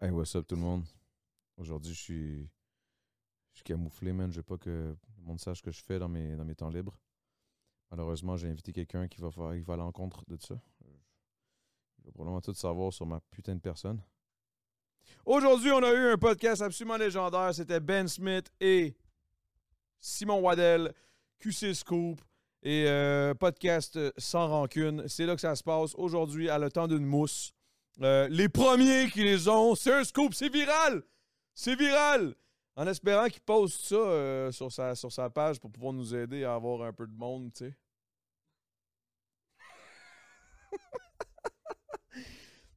Hey, what's up tout le monde? Aujourd'hui, je suis, je suis camouflé, man. Je veux pas que le monde sache ce que je fais dans mes, dans mes temps libres. Malheureusement, j'ai invité quelqu'un qui va faire, qui va à l'encontre de ça. Il va probablement tout savoir sur ma putain de personne. Aujourd'hui, on a eu un podcast absolument légendaire. C'était Ben Smith et Simon Waddell, QC Scoop et euh, podcast sans rancune. C'est là que ça se passe aujourd'hui à le temps d'une mousse. Euh, les premiers qui les ont, c'est un scoop, c'est viral! C'est viral! En espérant qu'il poste ça euh, sur, sa, sur sa page pour pouvoir nous aider à avoir un peu de monde, tu sais.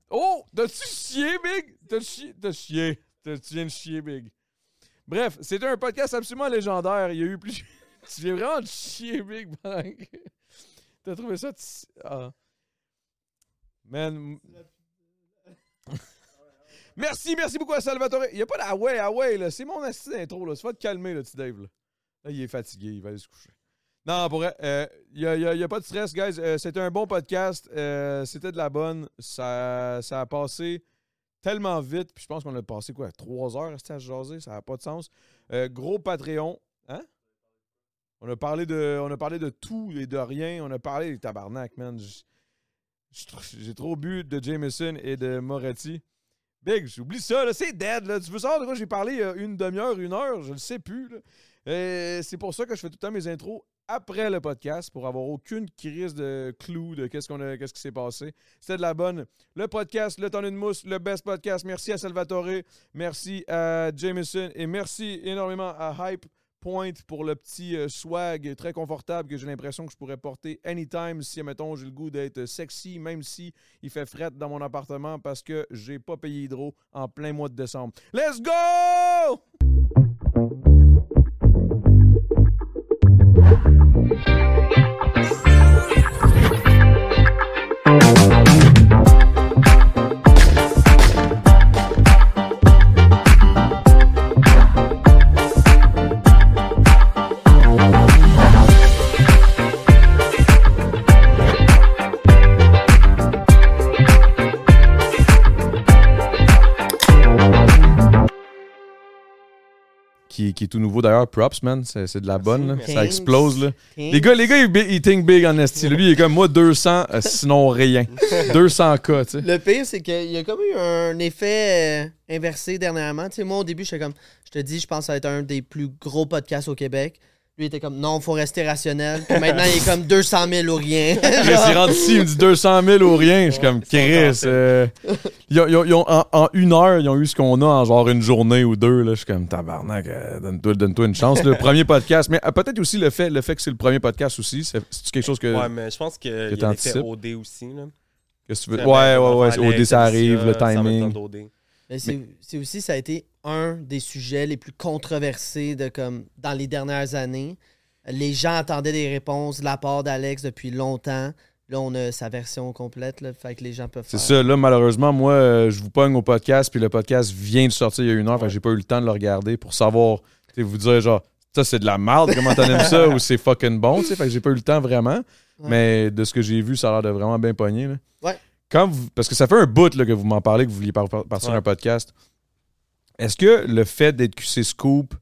oh! T'as-tu chié, Big? T'as chié? T'as chié. T'as- tu viens de chier, Big. Bref, c'était un podcast absolument légendaire. Il y a eu plus. tu viens vraiment de chier, Big, pendant que- T'as trouvé ça... tu- Ah. Man, Merci, merci beaucoup à Salvatore. Il n'y a pas d'Away, ouais, ah ouais, là. C'est mon assis d'intro, là. Ça va te calmer, le petit Dave, là. Là, il est fatigué, il va aller se coucher. Non, pour vrai, euh, il n'y a, il y a pas de stress, guys. Euh, c'était un bon podcast. Euh, c'était de la bonne. Ça, ça a passé tellement vite. Puis je pense qu'on a passé, quoi, trois heures resté à se jaser. Ça n'a pas de sens. Euh, gros Patreon. Hein? On a, parlé de, on a parlé de tout et de rien. On a parlé des tabarnak, man. J- j- J'ai trop bu de Jameson et de Moretti. Big, j'oublie ça, là, c'est dead. Là. Tu veux savoir de quoi j'ai parlé euh, une demi-heure, une heure, je ne sais plus. là. Euh, c'est pour ça que je fais tout le temps mes intros après le podcast pour avoir aucune crise de clou de qu'est-ce qu'on a, qu'est-ce qui s'est passé. C'était de la bonne. Le podcast, le temps d'une mousse, le best podcast. Merci à Salvatore, merci à Jameson et merci énormément à Hype Point pour le petit euh, swag très confortable que j'ai l'impression que je pourrais porter anytime si, mettons, j'ai le goût d'être sexy, même si il fait fret dans mon appartement parce que j'ai pas payé hydro en plein mois de décembre. Let's go! Qui, qui est tout nouveau d'ailleurs, props, man. C'est, c'est de la bonne, là. ça Thanks. explose. Là. Hein? Les gars, les gars ils, bi- ils think big en esti. Lui, il est comme moi, 200, euh, sinon rien. 200K, tu sais. Le pire, c'est qu'il y a comme eu un effet euh, inversé dernièrement. Tu sais, moi, au début, j'étais comme, je te dis, je pense que ça va être un des plus gros podcasts au Québec. Lui, il était comme, non, faut rester rationnel. Puis maintenant, il est comme 200 000 ou rien. Chris, il rentre ici, il me dit 200 000 ou rien. Je suis comme, Chris. euh, ils ont- ils ont- ils ont- en, en une heure, ils ont eu ce qu'on a en genre une journée ou deux. Là. Je suis comme, tabarnak, euh, donne-toi donne-toi une chance. Le premier podcast, mais euh, peut-être aussi le fait, le fait que c'est le premier podcast aussi. C'est, c'est quelque chose que, Ouais, mais je pense que que il y a l'effet t'anticipes. OD aussi. Là. que tu veux. Ouais, ouais, ouais. c'est- Au dé, euh, ça arrive, le timing. Mais c'est c'est aussi, ça a été un des sujets les plus controversés de comme dans les dernières années. Les gens attendaient des réponses de la part d'Alex depuis longtemps. Là, on a sa version complète, là, fait que les gens peuvent C'est faire- ça, là, malheureusement, moi, euh, je vous pogne au podcast, puis le podcast vient de sortir il y a une heure, fait que j'ai pas eu le temps de le regarder pour savoir, tu sais, vous dire genre, ça c'est de la merde, comment t'en aimes ça, ou c'est fucking bon, tu sais, fait que j'ai pas eu le temps vraiment, Ouais. mais de ce que j'ai vu, ça a l'air de vraiment bien pogner, là. Ouais. Quand vous- parce que ça fait un bout, là, que vous m'en parlez, que vous vouliez par- par- partir Ouais. un podcast. Est-ce que le fait d'être QC Scoop,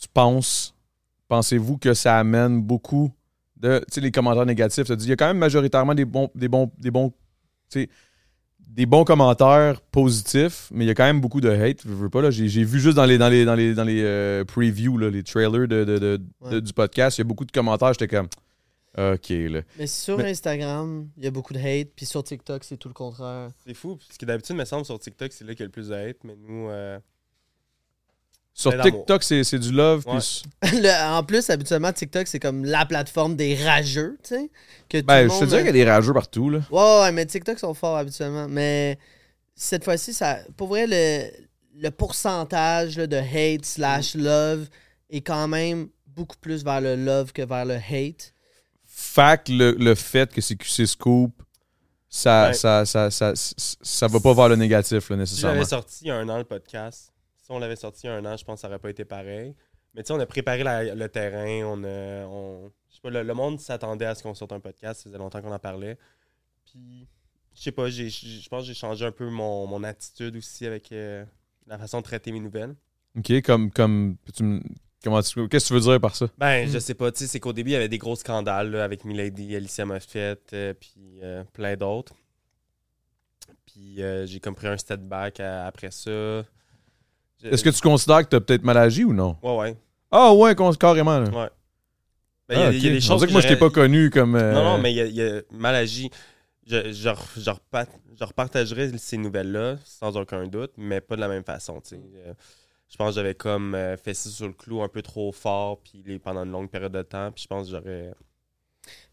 tu penses, pensez-vous que ça amène beaucoup de, tu sais, les commentaires négatifs, ça dit, il y a quand même majoritairement des bons, des bons, des bons des bons commentaires positifs, mais il y a quand même beaucoup de hate. Je veux pas, là. J'ai, j'ai vu juste dans les, dans les, dans les, dans les euh, previews, là, les trailers de, de- de- Ouais. de- du podcast, il y a beaucoup de commentaires. J'étais comme, OK, là. Mais sur Mais- Instagram, il y a beaucoup de hate, puis sur TikTok, c'est tout le contraire. C'est fou, parce que d'habitude, il me semble, sur TikTok, c'est là qu'il y a le plus de hate, mais nous, euh, Sur Mais Ben, l'amour. TikTok, c'est, c'est du love. puis Ouais. su- Le- en plus, habituellement, TikTok, c'est comme la plateforme des rageux, tu sais. que tout le ben, je te monde- dirais qu'il y a des rageux partout, là. Ouais, ouais, mais TikTok sont forts habituellement. Mais cette fois-ci, ça, pour vrai, le, le pourcentage là, de hate slash love est quand même beaucoup plus vers le love que vers le hate. Fac, le, le fait que c'est QC Scoop, ça, Ouais. ça, ça, ça, ça- ça va pas vers le négatif, là, si nécessairement. j'avais sorti il y a un an le podcast, si on l'avait sorti il y a un an, je pense que ça aurait pas été pareil. Mais tu sais, on a préparé la- le terrain, on a. On, je sais pas, le, le monde s'attendait à ce qu'on sorte un podcast, ça faisait longtemps qu'on en parlait. Puis, je sais pas, j'ai- je je pense que j'ai changé un peu mon, mon attitude aussi avec euh, la façon de traiter mes nouvelles. OK, comme. comme tu me- comment tu- Qu'est-ce que tu veux dire par ça? Ben, Mm. je sais pas, tu sais, c'est qu'au début, il y avait des gros scandales là, avec Milady, Alicia Moffett, euh, puis euh, plein d'autres. Puis euh, j'ai comme pris un step back à- après ça. Je- Est-ce que Euh, tu considères que tu as peut-être mal agi ou non? Ouais, ouais. Ah ouais, con- carrément. Là. ouais. Ben, il y a- Ah, il y a ok. des On choses dirait que moi, je t'ai j'aurais- pas connu comme. euh, Non, non, mais il y a, il y a mal agi. Je, je, re- je repa- je repartagerai ces nouvelles-là, sans aucun doute, mais pas de la même façon. tu sais. Euh, Je pense que j'avais comme euh, fessé sur le clou un peu trop fort puis les- pendant une longue période de temps. Puis je pense que j'aurais.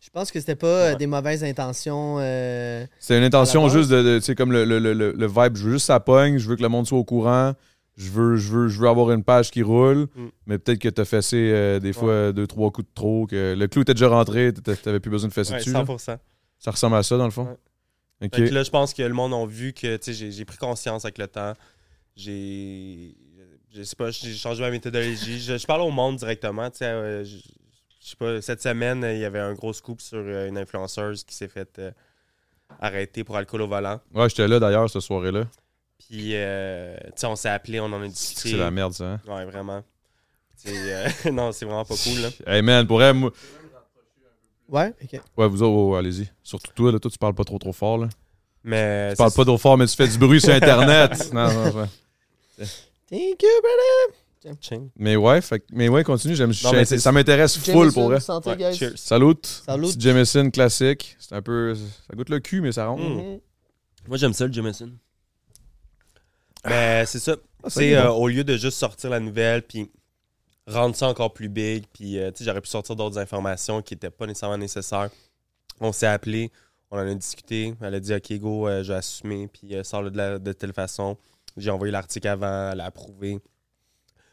Je pense que c'était pas euh, Ouais. des mauvaises intentions. euh, C'est une À intention la base. juste de. de- tu sais, comme le, le, le, le- le vibe, je veux juste que ça pogne, je veux que le monde soit au courant, je veux, je veux, je veux avoir une page qui roule, Mm. mais peut-être que t'as fessé euh, des fois deux, trois coups de trop, que le clou était déjà rentré, t'a- t'avais plus besoin de fesser Ouais, dessus. là. 100%. Ça ressemble à ça, dans le fond. Ok. Fait que là, je pense que le monde a vu que tu sais, j'ai j'ai pris conscience avec le temps. J'ai. Je sais pas, j'ai changé ma méthodologie. Je, je parle au monde directement. tu sais, euh, je, je sais pas, cette semaine, il y avait un gros scoop sur euh, une influenceuse qui s'est faite euh, arrêter pour alcool au volant. Ouais, j'étais là d'ailleurs, cette soirée-là. Puis, euh, tu sais, on s'est appelé, on en a discuté. C'est la merde, ça. hein? Ouais, vraiment. Tu sais, euh, non, c'est vraiment pas cool. Là. Hey man, pour elle, moi- Ouais, ok. Ouais, vous autres, ouais, ouais, allez-y. Surtout toi, là, toi, tu parles pas trop trop fort, là. Mais. Tu parles pas trop fort, mais tu fais du bruit sur Internet. non, non, non. Thank you, brother. Mais ouais, fait, que- mais ouais, continue. J'aime, Non, mais j'ai- c'est- ça m'intéresse full pour vrai. Santé, Ouais, guys. cheers. Salut. Salut. Petit Jameson classique. C'est un peu. Ça goûte le cul, mais ça ronde. Mm. Mhm. Moi, j'aime ça, le Jameson. Mais c'est ça. Ah, ça, Tu sais, c'est euh, bon. au lieu de juste sortir la nouvelle, puis rendre ça encore plus big, puis euh, tu sais, j'aurais pu sortir d'autres informations qui n'étaient pas nécessairement nécessaires. On s'est appelé, on en a discuté. Elle a dit Ok, go, euh, je vais assumer, puis euh, sors-le de, la- de telle façon. J'ai envoyé l'article avant, elle a approuvé.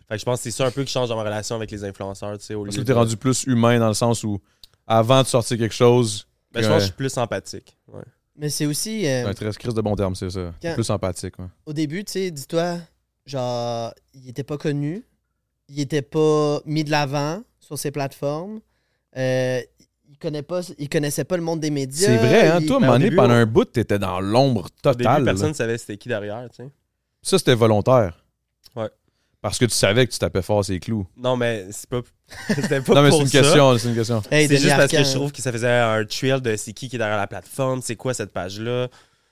Fait que je pense que c'est ça un peu qui change dans ma relation avec les influenceurs, tu sais. au Parce lieu que t'es de- rendu plus humain dans le sens où avant de sortir quelque chose, Ben, je pense que Ouais. je suis plus empathique. ouais. Mais c'est aussi. euh, c'est un très crise de bon terme, c'est ça. Quand- Plus empathique. ouais. au début, tu sais, dis-toi, genre, il était pas connu, il était pas mis de l'avant sur ces plateformes, euh, il, connaît pas, il connaissait pas le monde des médias. C'est vrai, hein. il- Toi, à un ben, au moment donné, début, pendant on- un bout, t'étais dans l'ombre Au début, totale. là. personne ne savait c'était qui derrière, tu sais. Ça, c'était volontaire. Ouais. Parce que tu savais que tu tapais fort ses clous. Non, mais c'est pas. C'était pas Non, mais c'est pour une ça. question. C'est une question. Hey, c'est Denis juste parce que Arcand, je trouve que ça faisait un trail de c'est qui qui est derrière la plateforme, c'est quoi cette page-là.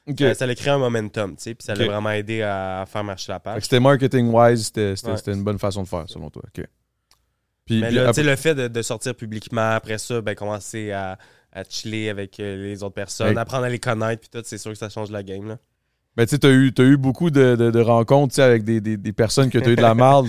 Ok. Euh, ça a créé un momentum, tu sais, puis ça l'a Ok. vraiment aidé à faire marcher la Fait que page. c'était marketing-wise, c'était c'était- Ouais. c'était une bonne façon de faire, selon toi. OK. Puis, Mais puis là, ap- tu sais, le fait de, de sortir publiquement, après ça, ben, commencer à, à chiller avec euh, les autres personnes, Hey. apprendre à les connaître, puis tout, c'est sûr que ça change la game, là. ben, tu sais, t'as eu, t'as eu beaucoup de, de- de rencontres tu sais, avec des, des- des personnes que t'as eu de la marde.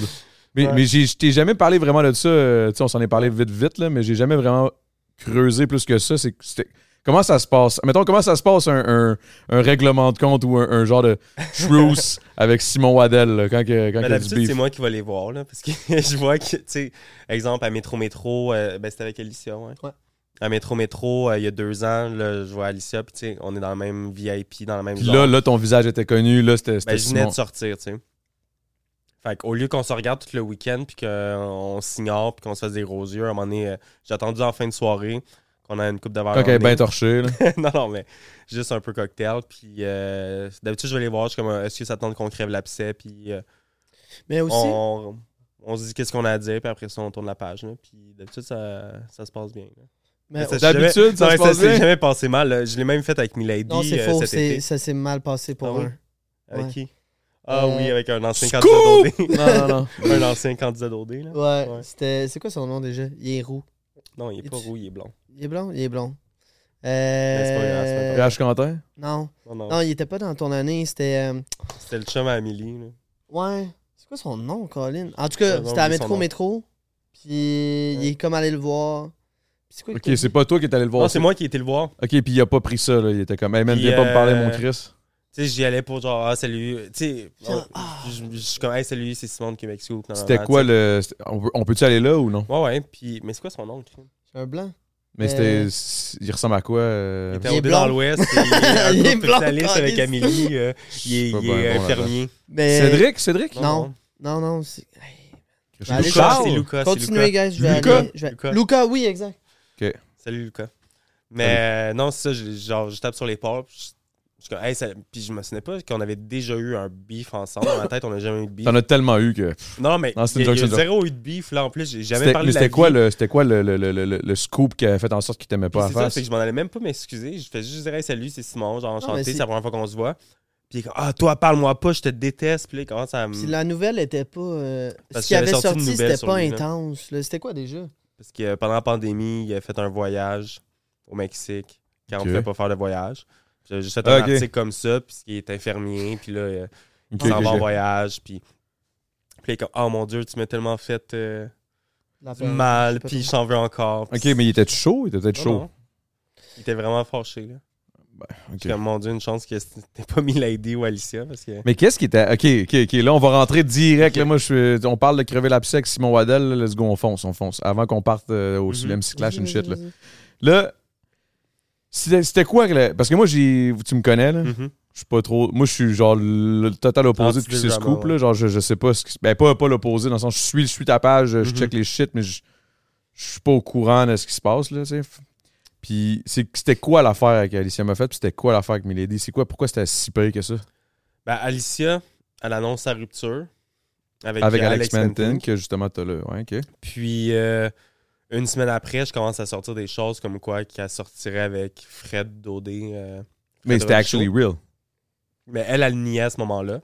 Mais, Ouais. mais j'ai- je t'ai jamais parlé vraiment de ça. euh, tu sais, on s'en est parlé vite, vite, là, mais j'ai jamais vraiment creusé plus que ça. C'est que c'était- Comment ça se passe? Mettons, comment ça se passe un, un- un règlement de compte ou un, un genre de truce avec Simon Waddell là, quand, que, quand Mais qu'il y a du Ben, d'habitude, beef? c'est moi qui vais les voir, là, parce que je vois que, tu sais, exemple, à Métro Métro, euh, ben, c'était avec Alicia, ouais. Ouais. À Métro Métro, euh, il y a deux ans, là, je vois Alicia, puis tu sais, on est dans le même VIP, dans la même Puis zone. là, là, ton visage était connu. Là, c'était c'était Ben, je venais Simon. de sortir, tu sais. Fait qu'au lieu qu'on se regarde tout le week-end, puis qu'on s'ignore, puis qu'on se fasse des gros yeux, à un moment donné, euh, j'ai attendu en fin de soirée qu'on a une coupe de verre. Quand elle est en bien ligne. torchée. là. non, non, mais juste un peu cocktail. Puis euh, d'habitude, je vais les voir, je suis comme, euh, est-ce que ça tente qu'on crève l'abcès? Puis euh, Mais aussi, on, on se dit qu'est-ce qu'on a à dire, puis après ça, on tourne la page. là. Puis d'habitude, ça, ça se passe bien. là. mais- ça- D'habitude, ça Non, se mais passe s'est bien. jamais passé mal. là. Je l'ai même fait avec Milady non, c'est euh, faux, cet c'est- été. ça s'est mal passé pour Ah eux. oui? Avec Ouais. qui? Ah Euh, oui, avec un ancien Scoop! candidat d'OD. Non, non, non. un ancien candidat d'OD, là. Ouais, Ouais. c'était. C'est quoi son nom déjà Il est roux. Non, il est Et pas tu- roux, il est blond. Il est blond Il est blond. Ben, c'est pas grave, c'est Euh... pas PH Quentin? non, Non, non. non, il était pas dans ton année, c'était. euh, C'était le chum à Amélie. là. Ouais. C'est quoi son nom, Colin? En tout cas, Ouais, j'ai c'était à oublié son Métro nom. Métro. Puis il est comme allé le voir. Puis c'est quoi le Ok, coup? c'est pas toi qui est allé le voir. Non, c'est moi qui ai été le voir. Ok, puis il a pas pris ça, là. Il était comme, hey man, Puis, viens pas me parler, euh, mon Chris. Tu sais, j'y allais pour genre, ah, salut. Tu sais, on- Ah. je je suis comme, hey, salut, c'est Simon de Québec Soup. Non, non, C'était non, quoi le. c'était- On, peut- on peut-tu aller là ou non? tu sais. Ouais, ouais. Puis, mais c'est quoi son nom, le crime? C'est un blanc. Mais Euh, c'était. c'est- Il ressemble à quoi? euh, Il était Il est au dans blond. l'Ouest. et Il est un Il est couple blond, socialiste avec Carlis. Amélie. euh, il est, Je suis il pas est, bien euh, bon là-dedans. fermier. Mais... Cédric? Cédric? Non. Non, non. c'est- Hey. Chris Ben, allez, Lucas? Charles. C'est Lucas. c'est Continuez, Lucas. guys. Je vais Lucas? aller. je vais- Lucas. Lucas, oui, exact. Salut, Lucas. Mais euh, non, c'est ça, je- genre, je tape sur les portes. puis Je, Je suis comme, hey, ça- Puis je me souvenais pas qu'on avait déjà eu un beef ensemble. Dans ma tête, on n'a jamais eu de beef. T'en as tellement eu que. Non, mais Non, c'est il y une a, joke, il y a c'est une zéro eu de beef, là, en plus. J'ai jamais C'était- parlé Mais de la c'était quoi, vie. le, c'était quoi le, le, le, le, le scoop qui a fait en sorte qu'il t'aimait pas à Puis C'est ça, face? c'est que je m'en allais même pas m'excuser. Je fais juste dire hey, salut, c'est Simon, genre mais enchanté, c'est- c'est la première fois qu'on se voit. Puis il est comme, ah, toi, parle-moi pas, je te déteste. Puis là, il commence à me- Puis la nouvelle était pas. euh, Hmm. Parce ce qui qu'il avait avait sorti une sorti, nouvelle c'était sur pas lui, là. intense. là. C'était quoi déjà? Parce que euh, pendant la pandémie, il a fait un voyage au Mexique quand Ok. on ne pouvait pas faire de voyage. Puis J'ai juste fait un Ok. article comme ça, puis il est infirmier, puis là, euh, Ok, il s'en ok, va en ok. voyage. Puis, puis il est comme, oh mon Dieu, tu m'as tellement fait euh, La du peur, je mal, sais pas puis trop. je t'en veux encore. Puis Ok, mais il était chaud? Il était peut-être Non, chaud. non. Il était vraiment fâché, là. Ok. Puis, comme, mon Dieu, une chance que t'es pas mis Lady ou Alicia, parce que... Mais qu'est-ce qui était. Ok, ok, ok. Là, on va rentrer direct. Là, moi, je suis- on parle de crever l'abcès avec Simon Waddell. Là, let's go, on fonce, on fonce. Avant qu'on parte euh, au Mhm. Sulem Cyclash, une Vas-y, shit. Là, vas-y, vas-y. là c'était c'était quoi? le- Parce que moi, j'ai. Tu me connais, là? Mhm. Je suis pas trop. Moi, je suis genre le total opposé de Anti-Lil ces Drama, scoops. ouais. Là. Genre, je, je sais pas ce qui. se- Ben, pas, pas l'opposé, dans le sens, je suis, je suis ta page, je Mhm. check les shit, mais je je suis pas au courant de ce qui se passe, là, tu sais. Puis, c'est- c'était quoi l'affaire avec Alicia Moffett? Puis, c'était quoi l'affaire avec Milady? C'est quoi? Pourquoi c'était si pire que ça? Ben, Alicia, elle annonce sa rupture avec, Avec euh, Alex, Manton, Manton. que justement, t'as là. Ouais, ok. Puis, euh, une semaine après, je commence à sortir des choses comme quoi qu'elle sortirait avec Fred Dodé. euh, Mais Fred c'était Robichaud. actually real. Mais elle, elle niait à ce moment-là.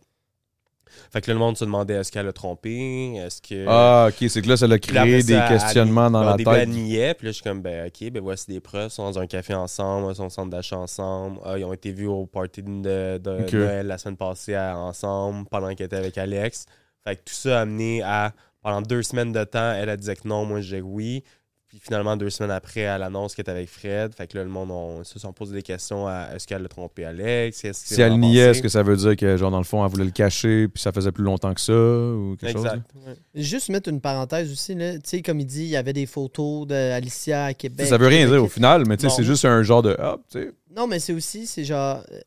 Fait que là, le monde se demandait est-ce qu'elle a trompé, est-ce que... Ah, ok. C'est que là, ça l'a Puis après créé des ça, elle- questionnements dans ben, au la début, tête. elle niait, puis là, je suis comme, ben, ok, ben, voici des preuves. Ils sont dans un café ensemble, ils sont au centre d'achat ensemble. Ah, ils ont été vus au party de, de Ok. Noël la semaine passée à- ensemble, pendant qu'elle était avec Alex. Fait que tout ça a amené à, pendant deux semaines de temps, elle, a disait que non, moi, je dis oui. Puis finalement, deux semaines après, elle annonce qu'elle est avec Fred. Fait que là, le monde, on, se sont posé des questions à est-ce qu'elle a trompé Alex? Est-ce que Si elle niait, est-ce que ça veut dire que, genre, dans le fond, elle voulait le cacher, puis ça faisait plus longtemps que ça, ou quelque chose? là? Exact. ouais. Juste mettre une parenthèse aussi, là. Tu sais, comme il dit, il y avait des photos d'Alicia à Tu Québec. sais, ça veut rien dire au final, mais tu sais, Non. c'est juste un genre de hop, tu sais. Non, mais c'est aussi, c'est genre. euh,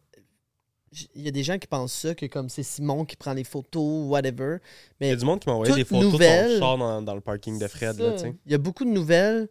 j- Il y a des gens qui pensent ça, que comme c'est Simon qui prend les photos, whatever. Il y a du monde qui m'a envoyé Toute des photos de nouvelle. son char dans, dans le parking de Fred, là, tu Ça. sais. Il y a beaucoup de nouvelles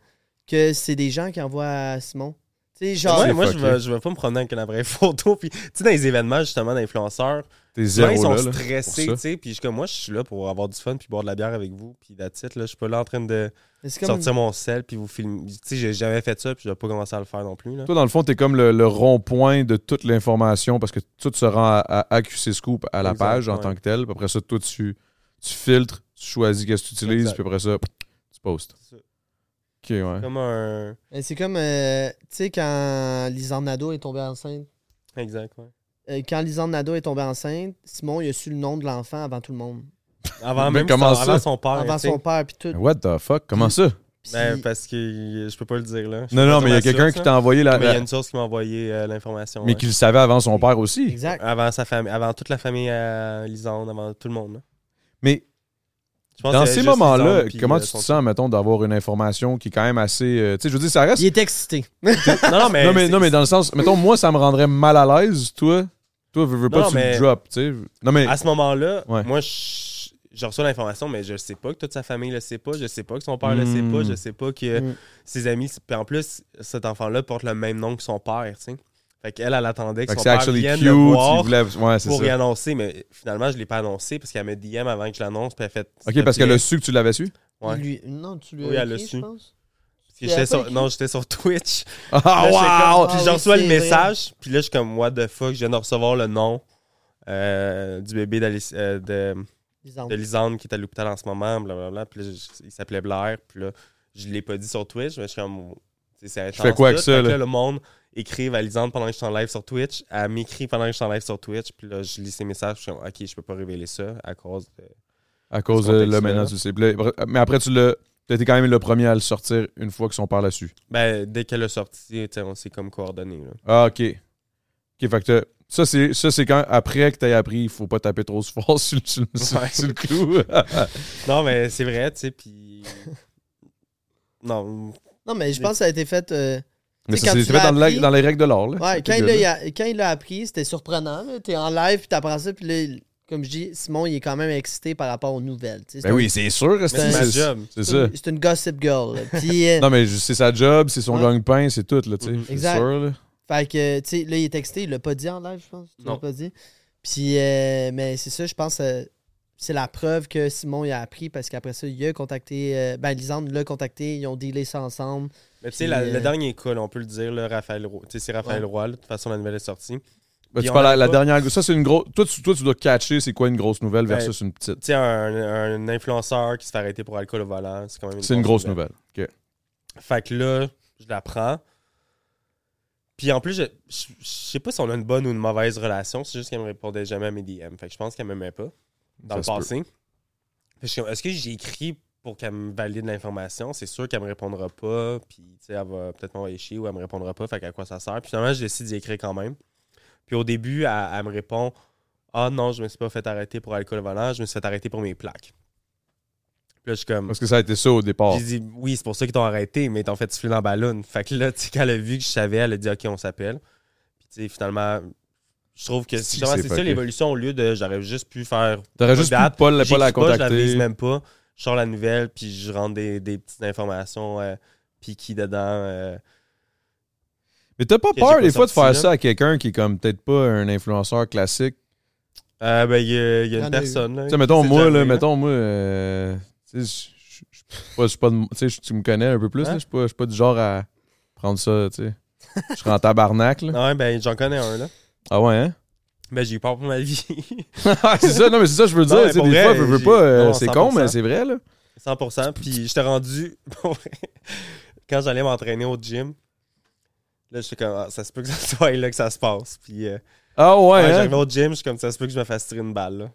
que c'est des gens qui envoient à Simon. Tu sais, genre. Ouais, C'est moi, je fucké. veux, je veux pas me promener avec une vraie photo. Puis, tu sais, dans les événements, justement, d'influenceurs, T'es souvent, ils zéro sont là, là. stressés, pour ça. tu sais. Puis, je suis comme, moi, je suis là pour avoir du fun, puis boire de la bière avec vous. Puis, la titre, là, je suis pas là en train de mais c'est comme- sortir mon sel, puis vous filmer. Tu sais, j'ai jamais fait ça, puis je vais pas commencer à le faire non plus, là. Toi, dans le fond, t'es comme le, le rond-point de toute l'information parce que tout se rend à, à AQC Scoop à la Exact, page en ouais. tant que tel. Puis après ça, toi, tu, tu filtres, tu choisis qu'est-ce que tu utilises, Exact. puis après ça, tu postes. C'est ça. Ok, ouais. Comme un. mais c'est comme, euh, tu sais, quand Lisande Nadeau est tombée enceinte. Exact, ouais. euh, quand Lisande Nadeau est tombée enceinte, Simon, il a su le nom de l'enfant avant tout le monde. Avant Mais même comment son, ça? avant son père. avant Ah, tu sais. son père, puis tout. What the fuck? Comment ça? Puis- Ben, parce que je peux pas le dire, là. Je Non, peux non, pas mais il y a dire ma quelqu'un source, qui là. t'a envoyé la. Mais il y a la- une source qui m'a envoyé euh, l'information. Mais ouais. qui le savait avant son père aussi. exact. Avant sa famille, avant toute la famille à Lisande, avant tout le monde, là. Mais Je pense dans que c'était ces juste moments-là, Lisande, puis, comment euh, tu te son- sens, mettons, d'avoir une information qui est quand même assez. euh, tu sais, je veux dire, ça reste. Il est excité. Non, non, mais. non, mais, euh, c'est- non, mais dans le sens, mettons, moi, ça me rendrait mal à l'aise, toi. Toi, veux, veux pas, Non, tu mais- Ah, le drop, tu sais. Non, mais. À ce moment-là, Ouais. moi, je, je reçois l'information, mais je sais pas que toute sa famille le sait pas, je sais pas que son père le sait Mm. pas, je sais pas que Mm. ses amis. Puis en plus, cet enfant-là porte le même nom que son père, tu sais. Fait qu'elle, elle attendait que Fait que son c'est père actually vienne cute. le il voir voulait- Ouais, c'est pour y ça. annoncer, mais finalement, je l'ai pas annoncé parce qu'elle me DM avant que je l'annonce, puis elle fait. s'il te Ok, parce plaît. qu'elle a su que tu l'avais su. Ouais. Il lui- Non, tu lui as Oui, elle écrit, l'a je su. pense. Parce que Elle j'étais a pas sur- écrit. Non, j'étais sur Twitch. Là, j'étais Ah, comme- wow! Ah Puis oui, je reçois le c'est vrai. message, puis là, je suis comme, what the fuck, je viens de recevoir le nom euh, du bébé d'Alice- euh, de. Lisande. de Lisande qui est à l'hôpital en ce moment, blablabla. Puis là, je- il s'appelait Blair. Puis là, je l'ai pas dit sur Twitch, mais je suis comme. tu sais, C'est intense. fais quoi avec tout. ça, Fait que là? Le monde écrive à Lisande pendant que je suis en live sur Twitch. Elle m'écrit pendant que je suis en live sur Twitch. Puis là, je lis ses messages. puis je suis comme, OK, je peux pas révéler ça à cause de. À cause ce de là, contexte-là. maintenant, tu le sais. Puis là, Mais après, tu l'as. T'as été quand même le premier à le sortir une fois que son père l'a su. Ben, dès qu'elle a sorti, tu sais, on s'est comme coordonné. Là. Ah, ok. Ok, fait que t'as- ça, c'est, ça, c'est quand après que t'as appris, il faut pas taper trop fort sur, le- sur le- sur- Ouais. sur le clou. Non, mais c'est vrai, tu sais. Puis. non. Non, mais je pense que ça a été fait. euh, Mais Tu sais, ça, quand c'est tu fait l'as dans, le- appris- dans les règles de l'or. Là, Ouais, Cet quand il, gars-là. a, quand il l'a appris, c'était surprenant. là. T'es en live, puis t'apprends ça, puis là, il- comme je dis, Simon, il est quand même excité par rapport aux nouvelles. tu sais. C'est Ben un- oui, c'est sûr. Mais c'est ma c'est- job. C'est c'est ça. une- C'est une gossip girl. là. Puis, euh, Non, mais je- c'est sa job, c'est son Ouais. gang gagne-pain, c'est tout, là, tu sais. Mhm. C'est Exact. sûr, là. Ben, Fait que, tu sais, là, il est texté, il l'a pas dit en live, je pense. Tu l'as Non. pas dit. Puis, euh, mais c'est ça, je pense, euh, c'est la preuve que Simon, il a appris parce qu'après ça, il a contacté, euh, ben, Lisandre l'a contacté, ils ont dealé ça ensemble. Mais tu sais, Puis, la- euh, le dernier cas, là, on peut le dire, là, Raphaël Roy. Tu sais, c'est Raphaël Ouais. Roy, là, de toute façon, la nouvelle est sortie. Ben, Puis tu on parles a à la pas- dernière. Ça, c'est une grosse. Toi, tu, toi, tu dois catcher c'est quoi une grosse nouvelle Ben, versus une petite. Tu sais, un, un influenceur qui se fait arrêter pour alcool au volant, c'est quand même C'est une grosse nouvelle. OK. Fait que là, je la prends. Puis en plus, je, je, je sais pas si on a une bonne ou une mauvaise relation, c'est juste qu'elle me répondait jamais à mes DM. Fait que je pense qu'elle m'aimait pas dans Ça le se peut. passé. Fait que je suis comme, Est-ce que j'ai écrit pour qu'elle me valide l'information? C'est sûr qu'elle me répondra pas. Puis tu sais, elle va peut-être m'envoyer chier ou elle me répondra pas. Fait qu'à quoi ça sert? Puis finalement, je décide d'y écrire quand même. Puis au début, elle, elle me répond Ah non, je me suis pas fait arrêter pour alcool au volant, je me suis fait arrêter pour mes plaques. Puis là, je suis comme. Parce que ça a été ça au départ. J'ai dit, oui, c'est pour ça qu'ils t'ont arrêté, mais ils t'ont fait siffler dans la ballon. Fait que là, tu sais, quand elle a vu que je savais, elle a dit, OK, on s'appelle. Puis, tu sais, finalement, je trouve que Si, justement, c'est c'est ça fucké. l'évolution au lieu de j'aurais juste pu faire. T'aurais juste pu date, pas, la- pas la j'écris je la contacter. vise même pas. Je sors la nouvelle, puis je rentre des, des petites informations euh, piquées dedans. euh. mais t'as pas j'ai peur pas des fois de sorti, faire là. ça à quelqu'un qui est comme peut-être pas un influenceur classique. Euh, ben, il y a, il y a Il y en a une eu. personne. là, Tu sais, mettons, qui s'est moi, jamais, là, hein. mettons, moi, euh, tu sais, je- je- je suis pas- je suis pas de- tu sais, je- tu me connais un peu plus, Hein? là, je suis pas, je suis pas du genre à prendre ça, tu sais. Je serais en tabarnak, là. Ouais, ben, j'en connais un, là. Ah ouais, hein? Ben, j'ai eu peur pour ma vie. c'est ça, non, mais c'est ça, que je veux dire, Non, mais tu sais, pour des vrai, fois, je veux j'ai- pas, euh, non, c'est con, 100%. mais c'est vrai, là. 100%. Puis j'étais rendu pour vrai, quand j'allais m'entraîner au gym. Là, je suis comme, Ah, ça se peut que ça soit là que ça se passe. Puis euh, Ah ouais, ouais, hein? j'arrive au gym, je suis comme, ça se peut que je me fasse tirer une balle. Là.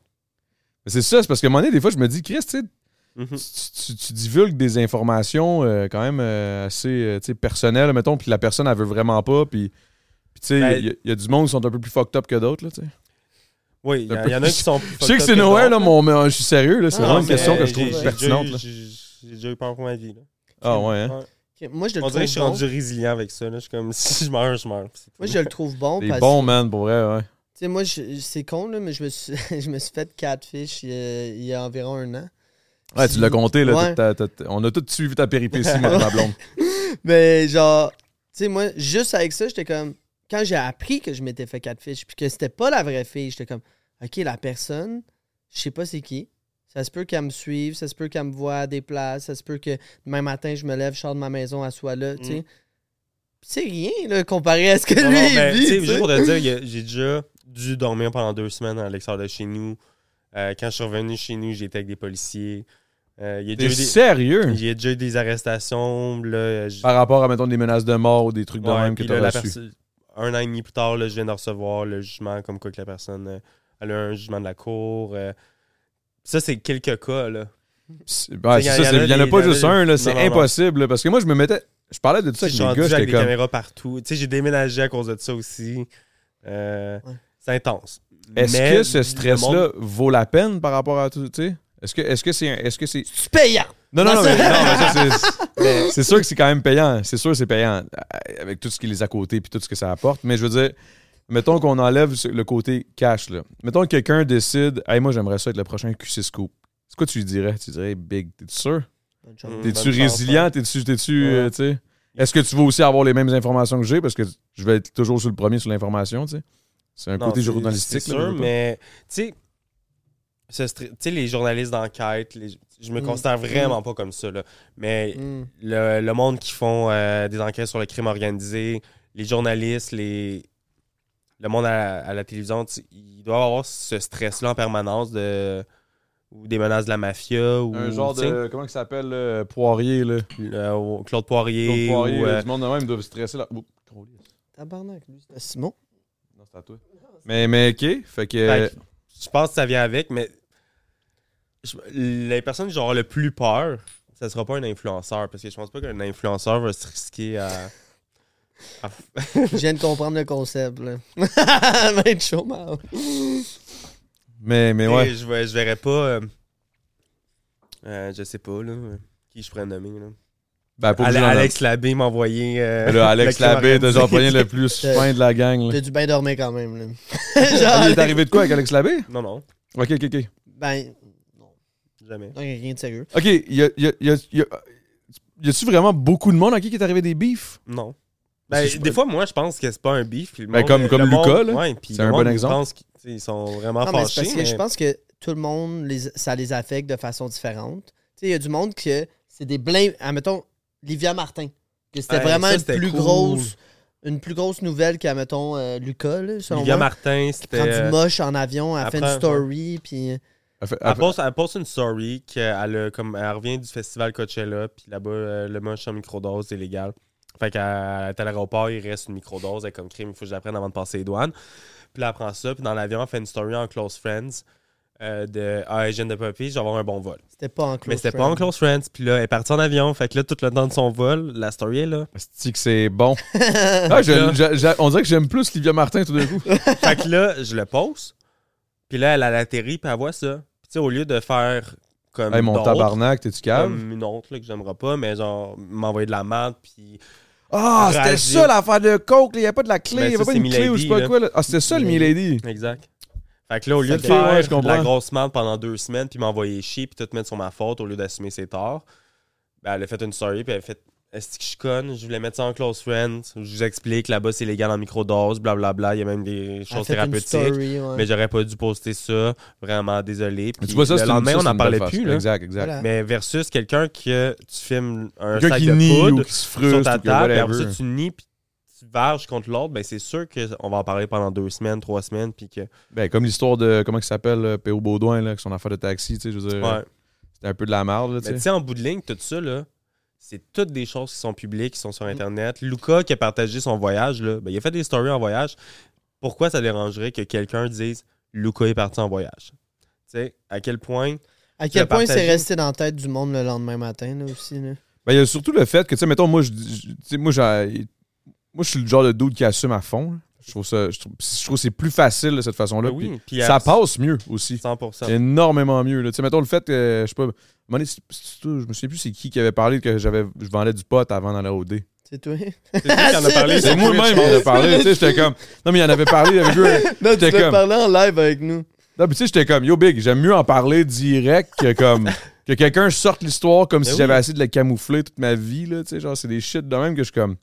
Mais C'est ça, c'est parce que à un moment donné, des fois, je me dis, Chris, tu sais, Mhm. tu, tu- tu divulgues des informations euh, quand même euh, assez euh, tu sais, personnelles, mettons, puis la personne, elle veut vraiment pas, puis, puis tu sais, il Ben- y, a- y a du monde qui sont un peu plus fucked up que d'autres, là, tu sais. Oui, il y, Un en- peu- il y en a qui sont. plus Je sais que fucked c'est up Noël, là, d'autres. mon, mais euh, je suis sérieux, là, c'est Non, vraiment une Ah, mais question que je j'ai- trouve j'ai pertinente, déjà là. eu- J'ai j'ai déjà eu peur pour ma vie. Là. Ah ouais, hein? Ouais. Ok, Moi, je le On dirait trouve que je suis bon. rendu résilient avec ça. Là. Je suis comme, si je meurs, je meurs. C'est Moi, tout. je le trouve bon Des parce bons, man, pour vrai, ouais. Tu sais, moi, je- c'est con, là, mais je me suis, je me suis fait catfish il y a, il y a environ un an. Ouais, tu l'as compté, là. Ouais. t'as- t'as- t'as- on a tous suivi ta péripétie, ma ma blonde. Mais genre, tu sais, moi, juste avec ça, j'étais comme. Quand j'ai appris que je m'étais fait catfish, puis que c'était pas la vraie fille, j'étais comme, OK, la personne, je sais pas c'est qui. Ça se peut qu'elle me suive, ça se peut qu'elle me voie à des places, ça se peut que demain matin, je me lève, je sors de ma maison, elle soit là, tu sais. Mm. C'est rien, là, comparé à ce que Non, lui, non, il ben, vit, tu sais, tu sais. Juste pour te dire, il y a- j'ai déjà dû dormir pendant deux semaines à l'extérieur de chez nous. Euh, quand je suis revenu chez nous, j'étais avec des policiers. Euh, il y a T'es déjà eu des- sérieux? il y a déjà eu des arrestations. Là, je- Par rapport à, mettons, des menaces de mort ou des trucs de Ouais, même que puis là, t'as la reçu. perso- Un an et demi plus tard, là, je viens de recevoir le jugement comme quoi que la personne euh, elle a un jugement de la cour. euh. Ça, c'est quelques cas. Là. C'est- ouais, Tu sais, c'est ça, y en a c'est- il y en a des- pas y en a juste des- un, là. Non, C'est non, non. impossible, là, Parce que moi, je me mettais. Je parlais de tout ça avec Je suis les rendu gars, avec j'étais des comme. caméras partout. Tu sais, j'ai déménagé à cause de ça aussi. Euh, Ouais. C'est intense. Est-ce Mais que ce le monde- stress-là vaut la peine par rapport à tout, tu sais? Est-ce que est-ce que c'est. un- Est-ce que c'est. C'est payant. Non, non, Non, non, ça- mais, non, mais ça, c'est- mais c'est sûr que c'est quand même payant. C'est sûr que c'est payant euh, avec tout ce qui les à côté puis tout ce que ça apporte. Mais je veux dire, mettons qu'on enlève ce- le côté cash. Là. Mettons que quelqu'un décide, hey, moi, j'aimerais ça être le prochain QC Scoop. C'est quoi tu lui dirais? Tu dirais, hey, Big, t'es-tu sûr? Bonne chance. Mm. T'es-tu bonne chance, résilient? hein. T'es-tu. t'es-tu, euh, Ouais. tu sais? Est-ce que tu veux aussi avoir les mêmes informations que j'ai? Parce que je vais être toujours sur le premier sur l'information, tu sais. C'est un Non, côté c'est- journalistique. C'est là, je sûr, veux pas. mais tu sais, ce stri- tu sais, les journalistes d'enquête, les- je me Mm. considère vraiment pas comme ça. là. Mais Mm. le, le monde qui font euh, des enquêtes sur le crime organisé, les journalistes, les le monde à, à la télévision, tu- ils doivent avoir ce stress-là en permanence de ou des menaces de la mafia ou Un genre tu sais, de. Comment ça s'appelle? là, Poirier, là. le- ou euh, Claude Poirier, Claude Poirier, ou, là, euh, du monde de même doivent stresser là. Oups, gros lit. Tabarnak, lui, c'était Simon. Non, c'est à toi. Mais, mais ok, fait que. Fait que ben, je pense que ça vient avec, mais je- les personnes qui vont avoir le plus peur, ça sera pas un influenceur. Parce que je pense pas qu'un influenceur va se risquer à. à- Je viens de comprendre le concept, là. Ben, Va être chaud, man. Mais, mais ouais. Je, vais- je verrais pas. euh, euh, je sais pas, là. euh, Qui je pourrais nommer, là. Ben, pas Ale- obligé d'en Alex Labbé m'a envoyé. euh, avoir. Là, Alex le crime Labbé, t'as organisé. genre pogné le plus Euh, fin de la gang. Là. T'as du bien dormir quand même, là. Il Genre, est arrivé de quoi avec Alex Labbé? Non, non, Ok, ok, ok. ben, jamais. non, y a rien de sérieux. Ok, y a- y a- y a- y a- y a-tu vraiment beaucoup de monde à qui qui est arrivé des beefs? Non. Ben, Si je- des fois, moi, je pense que c'est pas un beef. puis le Ben, monde- comme- comme le monde- Lucas, là. ouais, puis C'est le un monde, bon ils exemple. pensent qu'ils tu sais, ils sont vraiment Non, mais c'est fâchés. parce que mais- je pense que tout le monde, les- ça les affecte de façon différente. Tu sais, il y a du monde que c'est des blâmes. Admettons, Livia Martin, que c'était Hey, vraiment ça, une c'était plus cool. grosse une plus grosse nouvelle qu'admettons euh, Lucas, là, selon Olivia moi. Martin, Prend c'était. du moche en avion, elle fait après, une story, puis euh, Elle Ah, fait- elle Elle fait- poste, elle poste une story qu'elle a comme elle revient du festival Coachella, puis là-bas, euh, le moche en microdose, c'est légal. Fait qu'elle est à l'aéroport, il reste une microdose, elle est comme crime, il faut que j'apprenne avant de passer les douanes. Puis là, elle prend ça, puis dans l'avion, elle fait une story en close friends euh, de Ah, Eugène de Poppy, je vais avoir un bon vol. c'était pas en close Mais c'était pas en friend. close friends, puis là, elle est partie en avion, fait que là, tout le temps de son vol, la story est là. Asti que c'est bon. Ah, je- Là. je- je- on dirait que j'aime plus Livia Martin tout d'un coup. fait que là, je le pose, puis là, elle elle atterrit, puis elle voit ça. Puis tu sais, au lieu de faire comme. hey, mon d'autres, tabarnak, t'es-tu calme? comme une autre là, que j'aimerais pas, mais genre m'envoyer de la merde, puis Ah, c'était Radio. ça l'affaire de Coke, il n'y a pas de la clé, il Ben, n'y avait ça, pas c'est une clé ou je sais pas Milady, quoi. là. Ah, c'était ça le Milady. exact. Fait que là, au lieu Ok, de faire ouais, je de la comprends. grosse merde pendant deux semaines, puis m'envoyer chier, puis tout mettre sur ma faute au lieu d'assumer ses torts, ben, elle a fait une story, puis elle a fait Est-ce que je suis conne Je voulais mettre ça en close friends. Je vous explique, là-bas, c'est légal en microdose, blablabla. Il y a même des Elle choses fait une thérapeutiques. story, ouais. Mais j'aurais pas dû poster ça. Vraiment désolé. Mais Puis tu vois, ça, le c'est une- lendemain, ça, on c'est n'en une parlait belle plus. façon. Là. Exact, exact. Voilà. Mais versus quelqu'un que tu filmes un Quelqu'un sac qui de nie poudre. ou qui se sur frustre ta ou que table, puis whatever. après ça, tu nies, puis tu varges contre l'autre, ben c'est sûr qu'on va en parler pendant deux semaines, trois semaines, puis que... Ben, comme l'histoire de, comment il s'appelle, euh, P.O. Baudouin, là, avec son affaire de taxi, tu sais, je veux dire, Ouais. c'était un peu de la merde, là, Mais tu tu sais. sais, en bout de ligne, tout ça, là, c'est toutes des choses qui sont publiques, qui sont Mm. sur Internet. Luca, qui a partagé son voyage, là, ben, il a fait des stories en voyage. Pourquoi ça dérangerait que quelqu'un dise « Luca est parti en voyage ». Tu sais, à quel point... à quel le point c'est partager. resté dans la tête du monde le lendemain matin là, aussi. Là. Ben, il y a surtout le fait que, tu sais, mettons, moi, je, dis- je- tu sais, moi, j'ai- moi, je suis le genre de dude qui assume à fond, là. Je trouve ça, je trouve, je trouve que c'est plus facile de cette façon-là. Ben puis oui, puis à Ça passe mieux aussi. 100%. énormément mieux. là. Tu sais, mettons le fait que, je sais pas, à un moment donné, c'est- c'est- je me souviens plus c'est qui qui avait parlé que j'avais, je vendais du pot avant dans la OD. C'est toi. C'est toi qui en a parlé. C'est sur moi-même Twitch, qui en je ai pense. parlé, tu sais, j'étais comme, non mais il en avait parlé, il avait joué un- Non, tu J'étais l'as comme- parlé en live avec nous. Non, puis tu sais, j'étais comme, yo big, j'aime mieux en parler direct que comme, que quelqu'un sorte l'histoire comme si oui. j'avais essayé de la camoufler toute ma vie, là, tu sais, genre, c'est des shit de même que je suis comme,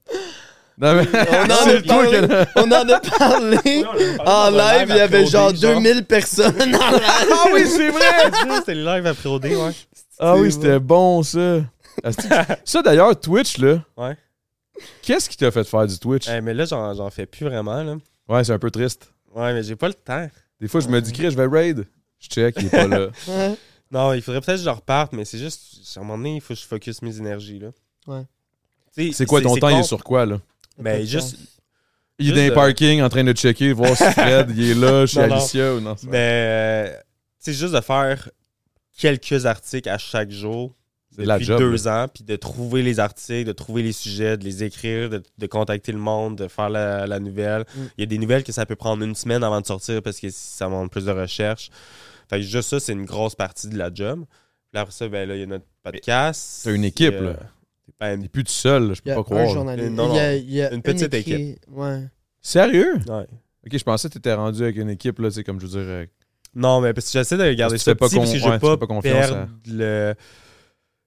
non mais, On en a c'est toi qui en parlé. a- On en a parlé. Oui, on en a parlé Ah, En dans un live, il y après avait OD, genre 2000 personnes en live. Ah oui, c'est vrai! C'était le live après OD, ouais. Ah oui, C'est c'était bon, ça. Asti- Ça, d'ailleurs, Twitch, là. Ouais. Qu'est-ce qui t'a fait faire du Twitch? Eh, mais là, j'en j'en fais plus vraiment, là. Ouais, c'est un peu triste. Ouais, mais j'ai pas le temps. Des fois, je me dis, Chris, je vais raid. Je check, il est pas là. Ouais. Non, il faudrait peut-être que je reparte, mais c'est juste, à un moment donné, il faut que je focus mes énergies, là. Ouais. Tu sais, C'est quoi ton temps? Il con. est sur quoi, là? Ben, juste... Il est Juste, dans les euh, parkings en train de checker, voir si Fred, il est là, chez Non, non. Alicia ou non. c'est vrai. Ben, euh, tu sais, juste de faire quelques articles à chaque jour C'est de la depuis job. là. deux ans, puis de trouver les articles, de trouver les sujets, de les écrire, de, de contacter le monde, de faire la, la nouvelle. Mm. Il y a des nouvelles que ça peut prendre une semaine avant de sortir parce que ça demande plus de recherche. Fait que juste ça, c'est une grosse partie de la job. Puis après ça, ben là, il y a notre podcast. t'as une équipe, Et, euh, là. ben, T'es plus tout seul, là, je Il y peux pas a un croire. là. journaliste. Non, non. Il y a- il y a Une petite écri- Ouais. Sérieux? ouais. Ok, je pensais que t'étais rendu avec une équipe, là, tu sais, comme je veux dire. euh, Non, mais parce que j'essaie de Parce garder que tu ça fais pas petit parce que con- je veux ouais, tu pas, fais pas confiance perdre à- le...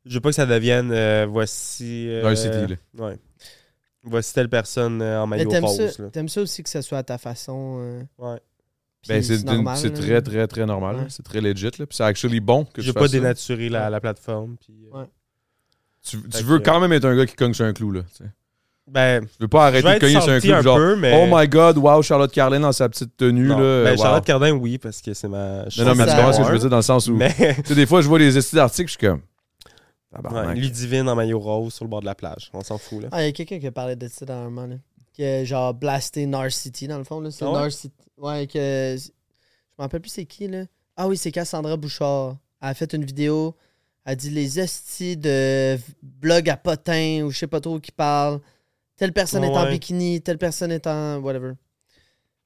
Je veux pas que ça devienne, euh, voici... euh, Dans le city, là. Ouais. Voici telle personne euh, en Mais maillot t'aimes rose. ça, là. t'aimes ça aussi que ça soit à ta façon. euh, Ouais. puis Ben, c'est une- normal, c'est là. très, très, très normal. là. Ouais. C'est très legit, là. Puis c'est actually bon que Je tu veux pas fasses ça. dénaturer la, la plateforme. puis, euh, Ouais. Tu, tu Fait veux que- quand même être un gars qui cogne sur un clou, là. tu sais. Ben, Je veux pas je arrêter vais de être cogner sur un sorti clou, un genre. peu, mais... Oh my god, wow, Charlotte Carlin dans sa petite tenue, Non. là. Ben, wow. Charlotte Cardin, oui, parce que c'est ma... je Non, suis non, mais sa tu ça- comprends ce que numéro je veux dire dans le sens où. un, Mais... Tu sais, des fois, je vois les estis d'articles, je suis comme. Ouais, Tabarnak. Ludivine en maillot rose sur le bord de la plage. On s'en fout, là. Ah, il y a quelqu'un qui a parlé de ça dans un moment. Là. Qui a genre blasté Nar City dans le fond. Là. C'est Ah ouais? Nar City. Ouais, que. Je me rappelle plus c'est qui là. Ah oui, c'est Cassandra Bouchard. Elle a fait une vidéo. Elle dit les hosties de blog à potin ou je sais pas trop qui parle. Telle personne Ah est en ouais. bikini, telle personne est en. whatever.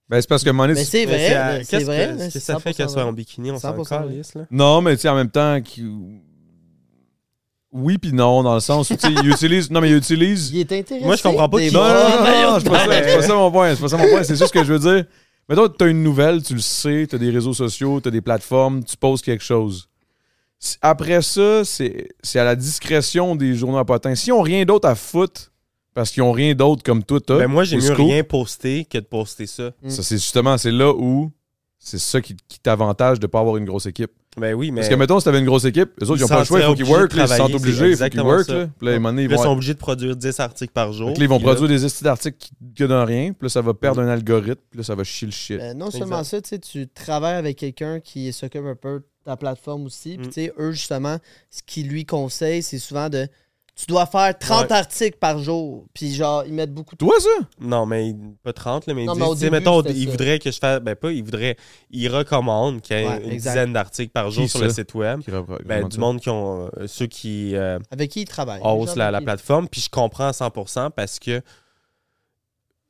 Ben, c'est parce que à un moment donné, Mais c'est- c'est Mais vrai. c'est à- là, C'est qu'est-ce vrai. que- là, Qu'est-ce que c'est ça fait 100% qu'elle soit vrai. en bikini? On s'en 100% calisse, là. Non, mais tu sais, en même temps. qui- Oui, puis non, dans le sens où, tu sais, il utilise. Non, mais il utilise. Il est intéressé. Moi, je comprends pas des qui- Non, non, non, bons non, non, maillots c'est pas, de bain. ça, c'est pas ça mon point. C'est pas ça mon point. C'est juste que je veux dire. Mettons, t'as une nouvelle, tu le sais, t'as des réseaux sociaux, t'as des plateformes, tu poses quelque chose. Si- Après ça, c'est c'est à la discrétion des journaux à potins. S'ils ont rien d'autre à foutre, Parce qu'ils ont rien d'autre comme toi, t'as. Ben moi, j'ai Au mieux scoop. rien posté que de poster ça. Ça, c'est justement, c'est là où c'est ça qui, qui t'avantage de pas avoir une grosse équipe. Ben oui, mais. Parce que, mettons, si t'avais une grosse équipe, eux autres, ils ont Ils pas le choix, il faut qu'ils seraient work, là, ils se sentent obligés de obligés, il faut travailler, qu'ils c'est work, exactement là. Puis là, à un moment donné, ils Puis là, ils vont sont obligés de produire 10 articles par jour. Fait que là, ils vont Puis là, produire des estis d'articles qui que dans rien, puis là, ça va perdre un algorithme, puis là, ça va chier le shit. Euh, non seulement ça, tu sais, tu travailles avec quelqu'un qui s'occupe un peu de ta plateforme aussi. Puis, Mm. tu sais, eux, justement, ce qu'ils lui conseillent, c'est souvent de. Tu dois faire 30 articles par jour. Puis, genre, ils mettent beaucoup de. Toi, ça? Non, mais il- pas 30, là, mais Non, ils mais au disent, tu sais, début, mettons, c'était ils ça. voudraient que je fasse. Ben pas, ils voudraient. Ils recommandent qu'il y ait Ouais, une exact. dizaine d'articles par jour Qui sur ça? le site web. Qui rep- Ben, recommande du ça? monde qui ont. euh, ceux qui euh, Avec qui ils travaillent. Ben, les gens haussent oh, la, avec la qui- plateforme. Puis je comprends à 100% parce que.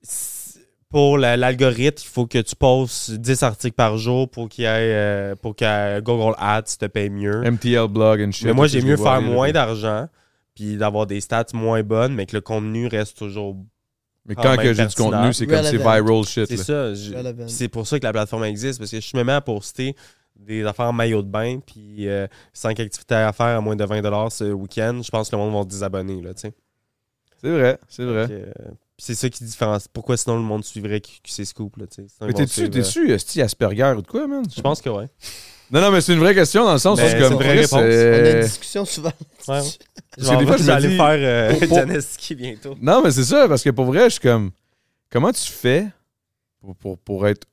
c'est- Pour la- l'algorithme, il faut que tu postes 10 articles par jour pour qu'il y ait, euh, pour que euh, Google Ads te paye mieux. MTL blog and shit. Mais moi, là, que j'ai je mieux vois faire aller, là, moins mais- d'argent puis d'avoir des stats moins bonnes, mais que le contenu reste toujours. Mais quand quand même que j'ai du pertinent. contenu, c'est comme c'est Relevant. viral shit. C'est là. ça. je- Relevant. puis C'est pour ça que la plateforme existe, parce que je me mets à poster des affaires en maillot de bain, puis euh, 5 activités à faire à moins de 20 ce week-end. Je pense que le monde va se désabonner. Là, tu sais. C'est vrai, c'est vrai. Fait que, euh, puis c'est ça qui différencie. Pourquoi sinon le monde suivrait QC Scoop? Là, tu sais. Sinon, Mais ils vont t'es-tu, suivre, euh, t'es-tu, esti Asperger ou de quoi, man? Je pense que oui. Non, non, mais c'est une vraie question dans le sens où Mais c'est c'est comme. une vraie Chris, réponse. On a euh, une discussion souvent. Ouais, ouais. Parce que des fois, je me vais aller dis- faire euh, Pour- pour- Janeski bientôt. Non, mais c'est ça, parce que pour vrai, je suis comme. Comment tu fais pour, pour, pour être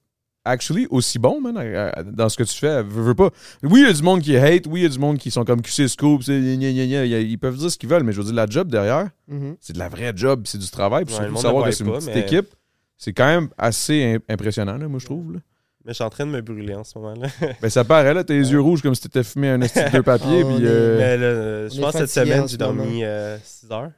actually aussi bon, man, à- à- dans ce que tu fais? Veux, veux pas. Oui, il y a du monde qui hate, oui, il y a du monde qui sont comme QC Scoop, c'est gna, gna, gna, gna. ils ils peuvent dire ce qu'ils veulent, mais je veux dire, la job derrière, Mhm. c'est de la vraie job, c'est du travail. Puis Ouais, le surtout, monde savoir ne que c'est une voit pas, petite mais- équipe, c'est quand même assez im- impressionnant, là, moi, je trouve. Là. Mais je suis en train de me brûler en ce moment. là. Ben, ça paraît, là, t'as les yeux rouges comme si t'étais fumé un esti de deux papiers. Ah, on puis, est- euh, Mais là, euh, On je est pense que cette fatigué en semaine, ce j'ai moment. dormi 6 heures.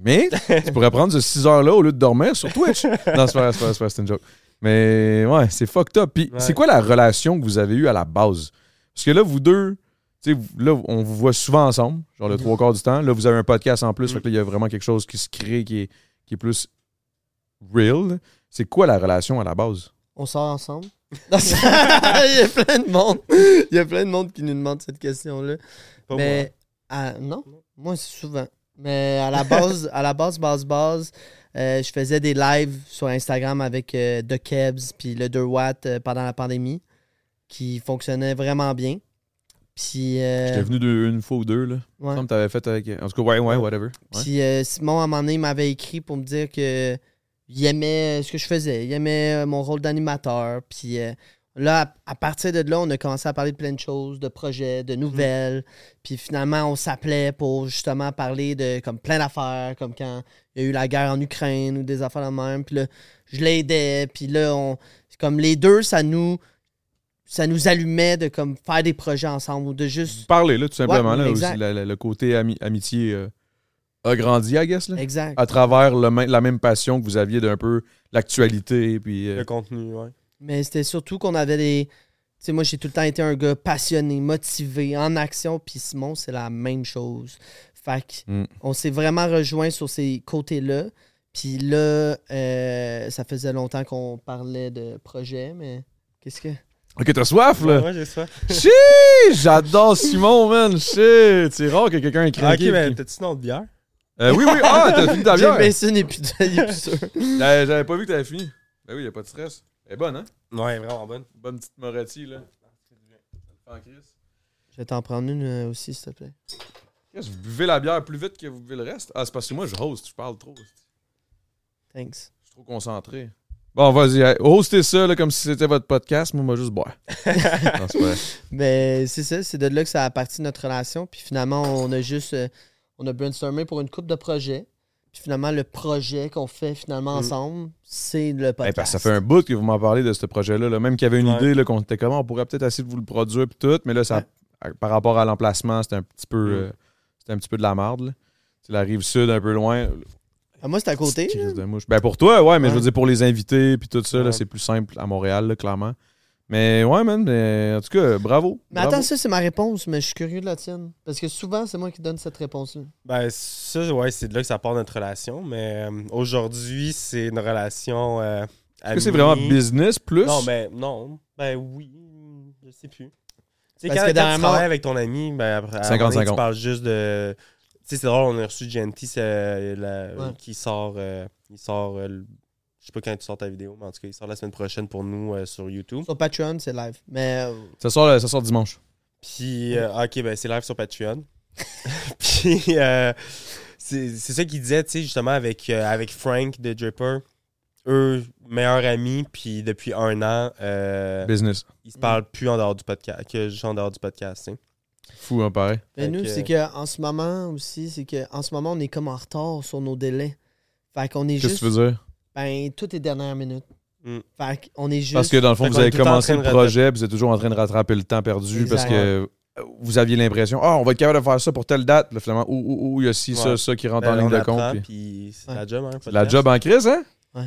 Mais tu pourrais prendre ce 6 heures-là au lieu de dormir sur Twitch. non, c'est pas vrai, c'est pas vrai, c'est pas vrai, c'est une joke. Mais ouais, c'est fucked up. Puis Ouais. c'est quoi la relation que vous avez eue à la base? Parce que là, vous deux, tu sais, vous- là, on vous voit souvent ensemble, genre le trois quarts du temps. Là, vous avez un podcast en plus, Mm. fait que là, il y a vraiment quelque chose qui se crée qui est, qui est plus real. C'est quoi la relation à la base? On sort ensemble. Non, c'est- Il y a plein de monde. Il y a plein de monde qui nous demande cette question-là. Pas moi. Mais à- non, moi c'est souvent. Mais à la base, à la base, base, base, euh, je faisais des lives sur Instagram avec euh, The Kebs puis le 2 Watt euh, pendant la pandémie qui fonctionnait vraiment bien. Puis, euh, J'étais venu deux- une fois ou deux, là. ouais. Comme t'avais fait avec. En tout cas, ouais, ouais, whatever. Ouais. Puis euh, Simon, à un moment donné, il m'avait écrit pour me dire que il aimait euh, ce que je faisais. Il aimait euh, mon rôle d'animateur. Puis euh, là, à, à partir de là, on a commencé à parler de plein de choses, de projets, de nouvelles. Puis finalement, on s'appelait pour justement parler de comme plein d'affaires, comme quand il y a eu la guerre en Ukraine ou des affaires de même. Puis là, je l'aidais. Puis là, on, c'est comme les deux, ça nous, ça nous allumait de comme faire des projets ensemble ou de juste. Parler, là, tout simplement, Ouais, là, exact. aussi, la- la- le côté ami- amitié euh, a grandi, I guess, là. Exact. à travers le mê- la même passion que vous aviez d'un peu l'actualité. Puis, euh, Le contenu, ouais. Mais c'était surtout qu'on avait des. Tu sais, moi, j'ai tout le temps été un gars passionné, motivé, en action. Puis Simon, c'est la même chose. Fait que Mm. on s'est vraiment rejoints sur ces côtés-là. Puis là, euh, ça faisait longtemps qu'on parlait de projet, mais qu'est-ce que. Ok, t'as soif, là? Ouais, ouais, j'ai ça. Shit! J'adore Simon, man! Shit! C'est rare que quelqu'un ait Ah, ok, craqué. mais puis- t'as-tu une autre bière? Euh, oui, oui, ah, t'as fini ta J'ai bière! baissé n'est plus, il est plus sûr. Euh, J'avais pas vu que t'avais fini. Ben oui, y a pas de stress. Elle est bonne, hein? Ouais, vraiment bonne. Bonne petite Moretti, là. Ça le fait en crise. Je vais t'en prendre une euh, aussi, s'il te plaît. Qu'est-ce que Vous buvez la bière plus vite que vous buvez le reste? Ah, c'est parce que moi, je host, je parle trop. Je Thanks. suis trop concentré. Bon, vas-y, hey, hostez ça là, comme si c'était votre podcast. Moi, moi, juste boire. non, c'est pas vrai. Mais Ben, c'est ça, c'est de là que ça a parti notre relation. Puis finalement, on a juste. euh, on a brainstormé pour une coupe de projets. Puis finalement, le projet qu'on fait finalement Mm. ensemble, c'est le Eh, podcast. parce que ça fait un bout que vous m'en parlez de ce projet-là. là. Même qu'il y avait une Ouais. idée là, qu'on était comment on pourrait peut-être essayer de vous le produire puis tout, mais là, ça, Ouais. à- par rapport à l'emplacement, c'était un petit peu Mm. euh, c'était un petit peu de la marde. là. C'est la rive sud un peu loin. Ah, moi, c'est à côté. Petite là. crise de mouche. Ben pour toi, ouais, mais je veux Ouais. dire pour les invités puis tout ça, là, Ouais. c'est plus simple à Montréal, là, clairement. Mais ouais, man, mais en tout cas, bravo. Mais bravo. attends, ça, c'est ma réponse, mais je suis curieux de la tienne. Parce que souvent, c'est moi qui donne cette réponse-là. Ben, ça, ouais, c'est de là que ça part notre relation, mais euh, aujourd'hui, c'est une relation. Euh, Est-ce que c'est vraiment bizarre? business plus? Non, ben, non. Ben oui, je sais plus. Tu Parce sais, quand, que quand tu dernièrement- travailles avec ton ami, ben après, à un moment donné, 50-50. tu parles juste de. Tu sais, c'est drôle, on a reçu Genty c'est euh, la- Ouais. qui sort. euh, il sort. euh, le- je sais pas quand tu sors ta vidéo, mais en tout cas, il sort la semaine prochaine pour nous euh, sur YouTube. Sur Patreon, c'est live. Mais euh, Ça sort, le- ça sort dimanche. Puis, euh, ok, ben c'est live sur Patreon. Puis, euh, c'est c'est ça qu'il disait, tu sais, justement, avec, euh, avec Frank de Dripper. Eux, meilleurs amis, puis depuis un an, euh, Business. ils se parlent plus en dehors du podcast, que juste en dehors du podcast, tu sais. Fou, hein, pareil. mais Fait nous, que- c'est que en ce moment aussi, c'est que en ce moment, on est comme en retard sur nos délais. Fait qu'on est Qu'est-ce que juste. tu veux dire? Ben, toutes les dernières minutes. Mm. Fait qu'on est juste. Parce que dans le fond, Fait vous qu'on est avez tout le temps commencé en le train de projet, puis vous êtes toujours en train de rattraper le temps perdu Exact. parce que euh, vous aviez l'impression, ah, on va être capable de faire ça pour telle date. Là, finalement, ou, ou, ou, il y a ci, ça, Ouais. ça qui rentre en Ben, on ligne de apprend, compte. puis- puis c'est Ouais. la job, hein. C'est La podcast. job en crise, hein?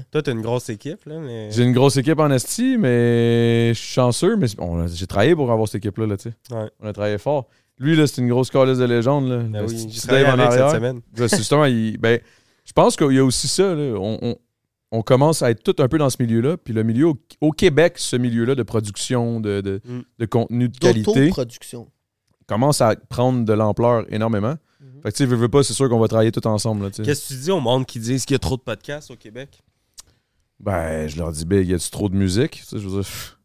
Toi, t'as une grosse équipe, là, mais. J'ai une grosse équipe en esti, mais je suis chanceux. Mais on- j'ai travaillé pour avoir cette équipe-là, là, tu sais. Ouais. On a travaillé fort. Lui, là, c'est une grosse calice de légende. Là. Ben Le oui, petit j'ai Dave travaillé en avec cette arrière. semaine. Ouais, c'est justement, il- ben, je pense qu'il y a aussi ça. là. On, on- on commence à être tout un peu dans ce milieu-là. Puis le milieu au, au Québec, ce milieu-là de production, de, de, Mm. de contenu de qualité, d'autoproduction. commence à prendre de l'ampleur énormément. Mhm. Fait que tu sais, veux, veux pas, c'est sûr qu'on va travailler tout ensemble. là, tu sais. Qu'est-ce que tu dis au monde qui disent qu'il y a trop de podcasts au Québec? Ben, je leur dis, ben, y a-tu trop de musique? Tu sais, je veux dire, pff,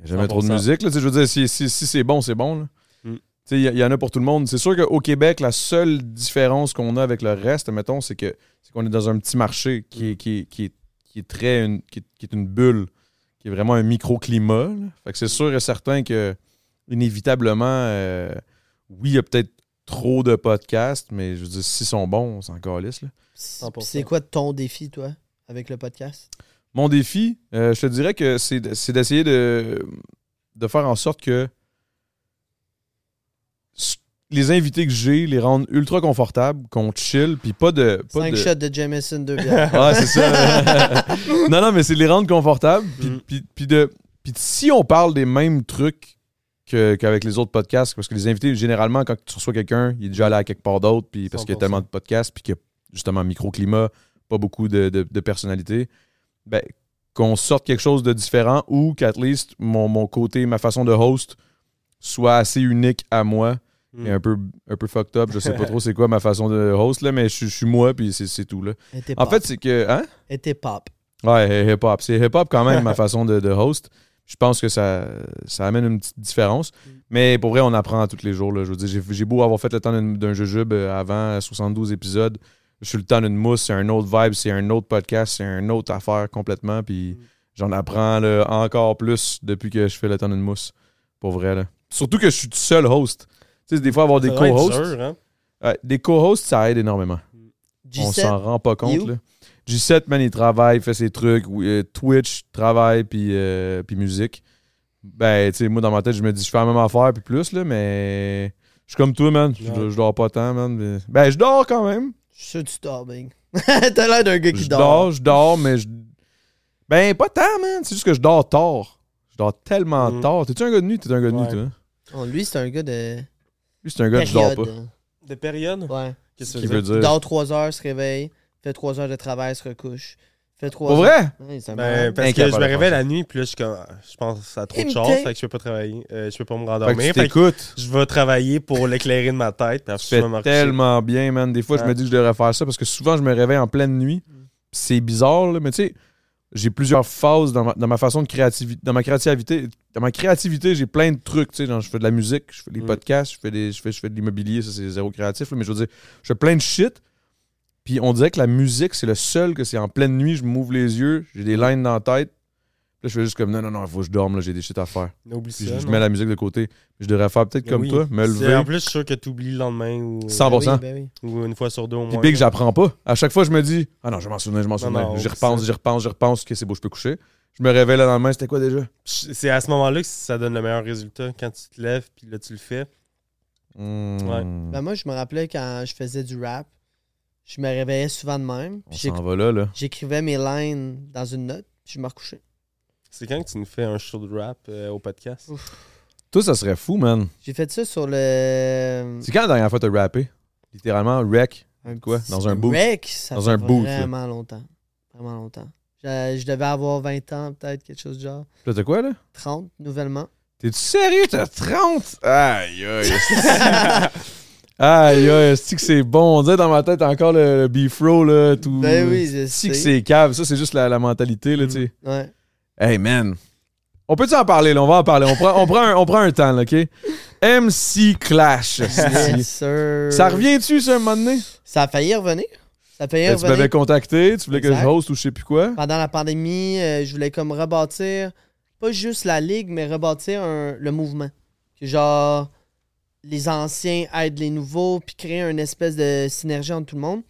y a jamais trop de 100%. musique, là. Tu sais, je veux dire, si, si- si c'est bon, c'est bon, là. Mm. Tu sais, il y, en a pour tout le monde. C'est sûr qu'au Québec, la seule différence qu'on a avec le reste, mettons, c'est que c'est qu'on est dans un petit marché qui est, qui est- qui est- qui est très une, qui est, qui est une bulle, qui est vraiment un microclimat. là. Fait que c'est sûr et certain que inévitablement, euh, oui, il y a peut-être trop de podcasts, mais je veux dire, s'ils sont bons, on s'en calisse. là. C'est 100%. c'est quoi ton défi, toi, avec le podcast? Mon défi, euh, je te dirais que c'est d- c'est d'essayer de, de faire en sorte que s- les invités que j'ai les rendre ultra confortables, qu'on chill, puis pas de. Pas 5 de... shots de Jameson, 2 bières. Ah, c'est ça. non, non, mais c'est de les rendre confortables, puis- Mm. puis puis de. Puis si on parle des mêmes trucs que- qu'avec les autres podcasts, parce que les invités, généralement, quand tu reçois quelqu'un, il est déjà allé à quelque part d'autre, puis parce qu'il y a 100%. tellement de podcasts, puis qu'il y a justement un microclimat, pas beaucoup de, de, de personnalités, ben, qu'on sorte quelque chose de différent ou qu'at least mon, mon côté, ma façon de host soit assez unique à moi Mm. et un peu, un peu fucked up. Je sais pas trop c'est quoi ma façon de host, là, mais je, suis- je suis moi, puis c'est c'est tout. Là. Et t'es En pop. fait, c'est que. Hein? Et t'es pop. Ouais, hip-hop. C'est hip-hop quand même, ma façon de, de host. Je pense que ça, ça amène une petite différence. Mm. Mais pour vrai, on apprend tous les jours. Là. Je veux dire, j'ai- j'ai beau avoir fait le temps d'un- d'un jujube euh, avant 72 épisodes. Je suis le temps d'une mousse, c'est un autre vibe, c'est un autre podcast, c'est une autre affaire complètement. Mm. Puis j'en apprends là, encore plus depuis que je fais le temps d'une mousse. Pour vrai. Là. Surtout que je suis tout seul host. Tu sais, des fois, avoir des Ça doit être co-hosts. dur, hein? Ouais, des co-hosts, ça aide énormément. On G7, s'en rend pas il est compte. où? Là. G7, man, il travaille, fait ses trucs. oui, euh, Twitch, travaille, puis, euh, puis musique. Ben, tu sais, moi, dans ma tête, je me dis, je fais la même affaire, puis plus, là, mais je suis comme toi, man. Je, Ouais. je dors pas tant, man. mais- Ben, je dors quand même. je suis sûr que tu dors, Bing. T'as l'air d'un gars qui Je dort. dors, je dors, mais je. Ben, pas tant, man. C'est juste que je dors tard. Je dors tellement Mm. Mhm. tard. T'es-tu un gars de nuit? T'es un gars de nuit, Ouais. toi? hein? Oh, lui, c'est un gars de Lui, c'est un gars que je dors période. hein. pas. De période? Ouais. Qu'est-ce que Qui tu veut veux dire? dire. Dort 3 heures, se réveille, fait 3 heures de travail, se recouche. Fait 3 Pour vrai? Ouais, c'est un Ben, malade. parce que Incapable je me de faire réveille ça. la nuit, puis là, je, suis comme, ah, je pense à trop Il de me chance, tait. fait que je peux pas travailler, euh, je peux pas me Fait que tu rendormir. Fait que t'écoutes. je vais travailler pour l'éclairer de ma tête, Je puis après, je vais me fais recoucher. tellement bien, man. Des fois, je Ouais. Mm. me dis que je devrais faire ça parce que souvent, je me réveille en pleine nuit. Puis C'est bizarre, là, mais tu sais, j'ai plusieurs phases dans ma, dans ma façon de créativité. Dans ma créativité, dans ma créativité j'ai plein de trucs. Tu sais, genre, je fais de la musique, je fais des Mm. podcasts, je fais, des, je fais, je fais de l'immobilier, ça, c'est zéro créatif. là, mais je veux dire, je fais plein de shit. Puis on dirait que la musique, c'est le seul que c'est en pleine nuit, je m'ouvre les yeux, j'ai des lines dans la tête. Là, je fais juste comme non, non, non, il faut que je dorme, là, j'ai des shit à faire. Oublie Puis ça, je, je non? mets la musique de côté. Je devrais faire peut-être Mais comme oui. toi, me C'est- lever. En plus, je suis sûr que tu oublies le lendemain ou, 100%. Ben oui, ben oui. ou une fois sur deux au Puis moins. big, j'apprends pas. À chaque fois, je me dis Ah non, je vais m'en souviens, je m'en Non, souviens. non, j'y c'est repense, ça. j'y repense, j'y repense. Ok, c'est beau, je peux coucher. Je me réveille le lendemain, c'était quoi déjà C'est à ce moment-là que ça donne le meilleur résultat. Quand tu te lèves, puis là, tu le fais. Hmm. Ben, moi, je me rappelais quand je faisais du rap, je me réveillais souvent de même. On puis j'éc- s'en va là, là. J'écrivais mes lines dans une note, puis je me recouchais. C'est quand que tu nous fais un show de rap euh, au podcast? Toi, ça serait fou, man. J'ai fait ça sur le. C'est quand la dernière fois t'as rappé Littéralement, wreck. un quoi? petit Dans un booth? break, ça Dans fait un booth, là. Vraiment longtemps. Vraiment longtemps. Je, je devais avoir 20 ans, peut-être, quelque chose du genre. Là, t'as quoi, là 30, nouvellement. T'es-tu sérieux T'as 30 Aïe, aïe. Aïe, aïe, c'est que c'est bon. On dirait dans ma tête encore le, le beef roll, là, tout. Ben oui, je C'est que sais. c'est cave. Ça, c'est juste la, la mentalité, là, Mm. tu sais. Ouais. Hey, man. On peut-tu en parler, là? On va en parler. On prend, on prend, un, on prend un temps, là, OK? MC Clash. Yes, sir. ça revient-tu, ça, un moment donné? Ça a failli revenir. Ça a failli Ben, tu revenir. m'avais contacté, tu voulais que je Exact. host ou je sais plus quoi. Pendant la pandémie, euh, je voulais comme rebâtir, pas juste la ligue, mais rebâtir un- le mouvement. Que genre, les anciens aident les nouveaux, puis créer une espèce de synergie entre tout le monde.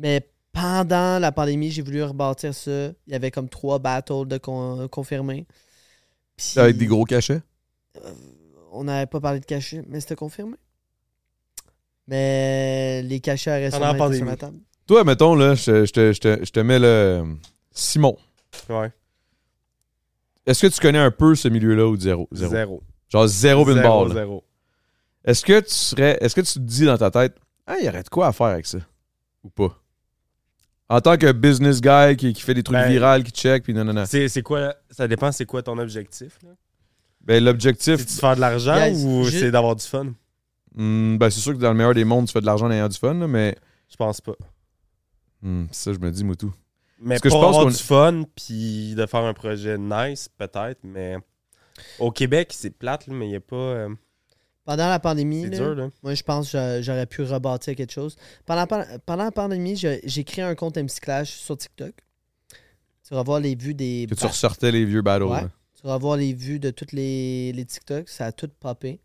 Mais pendant la pandémie, j'ai voulu rebâtir ça. Il y avait comme trois battles de con- confirmés. Puis- Avec des gros cachets. euh, on n'avait pas parlé de cachet, mais c'était confirmé. Mais les cachets auraient Pendant la sûrement été sur pandémie. la table. Toi, mettons, là, je je te je te- je te mets le. Simon. Ouais. Est-ce que tu connais un peu ce milieu-là ou zéro? Zéro. Zéro. Zéro. Genre zéro une zéro, barre. là. Est-ce que tu serais. Est-ce que tu te dis dans ta tête Ah, il y aurait de quoi à faire avec ça? Ou pas? En tant que business guy qui, qui fait des trucs Ben- virales, qui check, puis non, non, non. C'est c'est quoi Ça dépend, c'est quoi ton objectif là? Ben, C'est l'objectif, de faire de l'argent Guys, ou ju- c'est d'avoir du fun hmm, ben, c'est sûr que dans le meilleur des mondes, tu fais de l'argent en ayant du fun, là, mais Je pense pas. hmm, ça, je me dis, Moutou. Mais Parce que pour je pense avoir qu'on- du fun puis de faire un projet nice peut-être, mais au Québec c'est plate là, mais il y a pas. euh, Pendant la pandémie, c'est là, dur là. moi je pense que j'a- j'aurais pu rebâtir quelque chose. Pendant, la pan- pendant la pandémie, j'ai j'ai créé un compte MC Clash sur TikTok. Tu vas voir les vues des. Que tu ba- ressortais les vieux battles. Ben, Ouais. là. Tu vas voir les vues de toutes les, les TikTok. Ça a tout popé.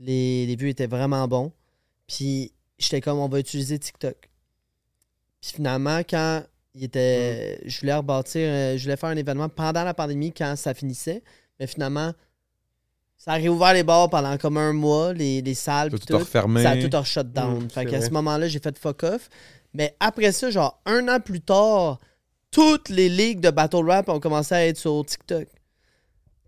Les, les vues étaient vraiment bons. Puis j'étais comme, on va utiliser TikTok. Puis finalement, quand il était, je voulais rebâtir, euh, je voulais faire un événement pendant la pandémie quand ça finissait. Mais finalement, ça a réouvert les bars pendant comme un mois, les, les salles. T'as puis tout tout. refermé. Ça a tout en shut down. Mm, fait c'est qu'à vrai. ce moment-là, j'ai fait fuck off. Mais après ça, genre un an plus tard, toutes les ligues de battle rap ont commencé à être sur TikTok.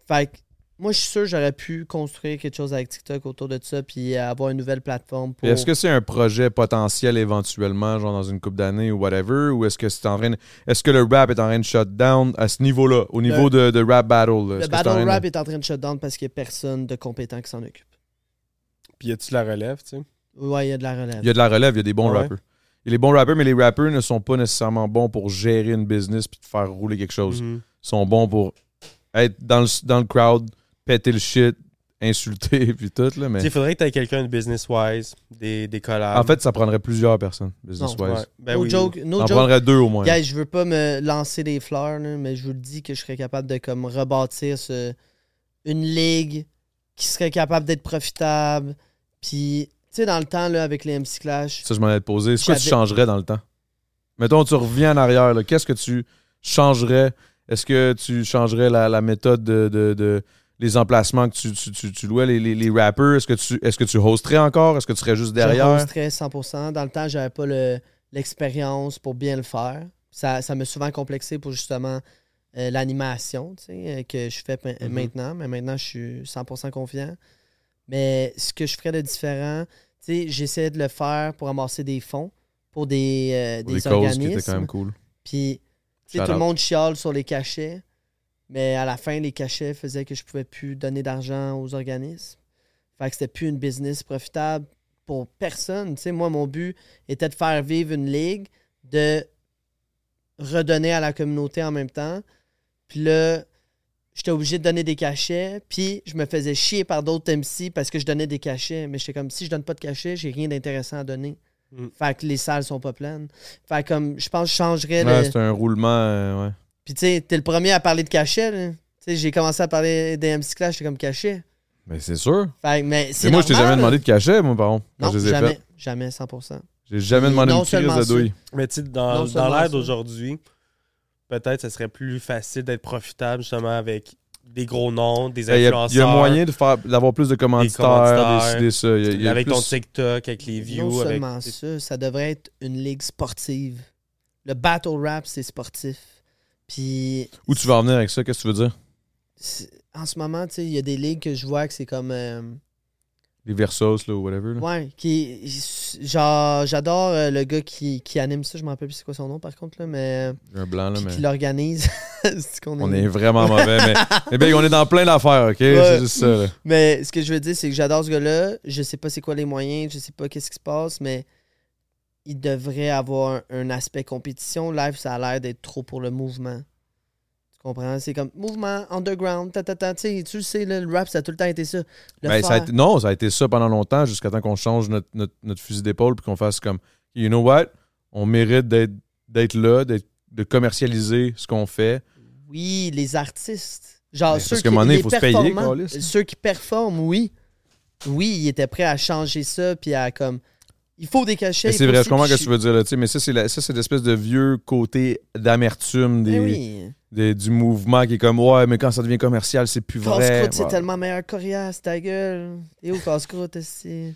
Fait que moi, je suis sûr que j'aurais pu construire quelque chose avec TikTok autour de ça puis avoir une nouvelle plateforme Puis pour. Est-ce que c'est un projet potentiel éventuellement, genre dans une coupe d'années ou whatever, ou est-ce que c'est en train de- est-ce que le rap est en train de shut down à ce niveau-là, au niveau de, de rap battle? là? Est-ce que le c'est en battle train de- rap est en train de shut down parce qu'il n'y a personne de compétent qui s'en occupe. Puis y a-tu la relève, tu sais Ouais, il y a de la relève. Il y a de la relève, il y a des bons Ouais. rappers. Il y a des bons rappers, mais les rappers ne sont pas nécessairement bons pour gérer une business puis de faire rouler quelque chose. Mm. Mhm. Ils sont bons pour être dans le, dans le crowd, péter le shit, insulter puis tout là, Tu mais sais, faudrait que tu aies quelqu'un de business-wise, des, des collabs. Ben. en Ah. fait, ça prendrait plusieurs personnes business Ouais. wise. Ben no oui. joke, Ça no en joke. prendrait deux au moins. Guys, je veux pas me lancer des fleurs, là, mais je vous le dis que je serais capable de comme rebâtir ce- une ligue qui serait capable d'être profitable. Puis, tu sais, dans le temps, là, avec les MC Clash, Ça, je m'en ai posé. C'est quoi que tu J'avais- changerais dans le temps? Mettons, tu reviens en arrière. là. Qu'est-ce que tu changerais? Est-ce que tu changerais la, la méthode de, de- de- les emplacements que tu, tu, tu- tu louais, les, les, les rappers? Est-ce que, tu, est-ce que tu hosterais encore? Est-ce que tu serais juste je derrière? hosterais 100%. Dans le temps, j'avais pas le- l'expérience pour bien le faire. Ça, ça m'a souvent complexé pour justement euh, l'animation tu sais, euh, que je fais pe- Mm-hmm. Mhm. maintenant, mais maintenant je suis 100% confiant. Mais ce que je ferais de différent, tu sais, j'essayais de le faire pour amasser des fonds pour des, euh, Pour des des causes qui étaient quand organismes. même cool. Puis, tu sais, Shout tout le out. monde chiale sur les cachets, mais à la fin, les cachets faisaient que je pouvais plus donner d'argent aux organismes. Fait que c'était plus une business profitable pour personne. Tu sais, moi, mon but était de faire vivre une ligue, de redonner à la communauté en même temps. Puis là, j'étais obligé de donner des cachets, puis je me faisais chier par d'autres MC parce que je donnais des cachets. Mais j'étais comme, si je donne pas de cachets, j'ai rien d'intéressant à donner. Mm. Fait que les salles sont pas pleines. Fait que comme, je pense que je changerais Ouais, le... c'est un roulement. euh, ouais. Puis tu sais, t'es le premier à parler de cachet, là. Tu sais, j'ai commencé à parler des MC Clash, j'étais comme cachet. Mais c'est sûr. Fait que, mais c'est Mais moi, je t'ai normal, jamais demandé là. de cachet, moi, par contre, quand Non, je les ai jamais, faites. jamais, 100%. J'ai jamais Et demandé non une petite seulement crise de ça. douille. Mais tu sais, Non dans, seulement dans ça. l'ère d'aujourd'hui, peut-être ce serait plus facile d'être profitable justement avec des gros noms, des Il Ben, y a- influenceurs. il y, a moyen de faire- d'avoir plus de commanditaires, commanditaires. décider ça. Il y a- il y a avec plus- ton TikTok, avec les views. non avec... seulement ça, ça devrait être une ligue sportive. Le battle rap, c'est sportif. Puis Où tu vas en venir avec ça? Qu'est-ce que tu veux dire? c'est- en ce moment, tu sais, il y a des ligues que je vois que c'est comme... euh, Les Versos, là, ou whatever. là. ouais, qui... Genre, j'adore euh, le gars qui, qui anime ça, je m'en rappelle plus c'est quoi son nom par contre, là, mais... Un blanc, là, puis mais. qui l'organise. C'est qu'on On est vraiment mauvais, mais, mais Big, on est dans plein d'affaires, OK? C'est juste ça. là. Mais ce que je veux dire, c'est que j'adore ce gars-là. Je sais pas c'est quoi les moyens, je sais pas qu'est-ce qui se passe, mais il devrait avoir un, un aspect compétition. Live, ça a l'air d'être trop pour le mouvement. Tu comprends? C'est comme mouvement, underground, ta, ta, ta. Tu sais, tu le sais, là, le rap, ça a tout le temps été ça. Le Ben, ça a faire. été- non, ça a été ça pendant longtemps, jusqu'à temps qu'on change notre, notre, notre fusil d'épaule puis qu'on fasse comme, you know what, on mérite d'être, d'être là, d'être- de commercialiser ce qu'on fait. Oui, les artistes. Genre, Mais ceux Ben, parce qui, qu'à un moment donné, les il faut se payer, performants, câlisse. Ceux qui performent, oui. Oui, ils étaient prêts à changer ça, puis à comme. Il faut des cachets. Mais il c'est faut vrai, ci, je comprends puis ce que tu veux dire, là, tu sais, mais ça, c'est, la- ça, c'est l'espèce de vieux côté d'amertume des, Ben oui. des- du mouvement qui est comme, ouais, mais quand ça devient commercial, c'est plus vrai. Casse-croûte, c'est Ouais. tellement meilleur coriace, ta gueule. Et où casse-croûte, c'est.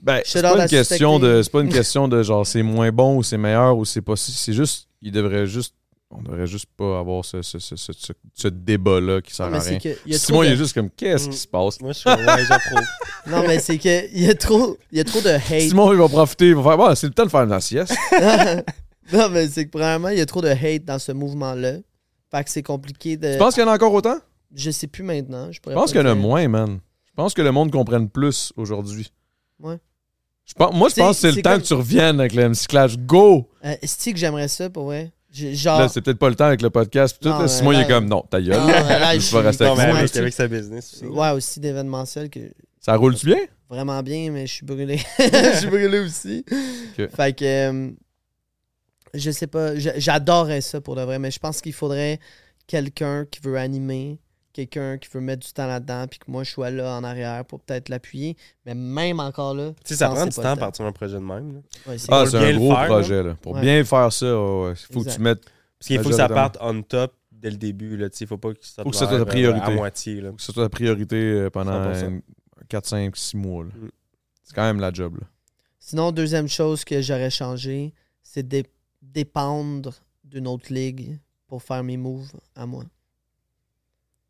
Ben, Je c'est leur pas, une la question suspecter. de, c'est pas une question de genre c'est moins bon ou c'est meilleur ou c'est pas si. C'est juste, il devrait juste. On devrait juste pas avoir ce, ce, ce, ce, ce- ce débat-là qui sert Non, mais à c'est rien. que. il y a trop Simon, il de- est juste comme qu'est-ce Mm. qui se passe? Moi, je suis ouais, j'approuve. Non, mais c'est que. Il y a trop, il y a trop de hate. Simon, il va profiter, il va faire bon, c'est le temps de faire une sieste. non, mais c'est que, premièrement, il y a trop de hate dans ce mouvement-là. Fait que c'est compliqué de. tu penses qu'il y en a encore autant? Je sais plus maintenant. Je, Je pourrais pense pas qu'il y en a dire. moins, man. Je pense que le monde comprenne plus aujourd'hui. Ouais. Je pense, moi, je C'est- pense que c'est le c'est temps comme- que tu reviennes avec le MC Clash. Go! Euh, Est-ce que j'aimerais ça pour vrai? Je- Genre. Là, c'est peut-être pas le temps avec le podcast. pis tout, Ah. Non, là. mais Simon, il là- est comme non, ta gueule. Non, mais là, Je je vais rester suis- Non, mais avec Ouais, moi. avec, tu- avec sa business aussi. Ouais, aussi d'événementiel que Ça roule-tu bien? vraiment bien, mais je suis brûlé. je suis brûlé aussi. Ok. Fait que euh, je sais pas, j'a- j'adorerais ça pour de vrai, mais je pense qu'il faudrait quelqu'un qui veut animer, quelqu'un qui veut mettre du temps là-dedans, puis que moi je sois là en arrière pour peut-être l'appuyer. Mais même encore là, Tu sais, ça Non, prend c'est du pas temps à le temps. partir d'un projet de même. là. ouais, c'est Ah, Pour c'est bien un le gros faire, là. projet. Là. Pour Ouais. bien faire ça, il faut que Exact. tu mettes Parce qu'il Ben, faut que ça j'adore. parte on top dès le début. Là, tu sais, faut pas que ça Faut que ça te l'air, soit ta priorité. euh, à moitié. Là. que ce soit ta priorité euh, pendant 100%. une- 4, 5, 6 mois. là. Mm. C'est quand même la job. là. Sinon, deuxième chose que j'aurais changé, c'est de dé- dépendre d'une autre ligue pour faire mes moves à moi.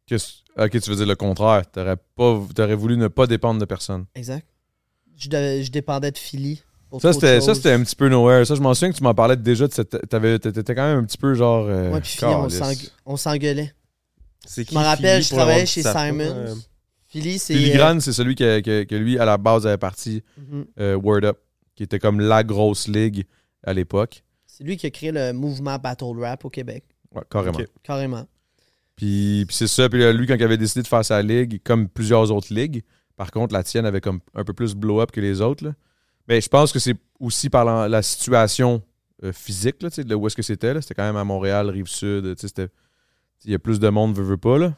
Qu'est-ce- Ok, tu veux dire le contraire. T'aurais, pas, t'aurais voulu ne pas dépendre de personne. Exact. Je, devais- je dépendais de Philly. Pour Ça trop de c'était, ça, choses. c'était un petit peu nowhere. Ça, je m'en souviens que tu m'en parlais déjà. de cette- T'avais, t'étais t'étais quand même un petit peu genre. euh, Moi puis Philly, on calisse. s'engue- on s'engueulait. C'est qui Je me rappelle, Philly, je pour l'avoir travaillais dit chez sa fois, Simons. euh, Philly, c'est. Billy euh, Graham, c'est celui que, que- que lui, à la base, avait parti mhm. euh, Word Up, qui était comme la grosse ligue à l'époque. C'est lui qui a créé le mouvement Battle Rap au Québec. Ouais, carrément. Ok. Carrément. Puis, puis c'est ça. Puis là, lui, quand il avait décidé de faire sa ligue, comme plusieurs autres ligues, par contre, la tienne avait comme un peu plus blow-up que les autres. là. Mais je pense que c'est aussi par la, la situation euh, physique, là, tu sais, de où est-ce que c'était. là. C'était quand même à Montréal, Rive-Sud. tu sais, c'était- Il y a plus de monde, veut, veut pas, là.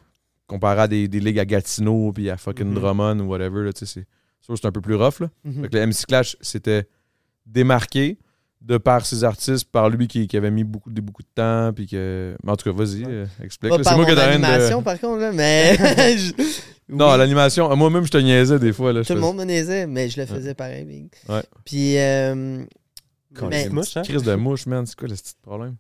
Comparé à des, des ligues à Gatineau, puis à fucking Mhm. Drummond ou whatever, là, tu sais, c'est sûr c'est un peu plus rough, là. Mhm. Fait que le MC Clash s'était démarqué de par ses artistes, par lui qui, qui avait mis beaucoup de, beaucoup de temps, puis que... Mais en tout cas, vas-y, euh, explique. Pas là. par mon qui ai rien de- animation, par contre, là, mais. je- Non, Oui, l'animation, euh, moi-même, je te niaisais des fois. Là, je Tout le faisais- monde me niaisait, mais je le faisais pareil. big. Ouais. Puis. euh, Mais- Une Mouche, hein? petite crise de mouche, man. C'est quoi le petit problème?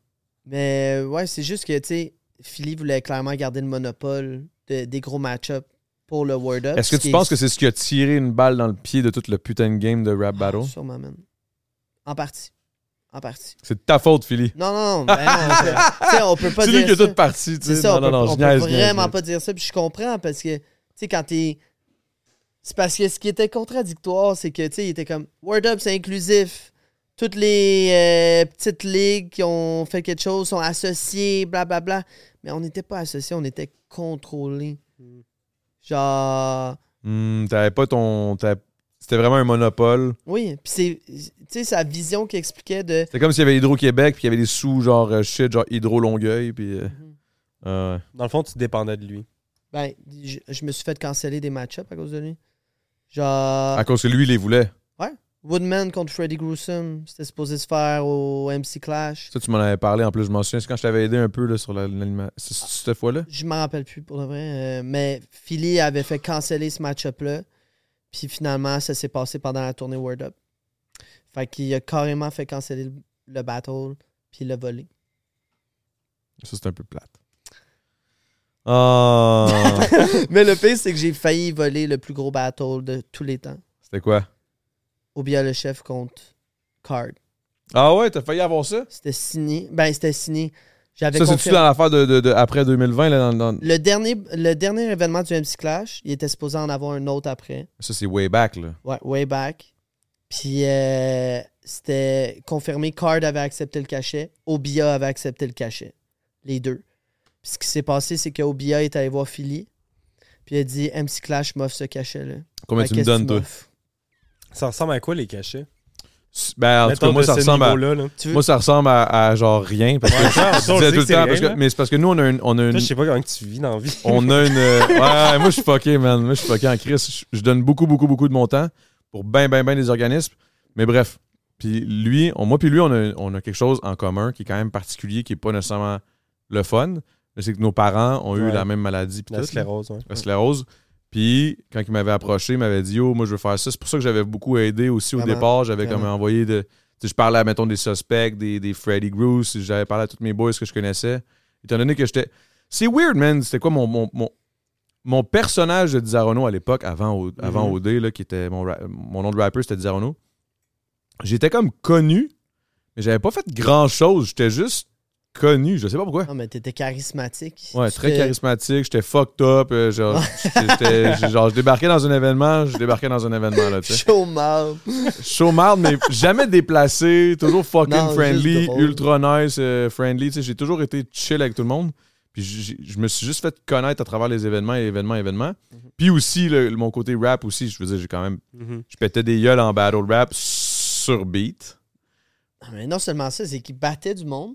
Mais euh, ouais, c'est juste que, tu sais, Philly voulait clairement garder le monopole de- des gros match-ups pour le Word Est-ce Up. que Ah, ce qui tu est- penses que c'est ce qui a tiré une balle dans le pied de tout le putain de game de rap battle? Sûrement, man. En partie. En partie. C'est de ta faute, Philly. Non, non, non. ben non, c'est- tu sais, on peut pas C'est lui dire. qui a ça. tout parti. tu C'est sais. ça, on non, peut, non, non, on je peut niaise, niaise, vraiment niaise. pas dire ça. Puis je comprends parce que, tu sais, quand t'es. C'est parce que ce qui était contradictoire, c'est que, tu sais, il était comme Word Up, c'est inclusif. Toutes les euh, petites ligues qui ont fait quelque chose sont associées, blablabla. Mais on n'était pas associés, on était contrôlés. Genre. Hmm, T'avais pas ton. t'avais- C'était vraiment un monopole. Oui, puis c'est. Tu sais, sa vision qui expliquait de. C'était comme s'il y avait Hydro-Québec, puis il y avait des sous, genre euh, shit, genre Hydro-Longueuil, puis. euh, ah ouais. Dans le fond, tu dépendais de lui. Ben, je, je me suis fait canceller des match-ups à cause de lui. Genre. À cause que lui, il les voulait. Woodman contre Freddy Gruesome, c'était supposé se faire au MC Clash. Ça, tu m'en avais parlé en plus, je m'en souviens. C'est quand je t'avais aidé un peu là, sur la- l'animation. C'est cette fois-là? Je m'en rappelle plus pour le vrai, euh, mais Philly avait fait canceller ce match-up-là. Puis finalement, ça s'est passé pendant la tournée Word Up. Fait qu'il a carrément fait canceller le, le battle, puis le volé. Ça, c'est un peu plate. Ah! mais le pire, c'est que j'ai failli voler le plus gros battle de tous les temps. C'était quoi? Obia le chef contre Card. Ah ouais, t'as failli avoir ça? C'était signé. Ben, c'était signé. J'avais Ça, c'est-tu confirmé- dans l'affaire de, de- de- après 2020? Là, dans- dans- le dernier, le dernier événement du MC Clash, il était supposé en avoir un autre après. Ça, c'est way back. Là. Ouais, way back. Puis euh, c'était confirmé, Card avait accepté le cachet, Obia avait accepté le cachet. Les deux. Puis ce qui s'est passé, c'est que Obia est allé voir Philly. Puis il a dit MC Clash m'offre ce cachet-là. Combien Fait tu me qu'est-ce donnes, que toi? m'offres? Ça ressemble à quoi les cachets? S- Ben, en tout cas, Mettons moi, de ça ce ressemble à. niveau-là, là. Tu veux- Moi, ça ressemble à, à genre rien. Parce que Ouais, ça, je disais on sait tout que le c'est temps. rien, parce que- là. mais c'est parce que nous, on a une. On a Toi, une, je sais pas comment que tu vis dans la vie. on a une euh, ouais, moi, je suis fucké, man. Moi, je suis fucké en crise. Je, je donne beaucoup, beaucoup, beaucoup de mon temps pour ben, ben, ben des organismes. Mais bref. Puis lui, on- moi, puis lui, on a, on a quelque chose en commun qui est quand même particulier, qui est pas nécessairement le fun. Mais C'est que nos parents ont eu Ouais. la même maladie. Puis La tout, là. sclérose, ouais. la sclérose. Puis, quand il m'avait approché, il m'avait dit Yo, moi, je veux faire ça. C'est pour ça que j'avais beaucoup aidé aussi au Vraiment, départ. J'avais comme vraiment. envoyé de. Tu sais, je parlais, mettons, des suspects, des, des Freddy Groose. J'avais parlé à tous mes boys que je connaissais. Étant donné que j'étais. C'est weird, man. C'était quoi mon. mon, mon- mon personnage de Dizarono à l'époque, avant, O- avant Mhm. OD, là, qui était mon, ra- mon nom de rapper, c'était Dizarono. J'étais comme connu, mais j'avais pas fait grand chose. J'étais juste connu. Je sais pas pourquoi. Non, mais t'étais charismatique. Ouais, Tu très te- charismatique, j'étais fucked up, euh, genre, j'étais- j'étais- genre, je débarquais dans un événement, je débarquais dans un événement, là, tu sais. Show mouth. Show marde, mais jamais déplacé, toujours fucking Non, juste friendly, drôle. ultra nice, euh, friendly, tu sais, j'ai toujours été chill avec tout le monde. Puis j- j- je me suis juste fait connaître à travers les événements et événements, événements. Mhm. Puis aussi, le- mon côté rap aussi, je veux dire, j'ai quand même, Mhm. je pétais des gueules en battle rap sur beat. Non, mais non seulement ça, c'est qu'il battait du monde,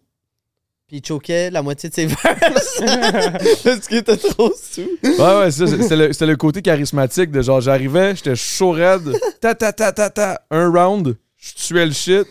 puis il choquait la moitié de ses verses. Parce qu'il était trop sous. Ouais, ouais, c'est ça. c'est- C'était le, c'était le côté charismatique de genre, j'arrivais, j'étais chaud raide, ta ta ta ta ta, un round, je tuais le shit.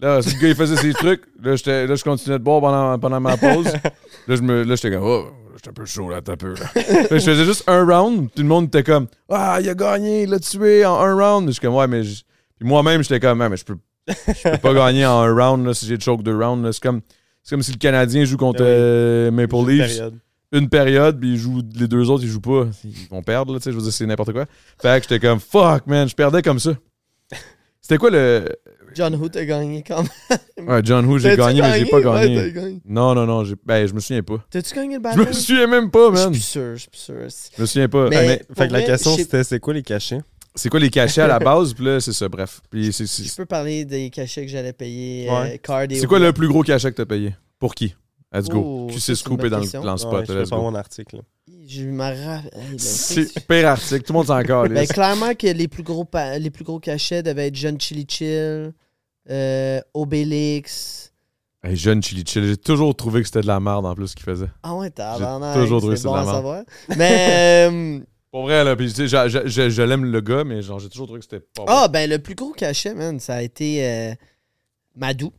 Là, ce gars, il faisait ses trucs. Là, j'étais- là, je continuais de boire pendant, pendant ma pause. Là, je me- là, j'étais comme, oh, j'étais un peu chaud là, t'as peu. Là. Là, je faisais juste un round, tout le monde était comme, ah, il a gagné, il l'a tué en un round. Je suis comme, ouais, mais. je- Puis moi-même, j'étais comme, Ah, mais je peux, je peux pas gagner en un round là, si j'ai choke deux rounds. là. C'est comme, c'est comme si le Canadien joue contre Ben oui. euh, Maple J'ai une Leafs période. une période, puis ils jouent, les deux autres, ils jouent pas. Ils vont perdre, là, tu sais, je veux dire, c'est n'importe quoi. Fait que j'étais comme, fuck, man, je perdais comme ça. C'était quoi le. John Hoot a gagné quand même. Ouais, John Who, j'ai T'as-tu gagné, mais j'ai pas Ouais, gagné. t'as gagné. non, non, non, j'ai- ben, je me souviens pas. T'as-tu gagné le Je battle? me souviens même pas, Je suis man. plus sûr, je suis plus sûr. Je me souviens pas. Mais- Mais Fait que la vrai, question, je sais- c'était c'est quoi les cachets? c'est quoi les cachets à la base, puis là, c'est ça, bref. Puis c'est- Je c'est peux parler des cachets que j'allais payer, Ouais. euh, card et c'est quoi le plus gros cachet que t'as payé Pour qui Let's go. Oh, Qui ça, s'est c'est une scoopé bonne dans question. le plan Ouais, spot, je là, peux let's faire go. mon article. là. Je me rappelle. C'est pire article, tout le monde s'en encore. Ben, clairement que les plus gros, pa- les plus gros cachets devaient être John Chili Chill, euh, Obélix. jeune Chili Chill, j'ai toujours trouvé que c'était de la merde en plus ce qu'il faisait. Ah ouais, t'as toujours trouvé ça de la merde. Mais. euh, Pour vrai, là, puis tu sais, j'a- j'a- je, je l'aime le gars, mais genre, j'ai toujours trouvé que c'était pas bon. Ah, ben le plus gros cachet, man, ça a été euh, Madou,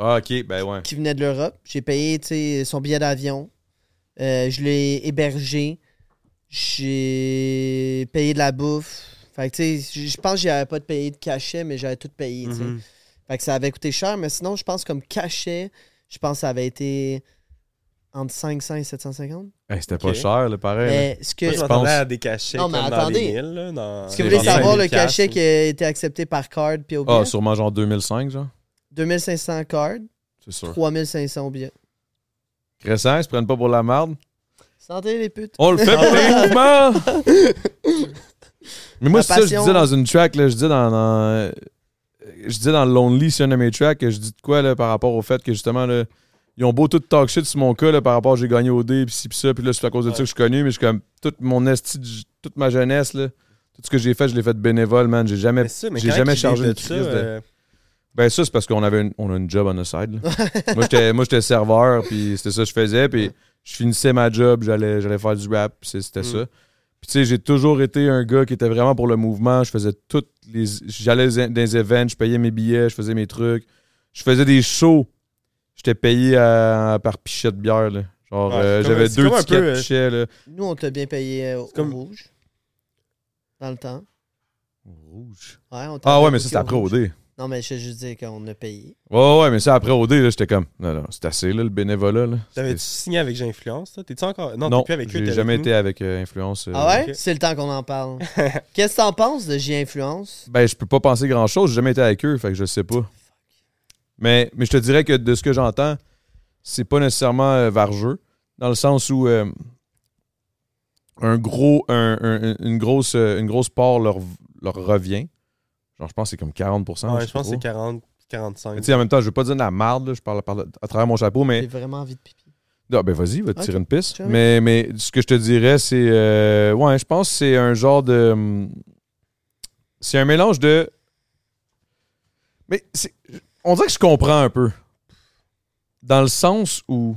Ah, ok, ben ouais. qui venait de l'Europe. J'ai payé tu sais, son billet d'avion. Euh, je l'ai hébergé. J'ai payé de la bouffe. Fait que, tu sais, je- je pense que j'avais pas de payer de cachet, mais j'avais tout payé, tu sais. Mhm. Fait que ça avait coûté cher, mais sinon, je pense comme cachet, je pense que ça avait été entre 500 et 750. Hey, c'était Ok. pas cher, là, pareil. là. Mais ce que... Moi, je tu m'attendais penses? à des cachets Non, comme mais dans attendez. les mille, là. dans- Ce que vous c'est voulez genre savoir, le 25 piastres, cachet là. qui a été accepté par Card puis au Ah, billet, sûrement genre 2005, genre. 2500 Card, C'est sûr. 3500 au billet. Récent, ils se prennent pas pour la merde. Santé les putes. On le fait pour les mouvements! Mais moi, La c'est ça, que je passion. disais dans une track, là, je disais dans. dans- Je disais dans Lonely, c'est un de mes tracks, que je dis de quoi là, par rapport au fait que justement, là, ils ont beau tout talk shit sur mon cas là, par rapport à j'ai gagné au dé, puis ci, puis ça, puis là, c'est à cause de ça que je suis connu, mais je suis comme toute mon esti, de- toute ma jeunesse, là, tout ce que j'ai fait, je l'ai fait bénévole, man. J'ai jamais Mais ça, mais J'ai quand jamais ils chargé vivent une de crise de- euh, Ben ça, c'est parce qu'on avait une, on a une job on the side. là. moi, j'étais, moi, j'étais serveur, puis c'était ça que je faisais. Puis je finissais ma job, j'allais, j'allais faire du rap, puis c'est- c'était Mm. ça. Puis tu sais, j'ai toujours été un gars qui était vraiment pour le mouvement. Je faisais toutes les... J'allais dans des events, je payais mes billets, je faisais mes trucs. Je faisais des shows. J'étais payé à- par pichet de bière, là. Genre, Ouais, euh, c'est comme- j'avais c'est deux comme un tickets peu, de euh, pichet, là. Nous, on t'a bien payé euh, au C'est comme- rouge. Dans le temps. Rouge. Ouais, on t'a Ah bien ouais, mais booké ça, c'était après rouge. OD. Non, mais je veux juste dire qu'on a payé. Ouais, ouais, mais ça, après OD, là, j'étais comme... Non, non, c'est assez, là, le bénévolat, là. T'avais-tu C'était- signé avec J'influence, toi? T'es-tu encore. Non, Non, t'es plus avec eux. j'ai t'es jamais avec été avec euh, Influence. euh, Ah ouais? ok. C'est le temps qu'on en parle. Qu'est-ce que t'en penses de J-Influence? Ben, je peux pas penser grand chose. J'ai jamais été avec eux, fait que je sais pas. Mais, mais je te dirais que de ce que j'entends, c'est pas nécessairement euh, vargeux, dans le sens où euh, un gros, un- un- une, grosse, euh, une grosse part leur, leur revient. Genre, je pense que c'est comme 40 Ouais, sais je pense que pas c'est trop. 40, Mais 45. tu sais, en même temps, je veux pas dire de la marde, là, je parle, parle à travers mon chapeau, mais J'ai vraiment envie de pipi. ah, ben vas-y, va te Ok, tirer une piste. sure. Mais, mais ce que je te dirais, c'est. euh, ouais, je pense que c'est un genre de. hum, C'est un mélange de. Mais c'est- on dirait que je comprends un peu. Dans le sens où.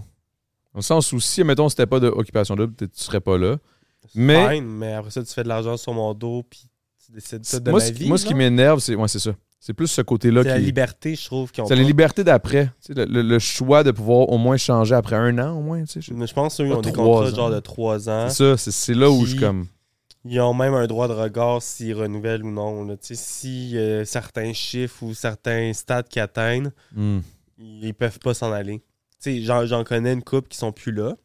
Dans le sens où, si, mettons, c'était pas de occupation double, peut-être tu serais pas là. mais- Mais... mais après ça, tu fais de l'argent sur mon dos, puis tu décides tout de Moi, ma ce, qui- vie. moi, ce qui genre. m'énerve, c'est. Ouais, c'est ça. C'est plus ce côté-là C'est la qui. liberté, je trouve. qu'ils ont C'est la pas. liberté d'après. Tu sais, Le, le- le choix de pouvoir au moins changer après un an, au moins. tu sais, je- Mais Je pense qu'eux, ils Pas ont des trois contrats ans. genre de 3 ans. C'est ça. C'est c'est là où je Qui- suis comme. Ils ont même un droit de regard s'ils renouvellent ou non. là. Tu sais, Si euh, certains chiffres ou certains stades qu'ils atteignent, Hmm. ils peuvent pas s'en aller. Tu sais, J'en j'en connais une couple qui sont plus là,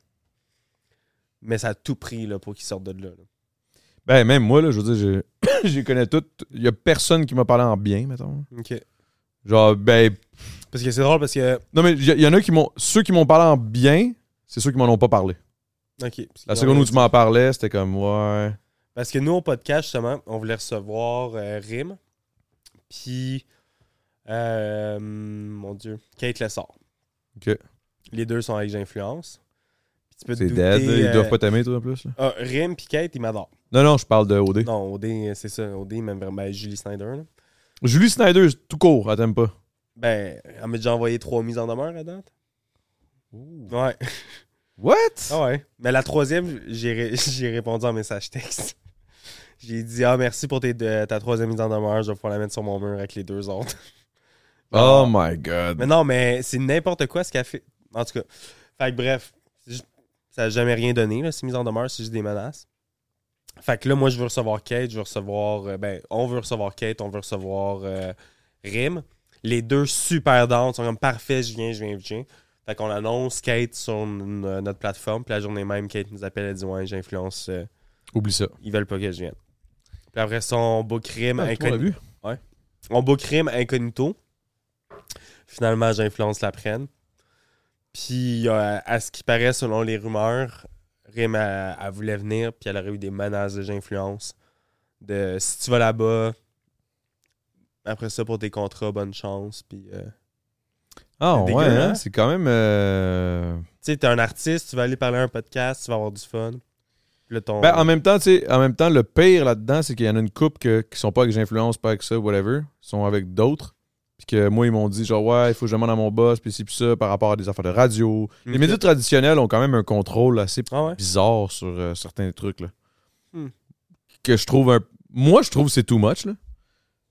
mais ça a tout pris là, pour qu'ils sortent de là. là. Ben, même moi, là, je veux dire, je, je les connais toutes. Il y a personne qui m'a parlé en bien, mettons. Genre, ben. Parce que c'est drôle parce que. Non, mais il y, y en a qui m'ont. Ceux qui m'ont parlé en bien, c'est ceux qui m'en ont pas parlé. ok. Parce La que- seconde où tu m'en parlais, c'était comme, ouais. Parce que nous, au podcast, justement, on voulait recevoir euh, Rim, puis. euh, mon Dieu, Kate Lessard. Ok. Les deux sont avec J'Influence. Puis tu peux te C'est douter, dead, là, ils euh, doivent pas t'aimer, toi, en plus. là. ah, Rim puis Kate, ils m'adorent. Non, non, je parle de OD. Non, OD, euh, c'est ça. OD, même vraiment ben, Julie Snyder. là. Julie Snyder, tout court, elle t'aime pas. Ben, elle m'a déjà envoyé trois mises en demeure à date. Ouais. What? Ah ouais. Mais la troisième, j'ai ré- j'ai répondu en message texte. J'ai dit, ah, merci pour tes deux- ta troisième mise en demeure. Je vais pouvoir la mettre sur mon mur avec les deux autres. Oh my god. Mais non, mais c'est n'importe quoi ce qu'elle fait. En tout cas. Fait que bref, c'est ju- ça n'a jamais rien donné, là, ces mises en demeure, c'est juste des menaces. Fait que là, moi, je veux recevoir Kate, je veux recevoir. euh, ben, on veut recevoir Kate, on veut recevoir euh, Rim. Les deux super down, sont comme parfait, je viens, je viens, je viens. Fait qu'on annonce Kate sur n- euh, notre plateforme, puis la journée même, Kate nous appelle, elle dit Ouais, j'influence, euh, Oublie ça. ils veulent pas que je vienne. Puis après ça, on book Rim, Ah, toi, on l'a inconnu- vu. on book Rim incognito. Finalement, j'influence la prenne. Puis, euh, à ce qui paraît, selon les rumeurs, Rim, elle, elle voulait venir, puis elle aurait eu des menaces de j'influence. De si tu vas là-bas, après ça, pour tes contrats, bonne chance. Puis, euh, Ah, C'est ouais, hein, dégueulasse. c'est quand même. euh, tu sais, t'es un artiste, tu vas aller parler à un podcast, tu vas avoir du fun. Puis là, ton- Ben, en même temps, tu sais, en même temps, le pire là-dedans, c'est qu'il y en a une couple que, qui sont pas avec j'influence, pas avec ça, whatever, sont avec d'autres. Puis que moi, ils m'ont dit, genre, ouais, il faut que je demande à mon boss, puis ci, puis ça, par rapport à des affaires de radio. Les Ok. médias traditionnels ont quand même un contrôle assez Mhm. Ah ouais? bizarre sur euh, certains trucs, là. Hmm. Que je trouve un. Moi, je trouve que c'est too much, là.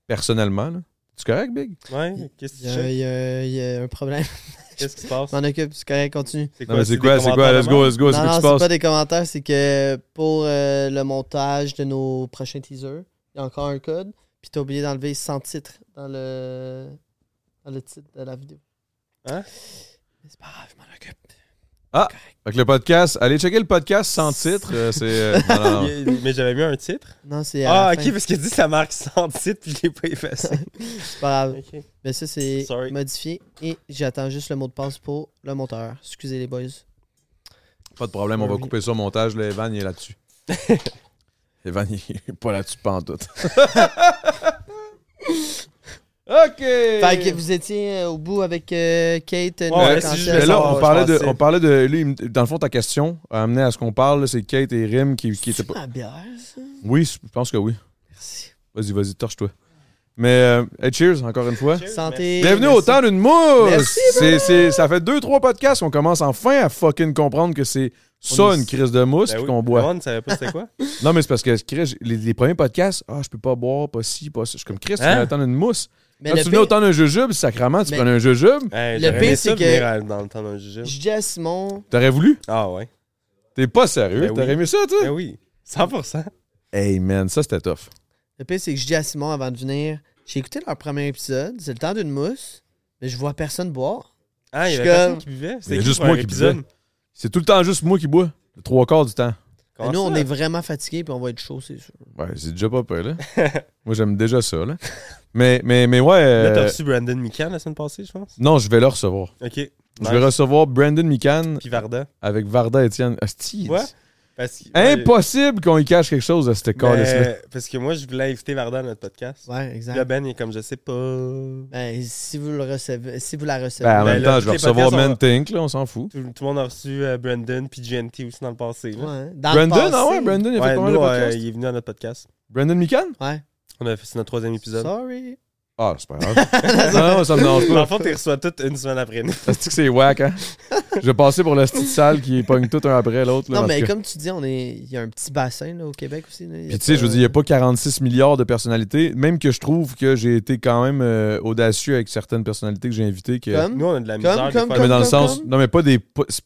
Personnellement, là. Tu correct, Big? Ouais? Qu'est-ce Il que tu y, a, checkes? il y a- il y a un problème. Qu'est-ce qui se passe? M'en occupe, c'est correct, continue. Non, mais c'est des quoi, c'est quoi? commentaires Let's de go, même? let's go, c'est quoi non, non, qui se c'est passe? pas des commentaires, c'est que pour euh, le montage de nos prochains teasers, il y a encore un code, puis t'as oublié d'enlever sans titre dans le, dans le titre de la vidéo. Hein? Mais C'est pas grave, je m'en occupe. Fait que le podcast, allez checker le podcast sans titre. euh, c'est. euh, non, non, non. Il- Mais j'avais mis un titre. Non, c'est. à Ah, la ok, fin. parce qu'il dit ça marque sans titre, puis je l'ai pas effacé. C'est pas grave. ok. Mais ça, c'est Sorry. modifié. Et j'attends juste le mot de passe pour le monteur. Excusez les boys. Pas de problème, on va Sorry. couper ça au montage. Là, Evan, il est là-dessus. Evan, il est pas là-dessus pantoute. OK! Fait que vous étiez euh, au bout avec euh, Kate. Ouais, Noël ouais, c'est Cancel. juste Mais là, savoir, Ah, on je parlait, de, pensais. on parlait de. Lui, il me- dans le fond, ta question a amené à ce qu'on parle, là, c'est Kate et Rim qui, qui étaient C'est pas. ma bière, ça? Oui, je pense que oui. Merci. Vas-y, vas-y, torche-toi. Mais, euh, hey, cheers, encore une fois. Cheers, Santé. Bienvenue au merci. temps d'une mousse! Merci, C'est- c'est- ça fait deux, trois podcasts qu'on commence enfin à fucking comprendre que c'est On ça est- une crise de mousse Ben puis oui, qu'on boit. Ron ne savait pas c'était quoi. Non, mais c'est parce que Chris, les, les premiers podcasts, ah, je peux pas boire, pas ci, pas ça. Je suis comme Chris, tu Hein? vas attendre une mousse. Mais Quand le tu venais au pire, temps d'un jujube, sacrament, tu Mais- prenais un jujube, Hey, Le j'aurais pire, aimé c'est ça que- venir à- dans le temps d'un jujube. je dis à Simon, t'aurais voulu? Ah ouais. T'es pas sérieux, Ben oui. t'aurais aimé ça, toi? Ben oui. 100%. Hey man, ça c'était tough. le pire, c'est que je dis à Simon avant de venir, j'ai écouté leur premier épisode, c'est le temps d'une mousse, mais je vois personne boire. Ah, il y Je avait suis personne comme- qui buvait. Il y C'était a qui juste pour un moi qui épisode? C'est tout le temps juste moi qui bois, le trois quarts du temps. Mais Comment nous, on ça? est vraiment fatigués puis on va être chaud, c'est sûr. Ouais, c'est déjà pas peur, là. moi j'aime déjà ça, là. Mais, mais, mais ouais. Là, euh, t'as reçu Brandon Mikan la semaine passée, je pense. non, je vais le recevoir. Ok. Je vais recevoir Brandon Mikan Puis Varda. avec Varda Etienne. Asti, Ouais. Parce que, Hein, Impossible qu'on y cache quelque chose à ce Mais- corps-là. Parce que moi, je voulais inviter Varda à notre podcast. Ouais, Le exact. Ben, il est comme, je sais pas. Ben, si, vous le recevez, si vous la recevez. Ben, en Ben même là, temps, tous je vais les recevoir podcasts, on Man Think, là, on s'en fout. Tout, tout le monde a reçu euh, Brandon puis GNT aussi dans le passé. là. Ouais. hein. Dans le Brandon, ah passé. ouais, Brandon, il a Ouais, fait combien de nous, euh, podcasts? il est venu à notre podcast. Brandon Mikan? Ouais. On a fait c'est notre troisième épisode. Sorry. Ah, c'est pas grave. non, ça me dérange Dans pas. le fond, tu reçois tout une semaine après nous. Asti que c'est whack, hein? Je vais passer pour la petite salle qui pogne tout un après l'autre. là, Non, en mais tout cas. comme tu dis, on est... il y a un petit bassin là, au Québec aussi. là. Il y a Puis tu sais, je veux dire, il n'y a pas 46 milliards de personnalités. Même que je trouve que j'ai été quand même euh, audacieux avec certaines personnalités que j'ai invitées. Que... Comme? Nous, on a de la Comme, misère. des comme, fois. Non, mais dans le comme, sens. comme. Non, mais pas des. pas- c'est-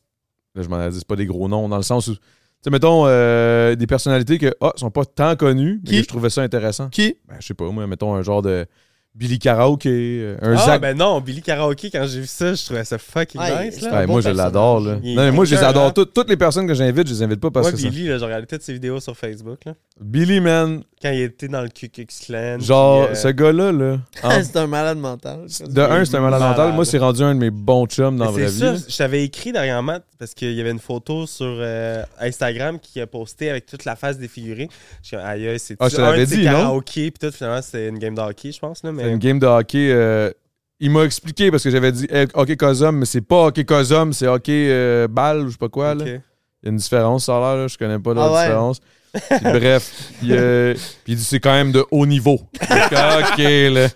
Là, je m'en ai dit, c'est pas des gros noms. Dans le sens où. Tu sais, mettons, euh, des personnalités que, ah, sont pas tant connues, mais Qui? que je trouvais ça intéressant. Qui Ben, je sais pas, moi, mettons un genre de Billy Karaoke, euh, un Ah, Zach. ben non, Billy Karaoke, quand j'ai vu ça, je trouvais ça fucking Ouais, nice. c'est Là. un Ouais, bon moi, je personnage. l'adore, là. Il est Non, mais moi, je les cœur, adore. hein. Toutes- toutes les personnes que j'invite, je les invite pas parce Moi, que ça. Billy, là, je regardais toutes ses vidéos sur Facebook. Là, Billy, man, quand il était dans le Ku Klux Klan. genre, puis, euh, ce gars-là, là. en- Ah, C'est un malade mental. Hein? De un, c'est un malade Malade. mental. Moi, c'est rendu un de mes bons chums dans la Mais vraie C'est vie. ça, là. je t'avais écrit dernièrement parce qu'il y avait une photo sur euh, Instagram qui a posté avec toute la face défigurée. Je suis comme, aïe, aïe, c'est Ah, je te l'avais dit, non? karaoké, puis tout, finalement, c'était une game de hockey, je pense. Là, C'est mais... une game de hockey. euh, il m'a expliqué parce que j'avais dit eh, hockey cosum, mais c'est pas hockey cosum, c'est hockey euh, balle ou je sais pas quoi. Là. Ok. Il y a une différence, ça a l'air, là, je connais pas la Ah ouais. différence. Puis bref, il, euh, puis il dit c'est quand même de haut niveau. Donc, ah, ok, là.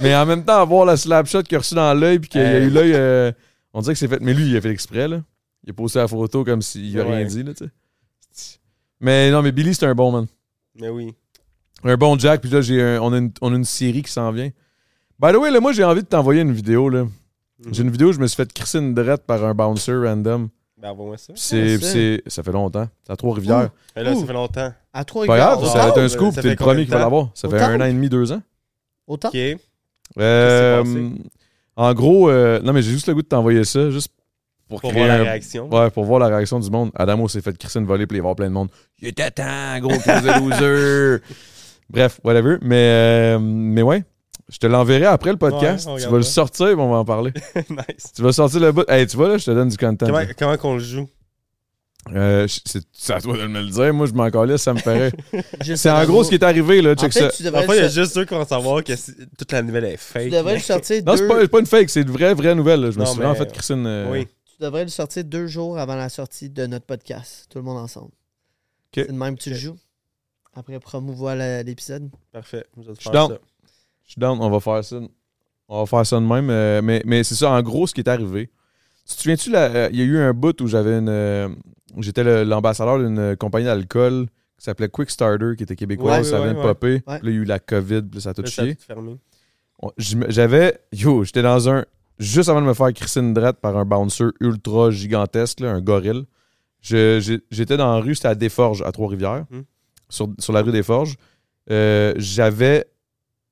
Mais en même temps, avoir la slap shot qu'il a reçu dans l'œil, puis qu'il y a Euh. eu l'œil, euh, on dirait que c'est fait. Mais lui, il a fait exprès, là. Il a posté la photo comme s'il avait rien Ouais. dit, là, tu sais. Mais non, mais Billy, c'est un bon man. Mais oui. Un bon Jack, puis là, j'ai un- on, a une, on a une série qui s'en vient. By the way, là, moi, j'ai envie de t'envoyer une vidéo, là. Mhm. J'ai une vidéo où je me suis fait crisser une drette par un bouncer random. Ben, envoie-moi ça. Puis c'est, Ah, ça. c'est- ça fait longtemps. C'est à Trois-Rivières. Mais là, Ouh. ça fait longtemps. À trois ah, Pas grave, regards, ça va être autant- un scoop. T'es Ça fait le premier combien qui de va temps? l'avoir. Ça fait Autant? un an et demi, deux ans. Autant. Ok. Euh, Qu'est-ce qui s'est en gros, euh, non, mais j'ai juste le goût de t'envoyer ça, juste pour, Pour créer voir la un- réaction. Ouais, pour voir la réaction du monde. Adamo s'est fait crisser une volée, puis il va y avoir plein de monde. Il était temps, gros crise de loser. Bref, whatever. Mais, euh, mais ouais, je te l'enverrai après le podcast. Ouais, on tu regarde vas le ça. sortir, puis on va en parler. nice. tu vas sortir le bout. Hey, tu vois, là, je te donne du content. Comment, là. comment qu'on le joue? Euh, je- c'est c'est à toi de me le dire. Moi, je m'en calais, ça me ferait. Juste c'est en un gros mot. ce qui est arrivé, là. En Check fait, ça. tu En devrais, fait, il y a le, juste eux qui vont savoir que c'est- toute la nouvelle est fake. tu devrais le sortir Non, deux, c'est pas, c'est pas une fake, c'est une vraie, vraie nouvelle. là. Je me Non, suis vraiment mais- fait crisser une. euh, Oui. tu devrais le sortir deux jours avant la sortie de notre podcast. Tout le monde ensemble. C'est de même que tu le joues. Après promouvoir la- l'épisode. Parfait. Je vais te Je suis faire down. ça. Je suis down, on va faire ça. On va faire ça de même. euh, mais mais c'est ça, en gros, ce qui est arrivé. Tu te souviens-tu, là, euh, il y a eu un bout où j'avais une. euh, où J'étais le- l'ambassadeur d'une euh, compagnie d'alcool qui s'appelait Quick Starter, qui était québécoise, Ouais, ça ouais, vient de ouais. popper. Ouais. Puis là, il y a eu la COVID, puis là, ça a tout Là, ça chié. va te fermer. On- j'm- J'avais. Yo, j'étais dans un. Juste avant de me faire Christine Drette par un bouncer ultra gigantesque, là, un gorille. je- j'ai- J'étais dans la rue, c'était à Desforges, à Trois-Rivières, Hmm. sur, sur la rue Desforges. Euh, J'avais.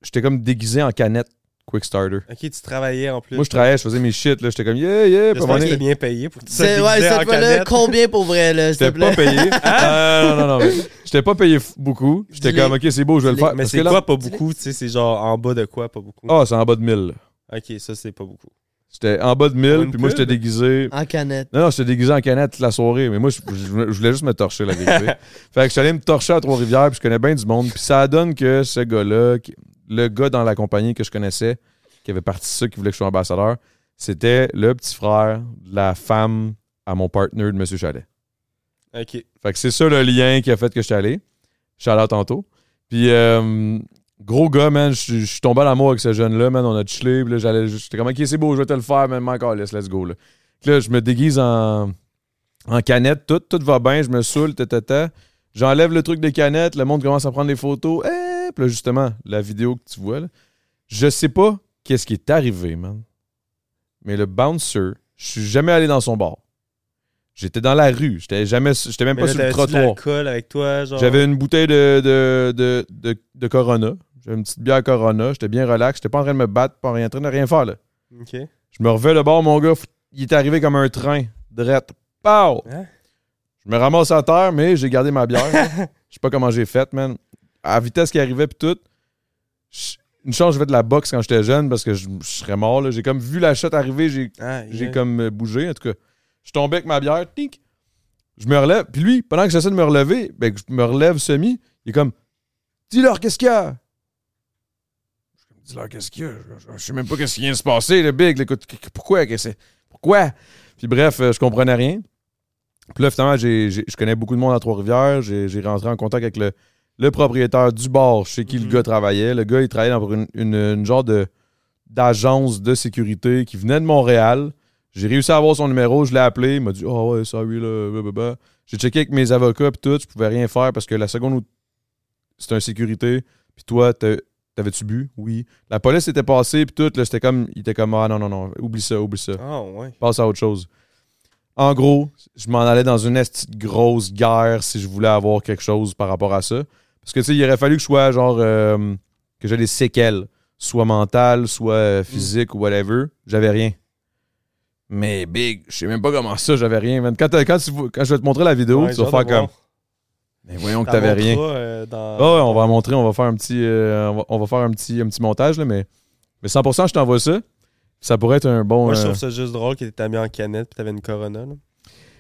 J'étais comme déguisé en canette Quick Starter. Ok, tu travaillais en plus. Moi, je travaillais, je faisais mes shit, là. J'étais comme, yeah, yeah. Puis à un J'espère moment que donné, t'es bien payé pour tout ça. C'est- ouais, déguisé en cette fois-là, canette. combien pour vrai, là, s'il te j'étais pas plaît? payé. Ah, non, non, non, mais J'étais pas payé f- beaucoup. J'étais Dis-les. comme, ok, c'est beau, je vais le Dis-les. faire. Mais Parce c'est que là- quoi pas beaucoup? Tu sais, c'est genre en bas de quoi pas beaucoup? Ah, c'est en bas de 1000. là. Ok, ça c'est pas beaucoup. J'étais en bas de Pour 1000, une puis moi, pub? j'étais déguisé. En canette. Non, non, j'étais déguisé en canette toute la soirée, mais moi, je, je- je voulais juste me torcher la vérité. fait que je suis allé me torcher à Trois-Rivières, puis je connais bien du monde. Puis ça donne que ce gars-là, qui- le gars dans la compagnie que je connaissais, qui avait parti ça, qui voulait que je sois ambassadeur, c'était le petit frère de la femme à mon partner de M. Chalet. Ok. Fait que c'est ça le lien qui a fait que je suis allé. Je suis allé tantôt. Puis, euh, gros gars, man, je suis- je suis tombé à l'amour avec ce jeune-là, man. On a chillé. Puis là, j'allais juste- j'étais comme, OK, c'est beau, je vais te le faire, man. Encore, let's, let's go. Là, Puis là je me déguise en, en canette. Tout, tout va bien. Je me saoule, ta, ta, ta. J'enlève le truc des canettes. Le monde commence à prendre les photos. Eh! Puis là, justement, la vidéo que tu vois, là, je sais pas qu'est-ce qui est arrivé, man. Mais le bouncer, je suis jamais allé dans son bar. J'étais dans la rue. J'étais jamais, j'étais même Mais pas là, sur le t'avais-tu de trottoir. l'alcool avec toi, genre. J'avais une bouteille de, de, de, de, de Corona. J'avais une petite bière Corona. J'étais bien relax. J'étais pas en train de me battre, pas en train de rien faire. Là. Ok. Hein? Je me revais le bord, mon gars. fou- Il est arrivé comme un train. Drette. Pow! Hein? Je me ramasse à terre, mais j'ai gardé ma bière. là. Je sais pas comment j'ai fait, man. À la vitesse qui arrivait, puis tout. je- Une chance, je fais de la boxe quand j'étais jeune parce que je, je serais mort. là. J'ai comme vu la shot arriver, j'ai Ah, j'ai yeah. comme euh, bougé. En tout cas, je tombais avec ma bière, tink. Je me relève. Puis lui, pendant que j'essaie de me relever, ben, que je me relève semi, il est comme Dis-leur qu'est-ce qu'il y a Je suis comme, Dis-leur qu'est-ce qu'il y a Je- je- Je sais même pas qu'est-ce qui vient de se passer, le big. Écoute, qu- qu- pourquoi que c'est- Pourquoi Puis bref, euh, je comprenais rien. Puis là, finalement, j'ai- j'ai- je connais beaucoup de monde à Trois-Rivières. J'ai j'ai rentré en contact avec le, le propriétaire du bar chez qui Mhm. le gars travaillait. Le gars, il travaillait dans une, une- une genre de d'agence de sécurité qui venait de Montréal. J'ai réussi à avoir son numéro, je l'ai appelé, il m'a dit Ah ouais, sorry là, blablabla. J'ai checké avec mes avocats puis tout, je pouvais rien faire parce que la seconde où c'était un sécurité, puis toi, t'as- t'avais-tu bu? Oui. La police était passée puis tout, là, c'était comme il était comme Ah non, non, non, oublie ça, oublie ça. Ah, ouais. Passe à autre chose. En gros, je m'en allais dans une esti de grosse guerre si je voulais avoir quelque chose par rapport à ça. Parce que tu sais, il aurait fallu que je sois genre euh, que j'ai des séquelles, soit mentales, soit Mm. euh, physiques ou whatever. J'avais rien. Mais big, je sais même pas comment ça, j'avais rien. man. Quand, t'as- quand, tu vois- quand je vais te montrer la vidéo, Ouais, tu j'ai vas hâte faire de voir. comme. Mais voyons que T'en t'avais rien. montres pas, euh, dans- Ah ouais, on va la montrer, on va faire un petit, euh, on va, on va faire un petit, un petit montage là, mais, mais 100%, je t'envoie ça. Ça pourrait être un bon. Moi, je euh, trouve ça juste drôle que t'étais mis en canette puis t'avais une Corona. là.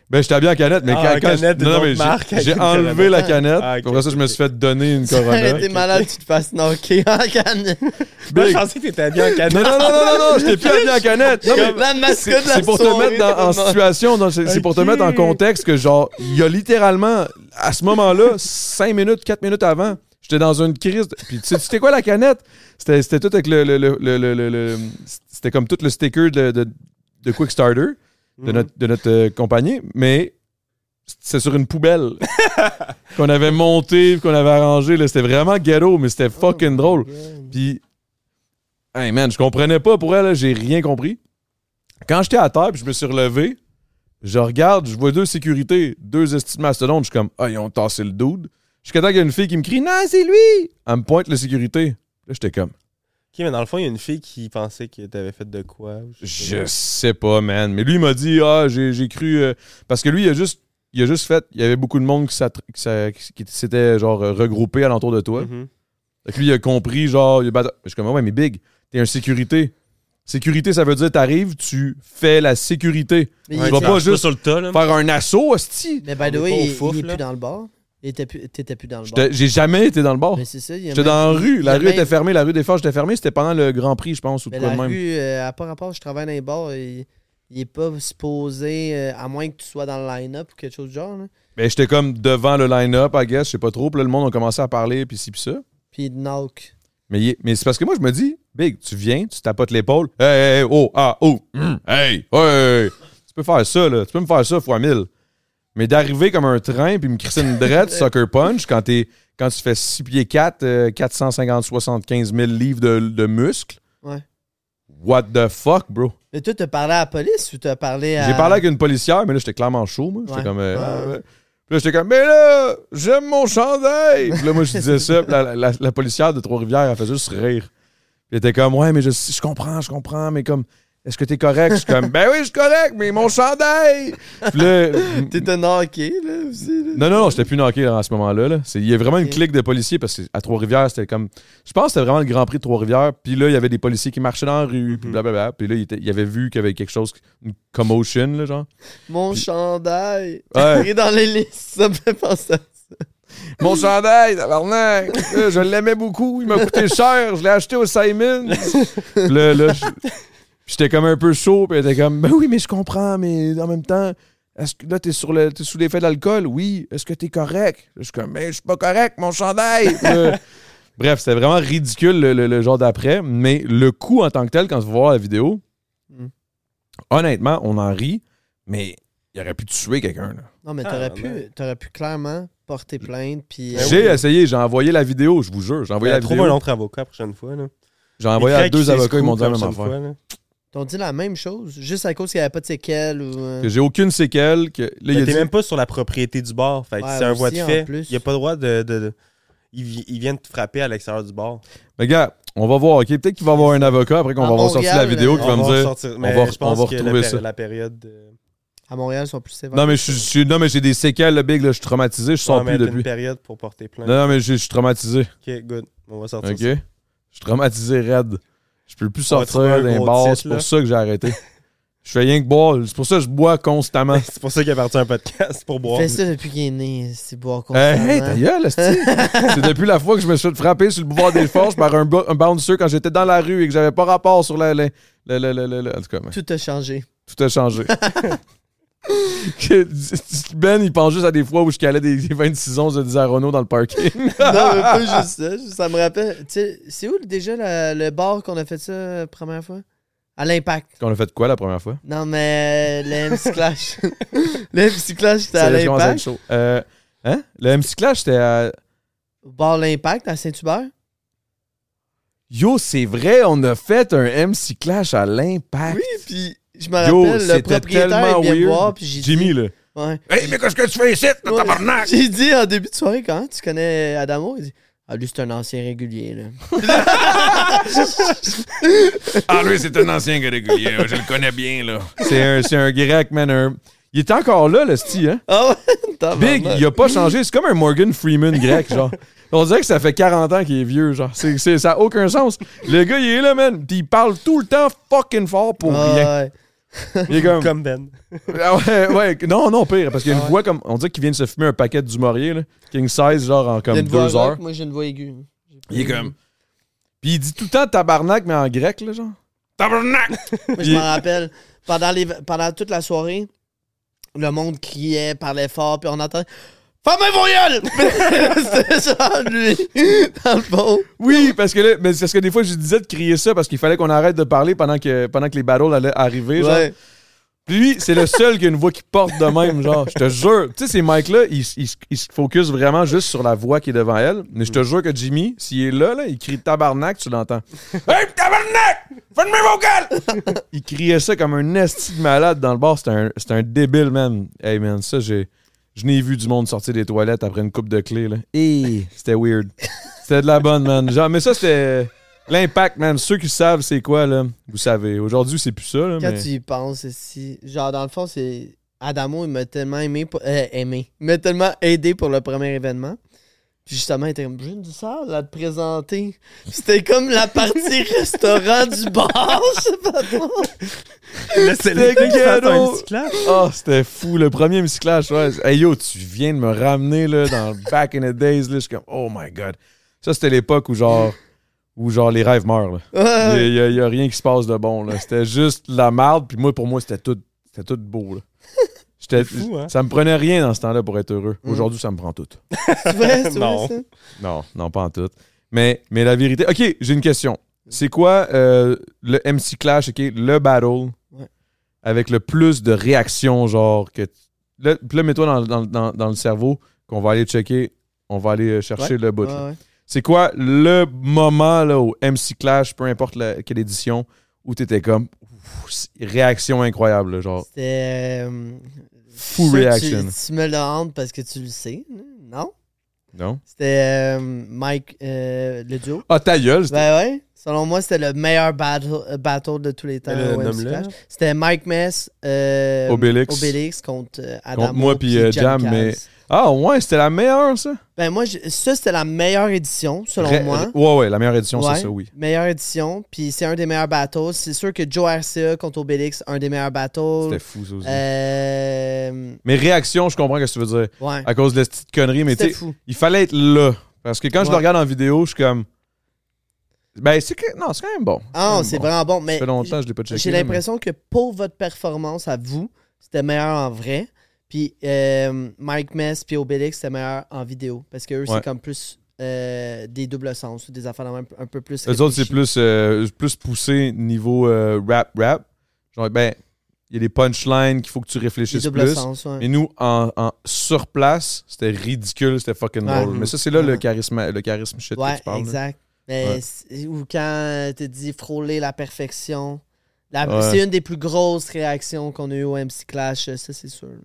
Ben, j'étais habillé en canette, mais Ah, quand, en quand je- canette d'une non, non, autre mais j'ai- marque avec j'ai une enlevé corona. la canette. Ah, ok, pour ça, je me ok, suis fait donner une Ça corona. aurait été malade que tu te fasses knocker en canne. Moi, je Big. pensais que t'étais habillé en canette. Non, non, non, non, non, non, j'étais plus habillé en canette. Non, mais La mascotte de la c'est pour te soirée, mettre dans- en tout le monde. situation, dans- c'est c'est pour te Ok. mettre en contexte que, genre, il y a littéralement, à ce moment-là, 5 minutes, 4 minutes avant, j'étais dans une crise. de- Puis, tu sais, c'était quoi la canette? C'était c'était tout avec le. le- le- le- le- le- le- c'était comme tout le sticker de, de, de Quickstarter. Mm. de Mhm. notre, de notre euh, compagnie, mais c'est sur une poubelle qu'on avait montée, qu'on avait arrangée. là. C'était vraiment ghetto, mais Oh. c'était fucking drôle. Puis, hey man, je comprenais pas pour elle, là, j'ai rien compris. Quand j'étais à terre, puis je me suis relevé, je regarde, je vois deux sécurités, deux estimes mastodontes. Je suis comme, ah, ils ont tassé le dude. Jusqu'à temps qu'il y a une fille qui me crie, non, c'est lui! Elle me pointe la sécurité. Là, j'étais comme, Ok, mais dans le fond, il y a une fille qui pensait que t'avais fait de quoi. ou sais Je sais pas, man. Mais lui, il m'a dit, ah, j'ai j'ai cru. euh, Parce que lui, il a juste. Il a juste fait, il y avait beaucoup de monde qui, s'attr- qui s'a- qui s'était genre euh, regroupé alentour de pas. toi. Mhm. Fait que lui, il a compris, genre, il a battu- je suis comme, ouais, mais big, t'es un sécurité. Sécurité, ça veut dire, t'arrives, tu fais la sécurité. Mais Ouais, il vas était- pas juste- sur le tas, là. Faire un assaut, hostie. Mais by the On way, est pas au il, il fouf, est là. plus dans le bar. Il était plus, t'étais plus dans le bar. J'étais- J'ai jamais été dans le bar. Mais c'est ça. il y a J'étais même- dans la rue. il y La a rue même- était fermée, la rue des Forges était fermée. C'était pendant le Grand Prix, je pense, ou de Mais quoi la de même. rue, euh, à part à part, je travaille dans les bars, il, il est pas supposé, euh, à moins que tu sois dans le line-up ou quelque chose du genre. là. Mais j'étais comme devant le line-up, I guess, je sais pas trop. Puis là, le monde a commencé à parler, puis ci, puis ça. Puis il knock. Mais, il est- mais c'est parce que moi, je me dis, Big, tu viens, tu tapotes l'épaule. Hey, hey, oh, ah, oh, hum, hey, hey. Tu peux faire ça, là. Tu peux me faire ça fois mille. Mais d'arriver comme un train puis me crisser une drette, sucker punch, quand, t'es- quand tu fais 6 pieds euh, 4, 450, 75 000 livres de, de muscles. Ouais. What the fuck, bro? Mais toi, t'as parlé à la police ou t'as parlé à. J'ai parlé avec une policière, mais là, j'étais clairement chaud, moi. J'étais Euh, Ouais. comme. euh, ah, Ouais. ouais. Puis là, j'étais comme, mais là, j'aime mon chandail. Puis là, moi, je disais ça. Puis la, la- la policière de Trois-Rivières, elle faisait juste rire. Puis elle était comme, ouais, mais je, je comprends, je comprends, mais comme, est-ce que t'es correct? Je suis comme, ben oui, je suis correct, mais mon chandail. Puis là, T'étais knocké, là, aussi. Là. non, non, non, j'étais plus knocké là, à ce moment-là. là. C'est- Il y a vraiment une Ok. clique de policiers parce qu'à Trois-Rivières, c'était comme. Je pense que c'était vraiment le Grand Prix de Trois-Rivières. Puis là, il y avait des policiers qui marchaient dans la rue, puis Mhm. blablabla. Puis là, il, était- il avait vu qu'il y avait quelque chose, une commotion, là, genre. Mon chandail. Ouais. Et dans les listes, ça me fait penser à ça. Mon chandail, tabarnak! Là, Je l'aimais beaucoup, il m'a coûté cher, je l'ai acheté au Simon. là, là, je- puis j'étais comme un peu chaud, puis elle était comme, ben oui, mais je comprends, mais en même temps, est-ce que là, t'es, sur le, t'es sous l'effet de l'alcool? Oui. Est-ce que t'es correct? Je suis comme, mais je suis pas correct, mon chandail! Puis là, bref, c'était vraiment ridicule le, le- le jour d'après, mais le coup en tant que tel, quand tu vas voir la vidéo, Mm. honnêtement, on en rit, mais il aurait pu tuer quelqu'un, là. Non, mais Ah, t'aurais ouais. pu, t'aurais pu clairement porter plainte. Puis. Ben J'ai oui. Ben, essayé, j'ai envoyé la vidéo, je vous jure. J'ai envoyé la Trouve un vidéo. autre avocat la prochaine fois, là. J'ai envoyé Les à craies qui deux avocats, ils m'ont dit la même s'escroupent la affaire. prochaine euh, T'ont dit la même chose, juste à cause qu'il n'y avait pas de séquelles ou. euh, Que j'ai aucune séquelle. Que... Là, il Mais a t'es dit- même pas sur la propriété du bar. Fait que Ouais, c'est un voie de aussi, en fait. plus. Il a pas le droit de. de- de- Ils vi- ils viennent te frapper à l'extérieur du bar. Mais gars, on va voir, OK? Peut-être qu'il va y avoir un avocat après qu'on À va avoir sorti Montréal, la vidéo euh, qui va me dire. ressortir- mais va- je on pense va que la retrouver péri- ça. La période. euh, À Montréal, ils sont plus sévères. Non, mais je suis- je suis- non, mais j'ai des séquelles, le big, là, je suis traumatisé, je sors ouais, mais plus t'as une depuis. période pour porter plainte. Non, non, mais je je suis traumatisé. Ok, good. On va sortir OK? ça. Je suis traumatisé raide. Je peux plus On va trouver un sortir d'un gros bar. titre, C'est pour là. ça que j'ai arrêté. Je fais rien que boire. C'est pour ça que je bois constamment. C'est pour ça qu'il est parti un podcast, pour boire. Fais ça depuis qu'il est né, c'est boire Euh, constamment. hey, ta gueule, esti. C'est depuis la fois que je me suis fait frapper sur le boulevard des Forges par un, bo- un bouncer quand j'étais dans la rue et que j'avais pas rapport sur la. la- la- la- la- la- la- En tout cas, mais Tout a changé. tout a changé. Que- ben, il pense juste à des fois où je calais des 26 ans de 10 à Renault dans le parking. non, mais pas juste ça. juste- Ça me rappelle. Tu sais, c'est où déjà la- le bar qu'on a fait ça la première fois? À l'impact. Qu'on a fait quoi la première fois? Non, mais euh, le MC Clash. le MC Clash, c'était à Ça, je commence à être l'impact. chaud. Euh, hein? Le MC Clash, c'était à. Au bar L'Impact à Saint-Hubert. Yo, c'est vrai, on a fait un MC Clash à l'impact. Oui, puis je me Yo, rappelle, le c'était propriétaire tellement il vient me weird. voir, puis j'ai dit. Jimmy, là. Ouais. Hey, mais qu'est-ce que tu fais ici, Ouais. J'ai dit en début de soirée, quand tu connais Adamo, il dit Ah, lui, c'est un ancien régulier, là. Ah, lui, c'est un ancien régulier. Je le connais bien, là. C'est un, c'est un grec, man. un- Il est encore là, le style, hein? Ah ouais, Big, tabarnak. il a pas changé. C'est comme un Morgan Freeman grec, genre. On dirait que ça fait 40 ans qu'il est vieux, genre. C'est, c'est- ça a aucun sens. Le gars, il est là, man. Puis il parle tout le temps fucking fort pour Ah rien. ouais. Il est comme... Comme Ben. Ah ouais, ouais. Non, non, pire. Parce qu'il y a une Ah ouais. voix comme... On dirait qu'il vient de se fumer un paquet du Maurier, là. King size, genre, en Il y a comme une voix deux rock, heures. Moi, j'ai une voix aiguë. Il est comme... Puis il dit tout le temps tabarnak, mais en grec, là, genre. Tabarnak! Moi, je Il- m'en rappelle. Pendant, les... Pendant toute la soirée, le monde criait, parlait fort, puis on entendait. Femme voyelle! C'était ça, lui, dans le fond. Oui, parce que là, mais c'est parce que des fois, je disais de crier ça parce qu'il fallait qu'on arrête de parler pendant que, pendant que les battles allaient arriver. genre. Ouais. Puis lui, c'est le seul qui a une voix qui porte de même, genre. Je te jure. Tu sais, ces mics-là, ils, s- ils s- ils se focus vraiment juste sur la voix qui est devant elle. Mais je te jure que Jimmy, s'il est là, là, il crie tabarnak, tu l'entends. hey, tabarnak! Faites-moi vos gueules! il criait ça comme un esti de malade dans le bar. C'était un, c'était un débile, man. Hey, man, ça, j'ai. Je n'ai vu du monde sortir des toilettes après une coupe de clé, là. Et c'était weird. C'était de la bonne, man. Genre, mais ça, c'était. L'impact, man. Ceux qui savent c'est quoi, là, vous savez. Aujourd'hui, c'est plus ça, là. Quand mais- tu y penses, si. Genre, dans le fond, c'est. Adamo, il m'a tellement aimé. pour- euh, aimé. Il m'a tellement aidé pour le premier événement. Puis justement, il était comme, j'ai une salle à te présenter. C'était comme la partie restaurant du bar, je sais pas trop. Laissez-le C'était qu'il fasse un ghetto. petit clap. Oh, c'était fou. Le premier MC Clash, ouais. Hey yo, tu viens de me ramener là, dans le Back in the Days. Là, je suis comme, oh my god. Ça, c'était l'époque où genre, où genre les rêves meurent. Ouais. Euh. Il n'y a, rien qui se passe de bon. là. C'était juste la merde. Puis moi, pour moi, c'était tout, c'était tout beau. Là. J'étais- C'est fou, hein? Ça me prenait rien dans ce temps-là pour être heureux. Mm. Aujourd'hui, ça me prend tout. C'est vrai, c'est vrai, Non. ça. Non, non, pas en tout. Mais, mais la vérité. OK, j'ai une question. C'est quoi euh, le MC Clash, OK, le battle Ouais. avec le plus de réactions, genre que. t- Là, puis là, mets-toi dans, dans- dans- dans le cerveau qu'on va aller checker, on va aller euh, chercher le bout. là. Ouais, ouais. C'est quoi le moment là, au MC Clash, peu importe la- quelle édition, où t'étais comme. ouf, c'est- réaction incroyable, là, genre. C'était. euh, Full ça, tu- reaction. Tu, me le hantes parce que tu le sais. hein? Non? Non? C'était euh, Mike, euh, le duo. Ah, ta gueule! c'était- Ben ouais. Selon moi, c'était le meilleur battle, euh, battle de tous les temps. Le au MC nomme-le. Clash. C'était Mike Mess, euh, Obélix. contre euh, Adamo. moi puis, euh, Jam Jam, mais- Caz. Ah, ouais, c'était la meilleure, ça? Ben moi, je- ça, c'était la meilleure édition, selon Ré- moi. Ouais, ouais, la meilleure édition, Ouais. c'est ça, oui. Meilleure édition, puis c'est un des meilleurs battles. C'est sûr que Joe RCA contre Obélix, un des meilleurs C'était battles. fou, ça aussi. Euh, Mais réaction, je comprends ce que tu veux dire. ouais. À cause de cette petite connerie, mais tu C'était sais, fou. il fallait être là. Parce que quand je le Ouais. regarde en vidéo, je suis comme. Ben, c'est que. Non, c'est quand même bon. Ah, quand c'est même bon. vraiment bon, Ça mais fait longtemps que je l'ai pas checké. j'ai là, mais- l'impression que pour votre performance à vous, c'était meilleur en vrai. Puis euh, Mike Mess puis Obélix, c'était meilleur en vidéo. Parce que eux, Ouais. c'est comme plus euh, des doubles sens ou des affaires de même, un peu plus. Eux autres, c'est réfléchies. plus, euh, plus poussé niveau euh, rap, rap. Genre, ben, il y a des punchlines qu'il faut que tu Des réfléchisses doubles plus. sens, ouais. Mais nous, en, en sur place, c'était ridicule, c'était fucking Ouais. drôle. Mais ça, c'est là le Ouais. charisme, le charisme shit que Ouais, tu parles. là. exact. Mais Ouais. c'est- Ou quand tu dis frôler la perfection. La- Ouais. C'est une des plus grosses réactions qu'on a eues au MC Clash, ça c'est sûr. Mais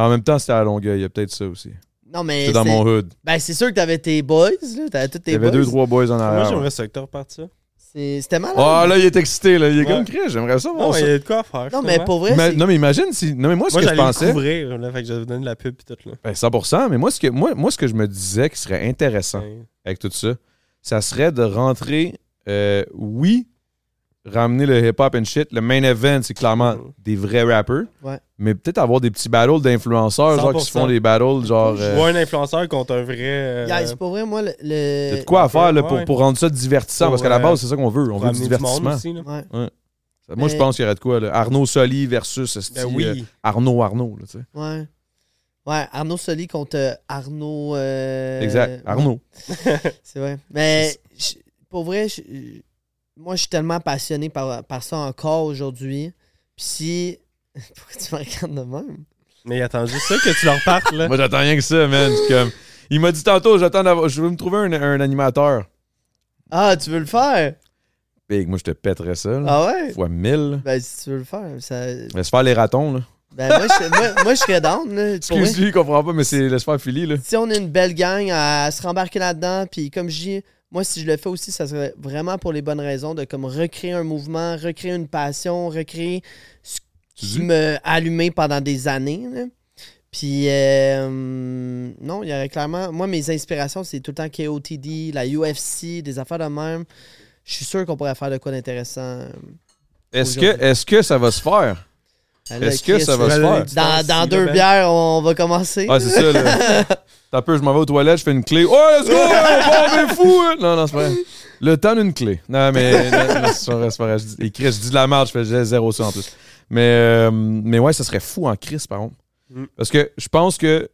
Ben, en même temps, c'était à Longueuil, il y a peut-être ça aussi. Non, mais. C'est dans c'est- mon hood. Ben, c'est sûr que t'avais tes boys, là. T'avais tous Il tes y avait boys. deux, trois boys en Moi, arrière. j'aimerais ça que tu repartes ça. C'est- C'était malade. Ah là, il est excité, là. Il est Ouais. comme Chris, j'aimerais ça voir Non, mais ça. il y a de quoi à faire. non, finalement. mais pour vrai, Ima- c'est- non, mais imagine si. Non, mais moi, ce Moi, que je j'allais le pensais. couvrir, là, fait que j'avais donné de la pub et tout, là. Ben, 100%, mais moi ce, que, moi, moi, ce que je me disais qui serait intéressant Ouais. avec tout ça, ça serait de rentrer euh, oui, ramener le hip-hop and shit. Le main event, c'est clairement Mhm. des vrais rappers. Ouais. Mais peut-être avoir des petits battles d'influenceurs, genre qui se 100%. font des battles, genre. Je euh, vois un influenceur contre un vrai. euh, Guys, c'est pas vrai, moi, le. y le- a de quoi à faire là, Ouais, pour, ouais. pour rendre ça divertissant. Pour, parce qu'à la euh, base, c'est ça qu'on veut. On pour veut amener du du monde divertissement. aussi, là. Ouais. Moi, je Mais- pense qu'il y aurait de quoi. là. Arnaud Soli versus esti, Ben oui. euh, Arnaud Arnaud. là, tu sais. Ouais. Ouais, Arnaud Soli contre euh, Arnaud. euh, exact. Arnaud. C'est vrai. Mais je- pour vrai, je- moi, je suis tellement passionné par, par ça encore aujourd'hui. Puis si. Pourquoi tu me regardes de même? Mais attends juste ça que tu leur partes, là. Moi, j'attends rien que ça, man. C'est comme- Il m'a dit tantôt, j'attends d'avoir- je veux me trouver un, un animateur. Ah, tu veux le faire? Big, moi, je te pèterais ça. là. Ah ouais? Fois 1000. Ben, si tu veux le faire, ça. Laisse faire les ratons. là. Ben, moi, je, moi, moi, je serais down, là. Pour vrai. Excuse-lui, il comprend pas, mais c'est laisse faire Philly. Là. si on est une belle gang à se rembarquer là-dedans, puis comme je dis, moi, si je le fais aussi, ça serait vraiment pour les bonnes raisons de comme recréer un mouvement, recréer une passion, recréer ce qui dis? me allumé pendant des années. là. Puis, euh, non, il y aurait clairement. Moi, mes inspirations, c'est tout le temps KOTD, la UFC, des affaires de même. Je suis sûr qu'on pourrait faire de quoi d'intéressant. euh, Est-ce que, Aujourd'hui. est que ça va se faire? Là, Est-ce que Chris, ça va se là, faire? se- Dans, dans Si, deux là, ben. bières, on va commencer. Ah, c'est ça, là. T'as peu, je m'en vais aux toilettes, je fais une clé. Oh, let's go! On est fou! hein! Non, non, c'est pas vrai. Le temps d'une clé. Non, mais. non, non, c'est pas vrai, c'est pas vrai. Je dis, et Chris, je dis de la merde, je fais j'ai zéro ça en plus. Mais, euh, mais ouais, ça serait fou en Chris, par contre. Mm. Parce que je pense que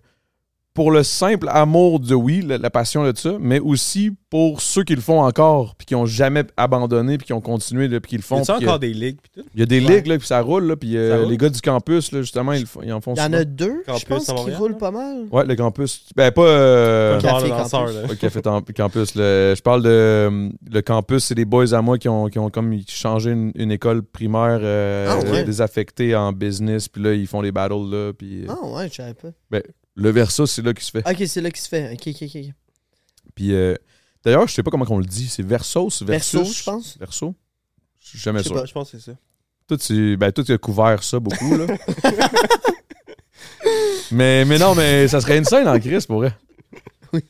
pour le simple amour de oui, la, la passion de ça, mais aussi pour ceux qui le font encore, puis qui ont jamais abandonné, puis qui ont continué, là, puis qui le font. Font tu puis que- encore des ligues, pis tout? Il y a des ligues, là, puis ça roule, là, puis euh, Ça roule? les gars du campus, là, justement, ils, le font- ils en font Il y en souvent. a deux, je Campus pense, à qui Montréal, roulent là. pas mal. Ouais, le campus. Ben, pas. euh, Pas Genre café le lanceur, campus. là. pas le café tam- campus. le- je parle de. euh, Le campus, c'est des boys à moi qui ont, qui ont comme changé une, une école primaire euh, Ah, ouais. désaffectée en business, puis là, ils font les battles, là, puis. euh, Ah, ouais, je savais pas. Le Versus, c'est là qui se fait. Ok, c'est là qu'il se fait. Ok, ok, ok. Puis. euh, D'ailleurs, je sais pas comment on le dit. C'est Versus, Versus. Verso, je pense. Verso? Je suis jamais Je sais sûr. pas, je pense que c'est ça. Toi, tu, ben, toi, tu as couvert ça beaucoup, là. mais, mais non, mais ça serait une scène en crise, pour vrai. Oui.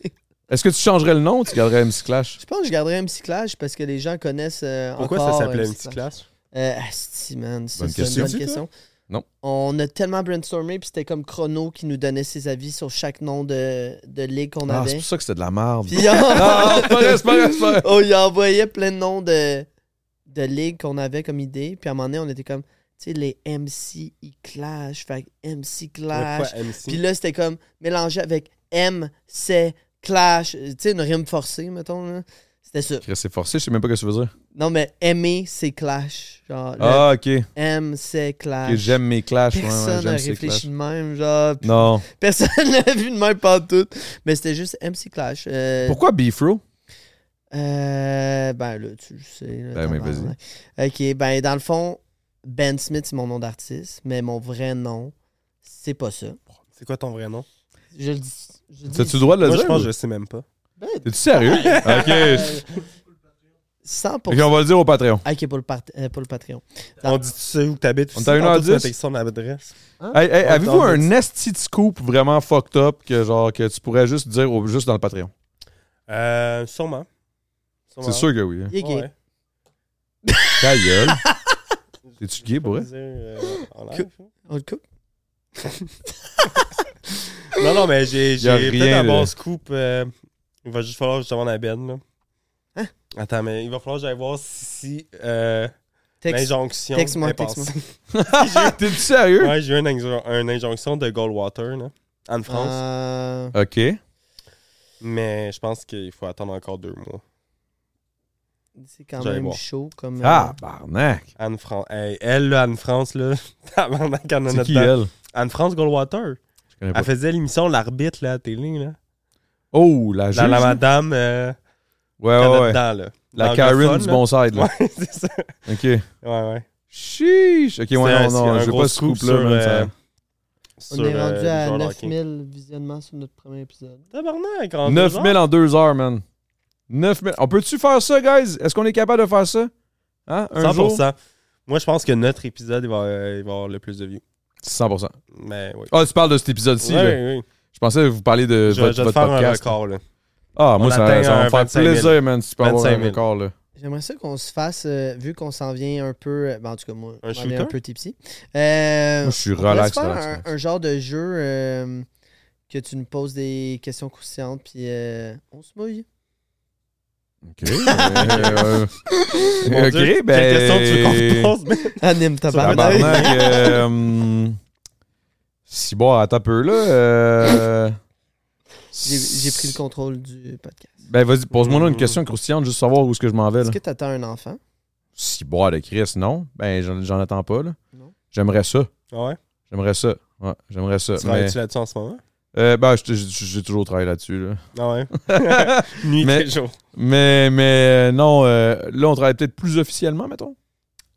Est-ce que tu changerais le nom ou tu garderais MC Clash? Je pense que je garderais MC Clash parce que les gens connaissent euh, Pourquoi encore ça s'appelait MC un petit clash? Euh, asti, man, ça, Bonne c'est une question. bonne Sais-tu, question. Non. On a tellement brainstormé, puis c'était comme Chrono qui nous donnait ses avis sur chaque nom de, de ligue qu'on Ah, c'est avait. pour ça que c'était de la merde. Puis Ah, on... c'est pas vrai, c'est pas vrai, c'est pas vrai. on y Oh, envoyait plein de noms de, de ligues qu'on avait comme idée. Puis à un moment donné, on était comme, tu sais, les MC, ils clash. Fait que MC Clash. Pourquoi MC? Puis là, c'était comme mélangé avec M, C, Clash. euh, Tu sais, une rime forcée, mettons. là. C'était ça. Chris, C'est forcé, je sais même pas ce que tu veux dire. Non, mais aimer, c'est Clash. Genre, le Ah, ok. M, c'est Clash. Ok, J'aime mes Clash. ouais, ouais, Personne n'a j'aime ces réfléchi Clash. de même, genre. puis Non. Personne n'a vu de même pas tout. Mais c'était juste MC Clash. Euh, Pourquoi Beefro? euh, ben là, tu le sais. là, Ben, mais tabarnak. Ok, ben dans le fond, Ben Smith, c'est mon nom d'artiste, mais mon vrai nom, c'est pas ça. C'est quoi ton vrai nom? Je le dis. je le dis- T'as-tu le droit de le Moi, je dire? pense que ou- je sais même pas. Ben, T'es-tu sérieux? ok. 100%. Ok, on va le dire au Patreon. Ok, pour le, part- euh, pour le Patreon. On dit tu sais où t'habites On aussi? t'a une heure Tantôt, tu m'as dix? texté son adresse. Hey, hey, On avez-vous t'en un dit- esti de scoop vraiment fucked up que genre que tu pourrais juste dire au- juste dans le Patreon? Euh, sûrement. C'est sûr que oui. hein. Il est gay. Ta gueule. T'es-tu gay pour vrai? Que- On le coupe. Non, non, mais j'ai Y a j'ai rien peut-être un de- bon scoop. euh, il va juste falloir que je demande à Ben. Là. Hein? Attends, mais il va falloir que j'aille voir si, si euh, Texte- l'injonction. texte-moi, est passée. T'es-tu sérieux? Ouais, j'ai eu une, injo- une injonction de Goldwater là, en France, Euh, Ok. mais je pense qu'il faut attendre encore deux mois. c'est quand J'allais même voir. chaud comme. euh, Ah, barnac. Anne France. elle, là, Anne France, là. tabarnak, elle en a C'est qui dedans. elle? Anne France Goldwater. Je connais pas. Elle faisait l'émission L'arbitre, là, à la télé, là. Oh, la juge. La, la madame, euh, ouais, qu'elle a ouais, ouais. dedans, là. La L'anglophone, Karen du là. bon side, là. Ouais, c'est ça. Ok. Ouais, ouais. Chiche. Ok, ouais, C'est un- non, c'est non, un je veux gros pas ce scoop couple là sur, man, euh, ça- On sur, est euh, rendu du à joueur de 9000 visionnements sur notre premier épisode. hockey. Tabarnak, en 9000 en deux heures, man. 9000. On peut-tu faire ça, guys? Est-ce qu'on est capable de faire ça? Hein? Un deux heures. jour? 100%. Moi, je pense que notre épisode, il va, euh, il va avoir le plus de vues. 100%. Mais oui. Ah, tu parles de cet épisode-ci, Ouais, là. oui. Je pensais vous parler de Je, votre, je vais votre te faire un podcast. record, là. Ah, moi, On ça, atteint ça va un me faire 25 000. plaisir, man, si tu peux avoir 25 un 000. record, là. J'aimerais ça qu'on se fasse, euh, vu qu'on s'en vient un peu, euh, ben, en tout cas moi, Un je m'en viens shooter? un peu tipsy. Euh, Moi, je suis on pourrait relax, se faire relax, un, relax. un genre de jeu euh, que tu nous poses des questions croustillantes, puis euh, on se mouille. OK. euh, Mon OK, Dieu, ben... Quelle question tu veux qu'on te pose, mais- Anime ta va barbe. Tabarnak. euh, hum, Si bon, attends un peu, là. euh, J'ai j'ai pris le contrôle du podcast. Ben, vas-y, pose-moi là une question croustillante, juste savoir où est-ce que je m'en vais, là. Euh, Est-ce que t'attends un enfant? Si boire de Chris, non. Ben, j'en, j'en attends pas, là. Non. J'aimerais ça. Ah ouais? J'aimerais ça. Ouais, j'aimerais ça. Tu Mais, travailles-tu là-dessus en ce moment? euh, ben, j'ai, j'ai- j'ai toujours travaillé là-dessus, là. Ah ouais? Nuit Mais- et jour. Mais, mais euh, non, euh, là, on travaille peut-être plus officiellement, mettons.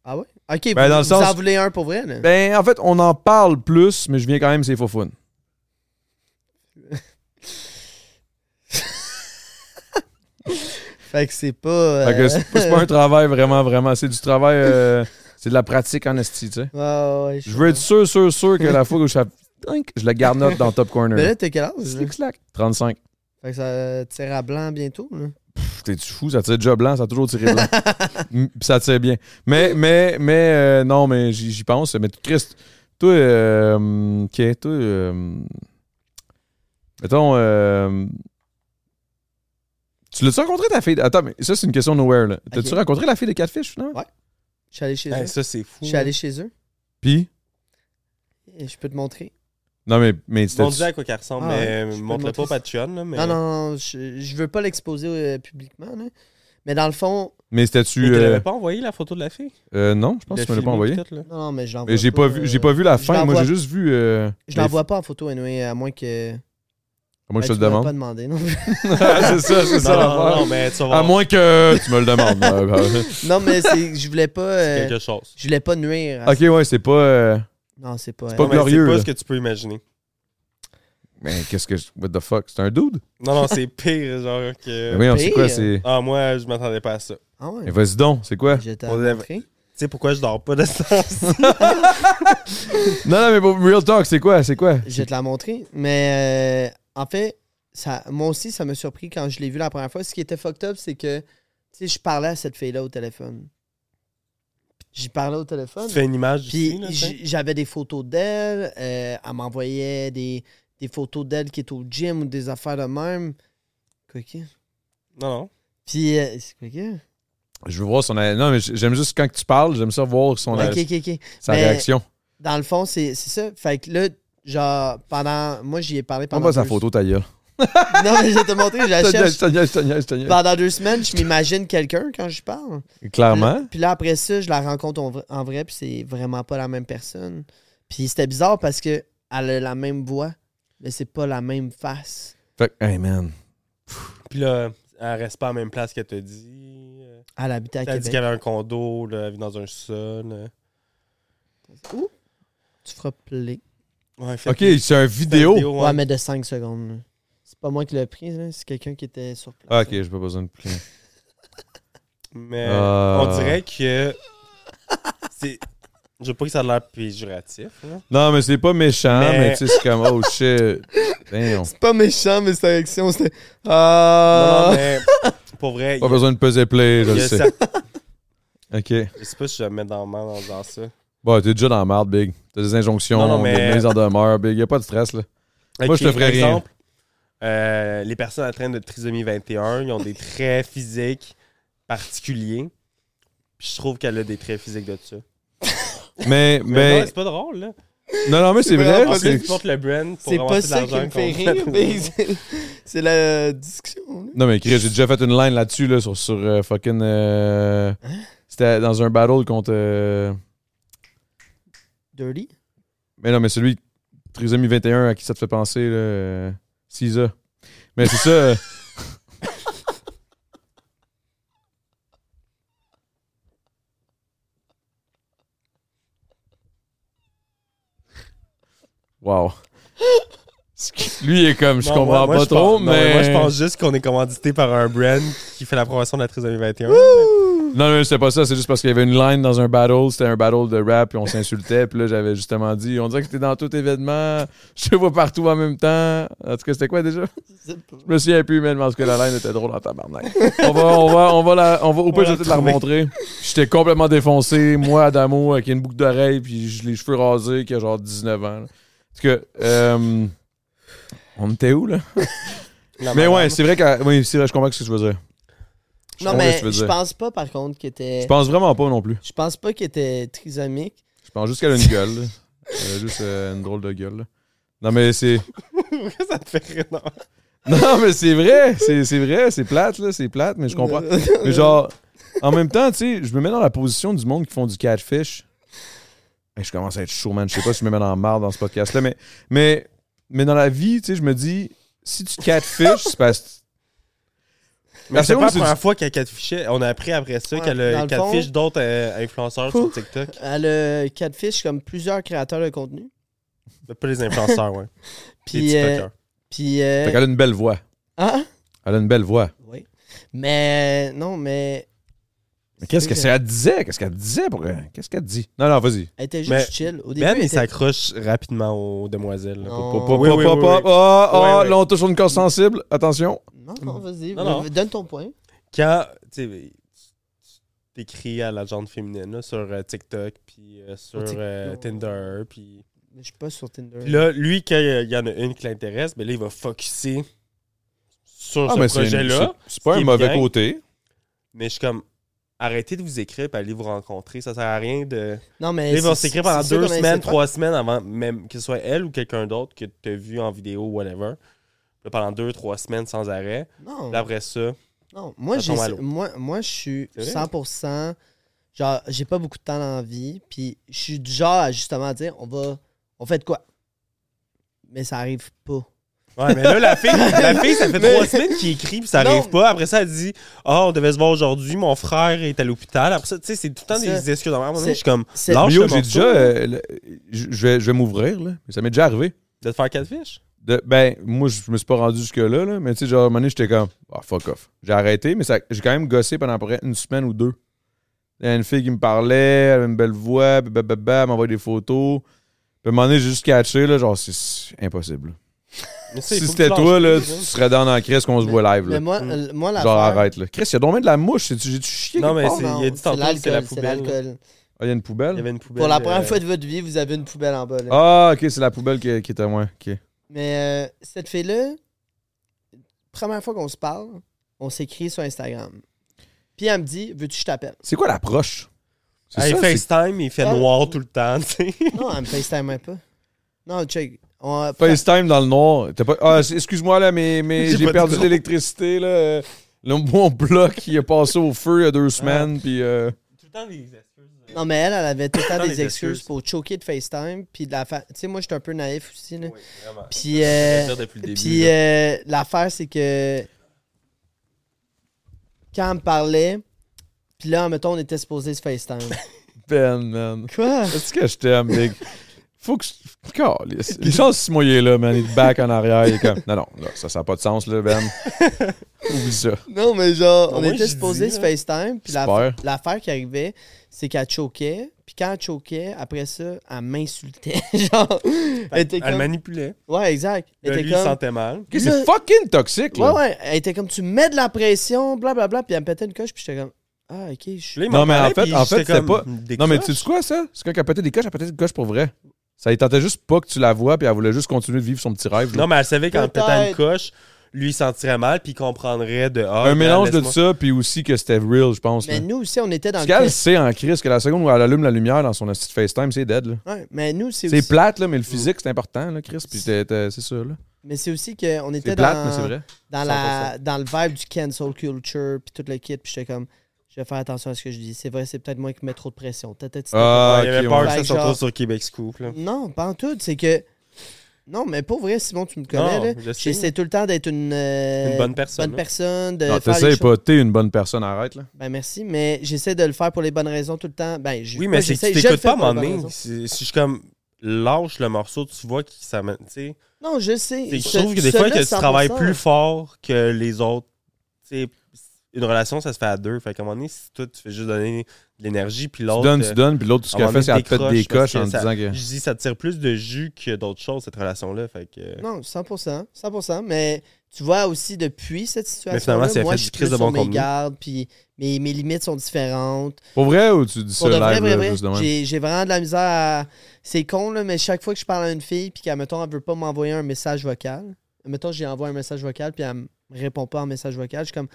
Ah ouais? Ok, Ben, vous, dans le vous sens- en voulez un pour vrai? Là? Ben, en fait, on en parle plus, mais je viens quand même, c'est faux fun. Fait que c'est pas. Fait que euh, c'est, c'est pas un travail vraiment, vraiment. C'est du travail, euh, c'est de la pratique en esti, tu sais. Ouais, ouais, Je veux être comprends. sûr, sûr, sûr que la fois où je fais Tink je la garde note dans Top Corner. Mais là, t'es quel âge? Ben là? Slick, slack. 35. Fait que ça tire à blanc bientôt. là. Pff, T'es-tu fou? Ça tire déjà blanc, ça a toujours tiré blanc. Mm, pis ça tire bien. Mais, mais, mais, euh, non, mais j'y j'y pense. Mais Christ, toi, euh, ok, toi, euh, mettons, euh, tu l'as-tu rencontré ta fille? Attends, mais ça, c'est une question nowhere, là. T'as-tu Ok. rencontré la fille de Catfish, non? Ouais. Je suis allé chez Hey, eux. ça, c'est fou. Je suis hein. allé chez eux. Pis? Et je peux te montrer. Non, mais, mais Mon c'était. Dieu, à quoi qu'elle ressemble, Ah ouais, mais euh, je peux montre-le le pas au montrer. Patreon. là, mais- Non, non, non, je, je veux pas l'exposer euh, publiquement. là. Mais dans le fond, Mais Mais c'était-tu. tu Euh, l'avais pas envoyé, la photo de la fille? euh, non, je pense que Le tu me l'as pas filmé, envoyé. puis tout, là. non, non, mais je l'envoie. Mais j'ai pas, vu, j'ai pas vu la je fin, moi l'envoie- j'ai juste vu. euh, Je les- l'envoie pas en photo, anyway, à moins que. à moins que je Ben, te tu le m'as demande. pas demandé, non. c'est ça, c'est ça Non, non, l'affaire. non, mais tu vas À voir moins que tu me le demandes. Euh, bah, non, mais c'est- je voulais pas. euh, quelque chose. je voulais pas nuire. à- ok, ouais, c'est pas. euh, Non, c'est pas. C'est elle. pas Non, mais glorieux, C'est là. pas ce que tu peux imaginer. Mais qu'est-ce que. je- What the fuck? C'est un dude? Non, non, c'est pire, genre que. Mais voyons, c'est quoi? pire. C'est. Ah, moi, je m'attendais pas à ça. Tu Ah ouais. Mais vas-y donc, c'est quoi? Je t'ai On lève- montré. sais pourquoi je dors pas de ça? Non, non, mais pour Real Talk, c'est quoi? C'est quoi? Je vais te la montrer. Mais euh, en fait, ça, moi aussi, ça m'a surpris quand je l'ai vu la première fois. Ce qui était fucked up, c'est que tu sais, je parlais à cette fille-là au téléphone. J'y parlais au tu téléphone. fais une image Puis d'ici, là, tu sais. j- j'avais des photos d'elle. euh, elle m'envoyait des, des photos d'elle qui est au gym ou des affaires de même. Quoi que? Non, non. Puis, euh, c'est quoi que? Je veux voir son. Non, mais j'aime juste quand tu parles, j'aime ça voir son, Ok, ok, ok. sa mais- réaction. Dans le fond, c'est c'est ça. Fait que là, genre, pendant. Moi, j'y ai parlé Prends pendant. pas sa deux- photo, ta gueule. Non, mais je vais te montrer, je la Je te niaise, je cherche. te niaise, je te niaise, je te niaise. Pendant deux semaines, je m'imagine quelqu'un quand je parle. Clairement. Puis là, après ça, je la rencontre en vrai, en vrai, puis c'est vraiment pas la même personne. Puis c'était bizarre parce que elle a la même voix, mais c'est pas la même face. Fait que, hey man. Puis là, elle reste pas à la même place qu'elle te dit. Euh, Elle habitait à T'as dit Québec. qu'elle avait un condo, là, elle vit dans un sol. euh. Ouh. Tu feras play. Ouais, fait- Ok, fait c'est un une vidéo. Ouais, ouais. mais de 5 secondes. là. C'est pas moi qui l'ai pris, là, c'est quelqu'un qui était sur place. Ah, ok, j'ai pas besoin de plus. Mais Ah. on dirait que. c'est- Je veux pas que ça a l'air péjoratif. là. Non, mais c'est pas méchant, mais, Mais- tu sais, c'est comme, oh shit. Damn. C'est pas méchant, mais cette réaction, c'était. Non, Ah! non, mais pour vrai, Pas il y a- besoin de peser play, je il le y a sais. cer- Ok. Je sais pas si je vais me mets dans le mal en disant ça. Bon, Bah, t'es déjà dans la merde, Big. T'as des injonctions, Non, non, des mais- mises en demeure, Big. Y a pas de stress, là. Moi, je te Ok, ferais par rien. exemple, euh, les personnes atteintes de trisomie 21, ils ont des traits physiques particuliers. Puis je trouve qu'elle a des traits physiques de Ben, ça. Mais, Mais, mais, non, c'est pas drôle, là. non, non, mais c'est Ah, C'est vrai. vraiment En plus, c'est- tu portes le brand pour C'est avoir pas de ça qui l'argent me fait contre- rire, mais c'est- c'est la discussion. là. Non, mais Chris, j'ai déjà fait une line là-dessus, là, sur, sur euh, fucking. euh, C'était dans un battle contre. euh, Dirty? Mais non, mais celui, Trisomie 21, à qui ça te fait penser, là. euh, Cisa. Mais c'est ça. euh, Wow. Lui il est comme, je Non, comprends moi- moi, pas je trop, pense- non, mais. moi, je pense juste qu'on est commandité par un brand qui fait la promotion de la trisomie 21. Non, non, c'était pas ça. C'est juste parce qu'il y avait une line dans un battle. C'était un battle de rap, puis on s'insultait. puis là, j'avais justement dit on dirait que t'es dans tout événement. Je te vois partout en même temps. En tout cas, c'était quoi déjà Je me souviens plus, mais parce que la line était drôle en tabarnak. on va, on va, on va, la, on va au pire, je vais On l'a peut-être la trouvé. remontrer. J'étais complètement défoncé. Moi, Adamo, avec une boucle d'oreille, puis j- les cheveux rasés, qui a genre 19 ans. là. En tout cas, euh, on était où, là La Mais madame. ouais, c'est vrai que. Oui, c'est vrai, je comprends ce que tu veux dire. Je Non, comprends ce mais que tu veux je dire. pense pas, par contre, qu'il était. Je pense vraiment pas non plus. Je pense pas qu'il était trisomique. Je pense juste qu'elle a une gueule. là. Elle a juste euh, une drôle de gueule. là. Non, mais c'est. ça te fait rire, non? Non, mais c'est vrai. C'est c'est vrai. C'est plate, là. C'est plate, mais je comprends. Mais genre, en même temps, tu sais, je me mets dans la position du monde qui font du catfish. Et je commence à être chaud, man. Je sais pas si je me mets dans la marde dans ce podcast-là, mais, mais, mais dans la vie, tu sais, je me dis, si tu catfish, c'est parce Mais c'est seconde, pas la c'est du- première fois qu'elle catfichait. On a appris après ça Ouais, qu'elle a dans le fond- catfish d'autres euh, influenceurs sur Ouh. TikTok. Elle a catfish comme plusieurs créateurs de contenu. Mais Pas les influenceurs, ouais. les Puis. euh, TikTokers. Puis. euh, Fait qu'elle a une belle voix. Hein? Elle a une belle voix. Oui. Mais. Non, mais. Mais qu'est-ce que c'est qu'elle disait? Qu'est-ce qu'elle disait pour. Qu'est-ce qu'elle dit? Non, non, vas-y. Elle était juste Mais- chill. Au début, Ben, elle il était- s'accroche rapidement aux demoiselles. là. Non. Pop, pop, Oui, pop, oui, pop, oui, pop. oui. Ah, ah, Oui, oui. là, on touche sur une corde sensible. Attention. Non, non, vas-y. Non, non. v- Donne ton point. Quand tu sais, tu t'écris à la gente féminine là, sur euh, TikTok, puis euh, sur Au Tik- euh, non. Tinder, puis... Mais Je suis pas sur Tinder. Puis là, lui, quand il y en a une qui l'intéresse, ben là, il va focusser sur Ah, ce mais c'est une- projet-là. c'est- C'est pas ce un qui est mauvais bien. côté. Mais je suis comme, arrêtez de vous écrire puis allez vous rencontrer. Ça sert à rien de... Non, mais. Là, ils vont c'est- s'écrire pendant c'est ça deux qu'on a essayé semaines, de trois semaines avant même que ce soit elle ou quelqu'un d'autre que tu as vu en vidéo, whatever. Là, pendant deux, trois semaines sans arrêt. faire. Non. Puis après ça, Non, moi, Ça j'ai, tombe à l'eau. moi, moi je suis C'est vrai? 100%. Genre, j'ai pas beaucoup de temps dans la vie. Puis, je suis du genre à justement dire, on va. On fait de quoi? Mais ça arrive pas. Ouais, mais là, la fille, la fille ça fait Mais- trois semaines qu'il écrit, puis ça Non. arrive pas. Après ça, elle dit Ah, on devait se voir aujourd'hui, mon frère est à l'hôpital. Après ça, tu sais, c'est tout le temps C'est- des excuses. À un moment donné, c'est- je suis comme C'est- Lâche Mais yo, le j'ai morceau, déjà. là. euh, le- je je vais, je vais m'ouvrir, là. Mais Ça m'est déjà arrivé. De te faire quatre fiches De- ben, moi, je me suis pas rendu jusque-là, là, mais tu sais, genre, à un moment donné, j'étais comme, ah, fuck off. J'ai arrêté, mais ça- j'ai quand même gossé pendant à peu près une semaine ou deux. Il y a une fille qui me parlait, elle avait une belle voix, babababa, bah, elle m'envoyait des photos. Puis à un moment donné, j'ai juste catché, là, genre, c'est- c'est impossible. Mais tu sais, Si faut que c'était tu toi, là, lâches tu prise, serais dans la crise qu'on se voit live, Mais là. moi, Mm. euh, moi la Genre, arrête, là. Chris, il y a donc bien de la mouche, j'ai-tu j'ai-tu chié? Non, quelque mais part? c'est- il a dit tantôt que c'est la poubelle, l'alcool. Ah, il y a une Il y poubelle? avait une poubelle. Pour la euh, première fois de votre vie, vous avez une poubelle en bas. là. Ah, ok, c'est la poubelle qui, qui est à moi. ok. Mais euh, cette fille-là, première fois qu'on se parle, on s'écrit sur Instagram. Puis elle me dit, veux-tu que je t'appelle? C'est quoi l'approche? C'est hey, ça, c'est- FaceTime, Ah, il fait Ah. noir tout le temps, tu sais. Non, elle me FaceTime même pas. Non, check. On... FaceTime dans le noir. T'as pas- Ah, c'est- excuse-moi là, mais, mais J'ai j'ai pas perdu dit non. l'électricité là. Euh, le- mon bloc il est passé au feu il y a deux semaines puis euh, Tout le temps des excuses. Non, mais elle, elle avait tout le temps Dans des les excuses, excuses. pour choquer de FaceTime. Puis de la fa- Tu sais, moi, j'étais un peu naïf aussi. Là. Oui, vraiment. Puis, euh, Je veux dire depuis le début, puis là. euh, l'affaire, c'est que quand elle me parlait, puis là, mettons, on était supposé se FaceTime. Ben man. Quoi? Est-ce que je t'aime big? Faut que je... Calisse. Les chances que Simon il est là man, il est back en arrière, il est comme non non, là, ça ça a pas de sens là Ben. Oublie ça. Non, mais genre, Non, on moi, était je supposé dis, se là. FaceTime. Puis la- Super. l'affaire qui arrivait, c'est qu'elle choquait. Puis quand elle choquait, après ça, elle m'insultait. genre, elle était Elle comme. manipulait. Ouais, exact. Elle Là, était lui, il se comme. sentait mal. Ok, Là- c'est fucking toxique Ouais, là. ouais. Elle était comme, tu mets de la pression, blablabla. Puis elle me pétait une coche, puis j'étais comme, ah, ok, je suis. Là, il Non, m'en mais en parlait, fait- puis en fait, j'étais c'était comme, pas- Des Non mais coches? tu sais quoi ça C'est quand elle pétait des coches, elle pétait des coches pour vrai. Ça il tentait juste pas que tu la vois puis elle voulait juste continuer de vivre son petit rêve. là. Non, mais elle savait qu'en Peut-être. pétant une coche, lui, il sentirait mal, puis il comprendrait de. ah, un ben, mélange de laisse-moi- ça puis aussi que c'était real je pense. là. Mais nous aussi, on était dans Parce le. qu'elle sait en crise que la seconde où elle allume la lumière dans son esti de FaceTime, c'est dead. là. Ouais, mais nous, c'est C'est aussi. plate, là, mais le physique, c'est important, là, Chris. Puis t'es- t'es- c'est ça, là. Mais c'est aussi qu'on était C'est plate, dans, mais c'est vrai. dans, la, dans le vibe du cancel culture, puis tout le kit, puis j'étais comme, je vais faire attention à ce que je dis. C'est vrai, c'est peut-être moi qui mets trop de pression. Peut-être- peut-être- Ah, Ouais, il avait ok, peur ouais. que ça Like, se retrouve genre- euh, sur Québec Scoop. Là. Non, pas en tout. C'est que. Non, mais pour vrai, Simon, tu me connais, Non, là. je sais. J'essaie tout le temps d'être une. euh, Une bonne personne. bonne personne, de hein. Non, faire les t'essayes pas, choses- t'es une bonne personne, arrête, là. Ben merci, mais j'essaie de le faire pour les bonnes raisons tout le temps. Ben, je- Oui, moi, mais c'est que j'essaie, je tu le t'écoutes fais pas à un pour les moment bonnes donné. raisons. Si si je suis comme lâche le morceau, tu vois que ça me. Tu sais, Non, je sais. c'est que je Ce- trouve que des ce- fois, là, que tu travailles 100%. plus fort que les autres. Tu sais, une relation, ça se fait à deux. Fait qu'à un moment donné, si toi, tu fais juste donner de l'énergie, puis Tu l'autre. donnes, euh, tu donnes, puis l'autre, tout ce à un qu'elle moment fait, c'est donné, qu'elle te pète décroche des parce coches en que te disant que. Je dis, ça tire plus de jus que d'autres choses, cette relation-là. Fait que. euh, Non, 100%, 100%. Mais tu vois aussi depuis cette situation. finalement, c'est la moi, fête je suis du Christ plus de bon sur mes contenu. gardes, puis mes, mes limites sont différentes. Pour vrai ou tu dis ça Pour de vrai, live, vrai, là, vrai, juste de même? j'ai- j'ai vraiment de la misère à... C'est con, là, mais chaque fois que je parle à une fille, puis qu'elle, mettons, elle veut pas m'envoyer un message vocal, mettons, j'ai envoyé un message vocal, puis elle me répond pas en message vocal, je suis comme,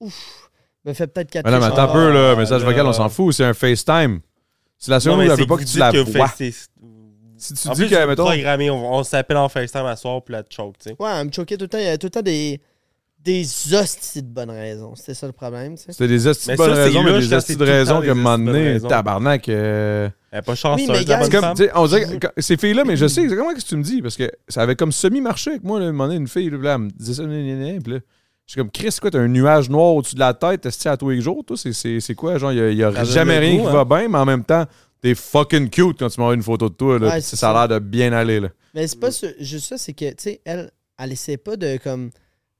ouf, me fait peut-être quatre Mais non, mais fiches en attends un bas. peu, là, Ah, message là. vocal, on s'en fout, c'est un FaceTime. C'est la non, seconde où mais elle c'est veut pas que vous tu dites la que vous vois. faites- c'est- Si tu En dis plus, que, c'est mettons, programmé, on, on s'appelle en FaceTime à soir, puis la choke, tu sais. Ouais, elle me choquait tout le temps. Il y avait tout le temps des, des hosties de bonnes raisons. C'était ça le problème, tu sais. c'était des hosties de Mais bonnes ça, c'est raisons, mais louche des quand hosties c'est de tout le raisons temps que, des à un moment hosties de donné, raisons. tabarnak. euh, Elle a pas chance, Oui, c'est mais un gars, diamant C'est c'est de comme, femme. tu sais, on dirait que quand- ces filles-là, mais je sais exactement ce que tu me dis, parce que ça avait comme semi-marché avec moi, là, un moment donné, une fille, là, elle me disait ça, gna, gna, gna, puis là, je suis comme, Chris, quoi, t'as un nuage noir au-dessus de la tête, t'es à tous les jours, toi, c'est- c'est c'est quoi, genre, il y a, y a Ça donne jamais le rien goût, hein. qui va bien, mais en même temps, t'es fucking cute quand tu m'envoies une photo de toi, là, Ouais, puis c'est ça a l'air de bien aller, là. Mais c'est pas Mm. ce- juste ça, c'est que, tu sais, elle, elle essaie pas de, comme,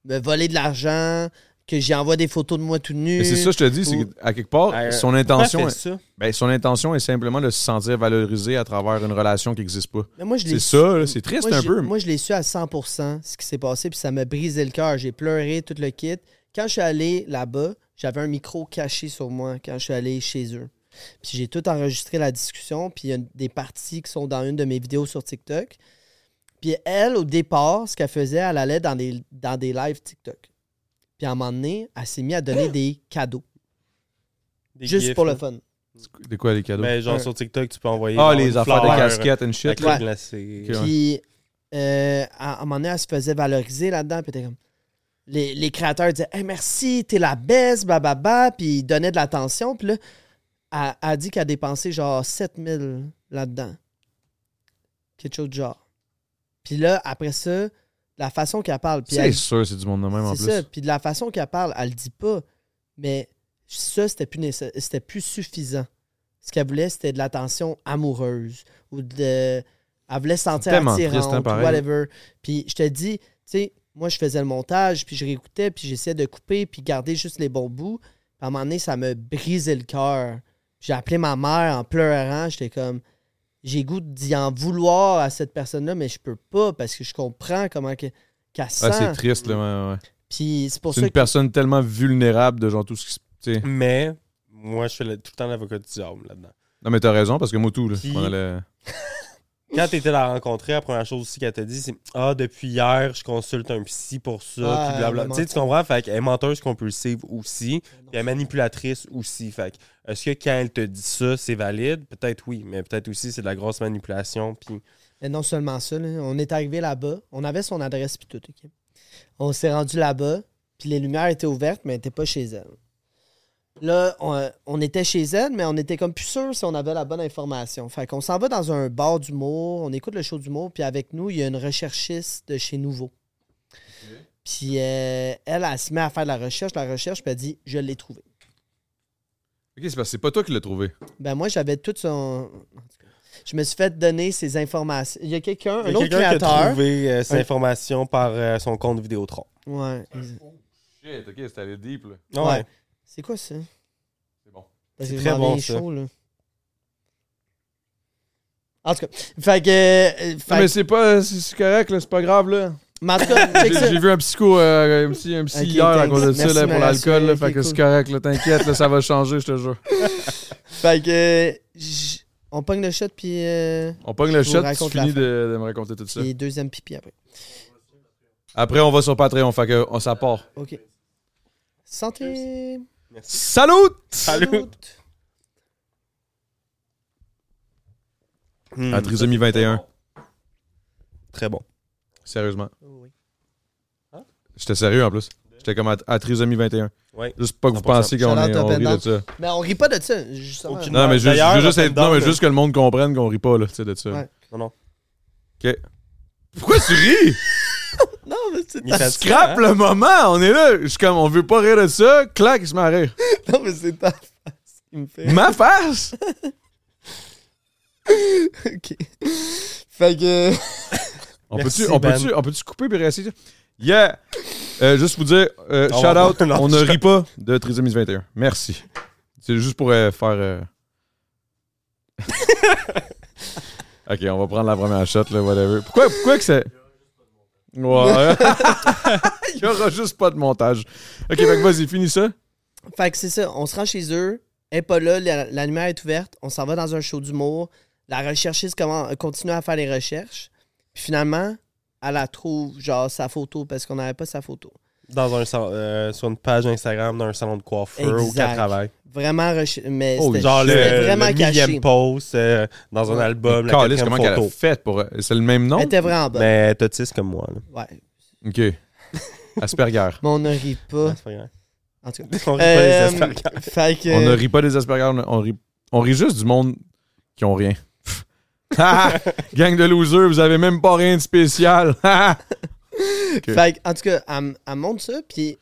me voler de l'argent, que j'y envoie des photos de moi tout nu. Mais c'est ça, je te dis, c'est ou- qu'à quelque part, Euh, son Pourquoi intention, elle est, fait ça? ben, son intention est simplement de se sentir valorisé à travers une relation qui n'existe pas. Mais moi, je l'ai C'est su- ça, là, c'est triste moi, un je- peu. Moi, je l'ai su à 100% ce qui s'est passé, puis ça m'a brisé le cœur. J'ai pleuré, tout le kit. Quand je suis allé là-bas, j'avais un micro caché sur moi quand je suis allé chez eux. Puis j'ai tout enregistré la discussion, puis il y a des parties qui sont dans une de mes vidéos sur TikTok. Puis elle, au départ, ce qu'elle faisait, elle allait dans des, dans des lives TikTok. Puis à un moment donné, elle s'est mise à donner des cadeaux, Des juste gifs, pour là. le fun. C'est quoi les cadeaux? Mais genre Ouais. sur TikTok, tu peux envoyer. Ah, genre, les une affaires de fleur, euh, casquette and shit. la là. crème Ouais. glacée. Ok. Puis, euh, à, à un moment donné, elle se faisait valoriser là-dedans. Puis, t'es comme. Les, les créateurs disaient Hey, merci, t'es la baisse, bababa. Puis, ils donnaient de l'attention. Puis là, elle, elle dit qu'elle a dépensé genre 7000 là-dedans. Quelque chose de genre. Puis là, après ça, la façon qu'elle parle. Puis C'est elle- sûr, c'est du monde de même en c'est plus. ça. Puis de la façon qu'elle parle, elle le dit pas. Mais ça, c'était plus, nécess- c'était plus suffisant. Ce qu'elle voulait, c'était de l'attention amoureuse ou de. Elle voulait se sentir tellement triste, hein, attirante, ou pareil. whatever. Puis je te dis, tu sais, moi, je faisais le montage, puis je réécoutais, puis j'essayais de couper, puis garder juste les bons bouts. Puis à un moment donné, ça me brisait le cœur. J'ai appelé ma mère en pleurant. J'étais comme, j'ai goût d'y en vouloir à cette personne-là, mais je peux pas parce que je comprends comment que- qu'elle sent. Ah, c'est triste, là, ouais, ouais. Puis c'est pour C'est ça une que. personne tellement vulnérable de genre tout ce qui se. tu sais. Mais moi, je fais le- tout le temps l'avocat du diable là-dedans. Non, mais t'as raison, parce que moi, tout, là. je Puis- m'en allais- Quand t'étais la rencontrer, la première chose aussi qu'elle t'a dit, c'est Ah, depuis hier, je consulte un psy pour ça, Ah, puis blabla. elle Tu sais, tu comprends? Fait qu'elle est menteuse compulsive aussi, puis elle est manipulatrice aussi. Fait que, est-ce que quand elle te dit ça, c'est valide? Peut-être oui, mais peut-être aussi c'est de la grosse manipulation, puis Mais non seulement ça, là, on est arrivé là-bas, on avait son adresse puis tout. ok. On s'est rendu là-bas, puis les lumières étaient ouvertes, mais elles n'étaient pas chez elle. Là, on, on était chez elle, mais on était comme plus sûr si on avait la bonne information. Fait qu'on s'en va dans un bar d'humour, on écoute le show d'humour, puis avec nous, il y a une recherchiste de chez Nouveau. Puis euh, elle, elle se met à faire de la recherche, la recherche, puis elle dit Je l'ai trouvé. Ok, c'est parce que c'est pas toi qui l'as trouvé. Ben moi, j'avais tout son. en tout cas, Je me suis fait donner ces informations. Il y a quelqu'un, Il y un a autre quelqu'un qui a créateur. trouvé euh, cette Un- information par euh, son compte Vidéotron. Ouais. Shit, ok, c'était allé deep, là. Ouais. Ouais. C'est quoi ça? Ben, C'est bon. Parce C'est que je très m'en bon, viens ça. chaud, là. En tout cas, fait que. euh, fait Non, mais c'est pas. C'est c'est correct, là, c'est pas grave, là. que- mais en tout cas, check J'ai ça. j'ai vu un psycho, euh, un psy, un psy Ok, hier à thanks. cause de ça, Merci là, de pour me l'alcool, rassurer, là. ok, Fait que cool. c'est correct, là. T'inquiète, là, ça va changer, je te jure. Fait que. euh, j- On pogne le shot, puis. euh, On pogne le Je vous shot, tu raconte la finis fin. de, de me raconter tout ça. puis deuxième pipi après. Après, on va sur Patreon, fait que on, ça part. OK. Santé. Merci. Salut! Salut. Hmm, À trisomie 21. Très bon. Sérieusement. Oh, oui. J'étais sérieux en plus. J'étais comme à, à trisomie 21. Ouais. Juste pas que vous 100%. pensiez qu'on Shout out est, on Open rit de Down. ça. Mais on rit pas de ça, justement. Aucune- Non, mais juste, je veux D'ailleurs, juste, être- Open non, mais Down, juste que le monde comprenne qu'on rit pas, là, tu sais, de ça. Ouais. Non, non. OK. Pourquoi tu ris? Non, mais c'est Il est Tu fatigué, scrapes hein? le moment, on est là. Je suis comme, on veut pas rire de ça. Clac, il se met à rire. Non, mais c'est ta face qui me fait. Ma face? OK. Fait que. On Merci, peut-tu on Ben. peut on peut couper puis réessayer? Yeah! Euh, juste vous dire, euh, On shout va out, pas- non, on ne je- rit pas de Trisomy 21. Merci. C'est juste pour euh, faire. euh, ok, on va prendre la première shot, là, whatever. Pourquoi, pourquoi que c'est. Ouais. Il y aura juste pas de montage. Ok, fait que vas-y, finis ça. Fait que c'est ça, on se rend chez eux, elle est pas là, la, la lumière est ouverte, on s'en va dans un show d'humour, la recherchiste comment, continue à faire les recherches, puis finalement, elle la trouve, genre, sa photo, parce qu'on n'avait pas sa photo. Dans un, sal- euh, sur une page Instagram d'un salon de coiffeur ou Exact. qu'elle travaille. Vraiment, reche- mais Oh, c'était Genre le, c'était le vraiment caché. millième post euh, dans un Ouais. album, la Calisse, comment quatrième qu'elle a photo. fait pour. euh, C'est le même nom? Elle était vraiment bonne. Mais elle est autiste comme moi. là. Ouais. Ok. Asperger. Mais on ne rit pas. C'est pas grave. En tout cas. On rit pas Euh, les asperges. fait que- On ne rit pas des Asperger, on, on rit, on rit juste du monde qui ont rien. Ha, ha. Gang de losers, vous avez même pas rien de spécial. Ah, Ha, ha. que- Fait que, en tout cas, elle, m- elle monte ça, puis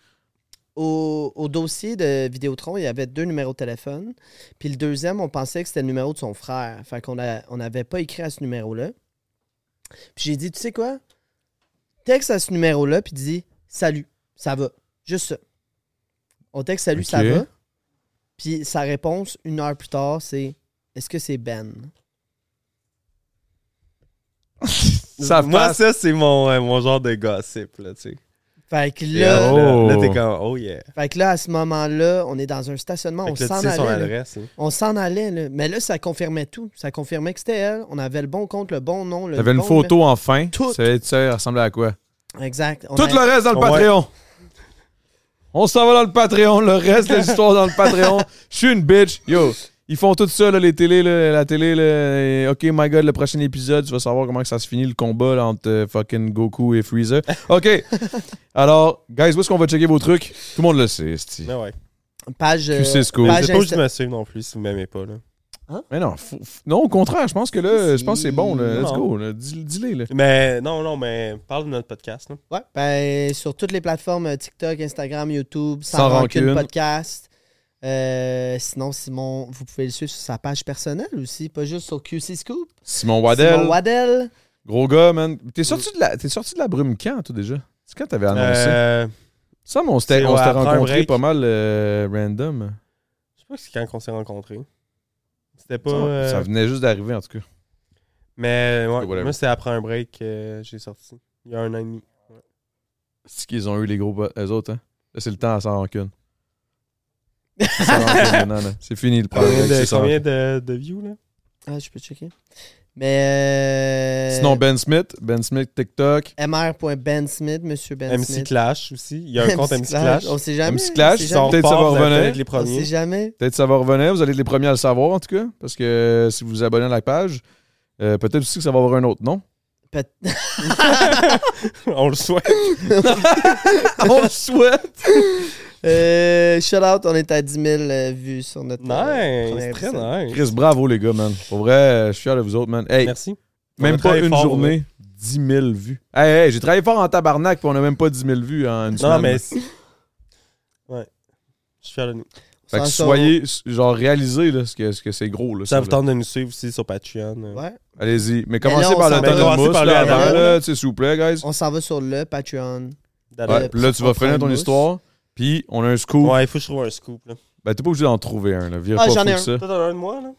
au, au dossier de Vidéotron, il y avait deux numéros de téléphone. Puis le deuxième, on pensait que c'était le numéro de son frère. Fait qu'on a- on n'avait pas écrit à ce numéro-là. Puis j'ai dit, tu sais quoi? Texte à ce numéro-là, puis dis salut, ça va. Juste ça. On texte salut, ça Ok. va. Puis sa réponse, une heure plus tard, c'est est-ce que c'est Ben? ça Moi, passe. ça, c'est mon, euh, mon genre de gossip. Là, tu sais. Fait que Et là, là, Oh. là, t'es comme, oh yeah. fait que là, à ce moment-là, on est dans un stationnement, Fait on que là, s'en tu sais son allait. là. adresse. hein. On s'en allait, là. Mais là, ça confirmait tout. Ça confirmait que c'était elle. On avait le bon compte, le bon nom. le T'avais une bon photo enfin. Tout. Ça, ça ressemblait à quoi? numéro. Exact. On Tout avait- le reste dans le Ouais. Patreon. On s'en va dans le Patreon. Le reste de l'histoire dans le Patreon. Je suis une bitch. Yo, ils font tout ça, là, les télés. là, la télé, là, et OK, my God, le prochain épisode, tu vas savoir comment que ça se finit, le combat là, entre euh, fucking Goku et Freezer. OK. Alors, guys, où est-ce qu'on va checker vos trucs? Tout le monde le sait, esti. Mais ouais. Page. euh, QC School. page Ah, C'est pas obligé Insta- de me suivre non plus si vous m'aimez pas. Là. Mais non, faut- faut- non, au contraire, je pense que là, je pense que c'est bon. Là. Let's Non. go. là. Dis- Dis-les. là. Mais non, non, mais parle de notre podcast. là. Ouais. Ben, sur toutes les plateformes euh, TikTok, Instagram, YouTube, sans, Sans rancune, rancune. podcast. Euh, sinon, Simon, vous pouvez le suivre sur sa page personnelle aussi, pas juste sur QC Scoop. Simon Waddell, Simon Waddell. gros gars, man. T'es sorti, de la- t'es sorti de la brume quand, toi, déjà? C'est quand t'avais annoncé? Euh, Ça, mais on s'était C'est, on ouais, s'était après un rencontrés break. pas mal euh, random. je sais pas si c'est quand on s'est rencontrés. C'était pas. Ça, euh, ça venait juste d'arriver, en tout cas. Mais ouais, whatever. moi, c'était après un break que j'ai sorti. Il y a un an et demi. C'est qu'ils ont eu les gros bo- eux autres, hein? Là, c'est le temps à sans rancune. Sans rancune, non, non. C'est fini le Combien problème. de, Ah, c'est sans combien rancune. de, de views là Ah, je peux checker. Mais. euh, Sinon, Ben Smith, Ben Smith TikTok, MR.Ben Smith, monsieur Ben MC Smith. Clash aussi. Il y a un compte MC Clash. On sait jamais. MC Clash, on sait Ils Jamais. sont Peut-être ça va forts, vous allez revenir. être les On sait premiers. jamais. peut-être ça va revenir. Vous allez être les premiers à le savoir, en tout cas. Parce que euh, si vous vous abonnez à la page, euh, peut-être aussi que ça va avoir un autre nom. Peut- on le souhaite. on le souhaite. Euh, shout out, on est à 10 000 euh, vues sur notre. euh, Nice. premier c'est Très épisode. nice. Chris, bravo, les gars, man. Pour vrai, euh, je suis fier de vous autres, man. Hey, Merci. On a Même pas travaillé une fort, journée, 10 000 vues. Hey, hey, j'ai travaillé fort en tabarnak, puis on a même pas 10 000 vues en une Non, semaine. mais. c'est- Ouais. Je suis fier de nous. Fait que Sans- sans- soyez, s- genre, réalisez là, ce que ce que c'est gros. Là, Ça ça, vous là. tente de nous suivre aussi sur Patreon. euh. Ouais. Allez-y. Mais là, commencez on par le s'en temps va. de Commencez mousse, par le là, temps de avant, mousse. là, tu sais, s'il vous plaît, guys. On s'en va sur le Patreon. D'aller- Ouais, puis là, tu vas on prend finir ton une mousse. histoire, puis on a un scoop. Ouais, il faut que je trouve un scoop. Là. Ben, t'es pas obligé d'en trouver un, là. Vire Ah, pas j'en fou ai un. que ça. Toi, t'en as un de moi, là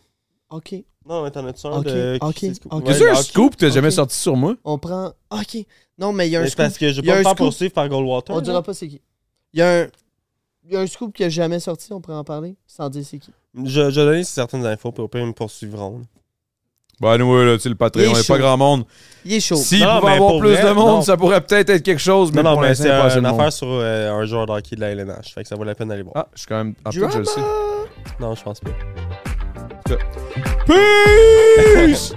Ok. Non, mais t'en as-tu un Ok, de. ok, qui c'est scoop? ok. Ouais, T'es sûr mais un ok. scoop que t'as ok. jamais sorti sur moi? On prend. Ok. Non, mais il y a un Mais c'est scoop. parce que je Il y a pas me un faire scoop. poursuivre par Goldwater. On là. dira pas c'est qui. Il y a un. Il y a un scoop qui a jamais sorti, on pourrait en parler sans dire c'est qui. Je, je vais donner certaines infos, puis au pire, ils me poursuivront. là. Ben, anyway, là, tu sais, le Patreon, Il est il pas chaud. grand monde. Il est chaud. S'il Non, pouvait mais avoir pour plus vrai, de monde, non. ça pourrait peut-être être quelque chose, mais Non, non, pour mais l'instant, c'est pas assez une de monde. affaire sur euh, un joueur de hockey de la LNH. Fait que ça vaut la peine d'aller voir. Ah, je suis quand même. Ah, peut-être que je le Ah. Drama! sais. Non, je pense pas. Peace!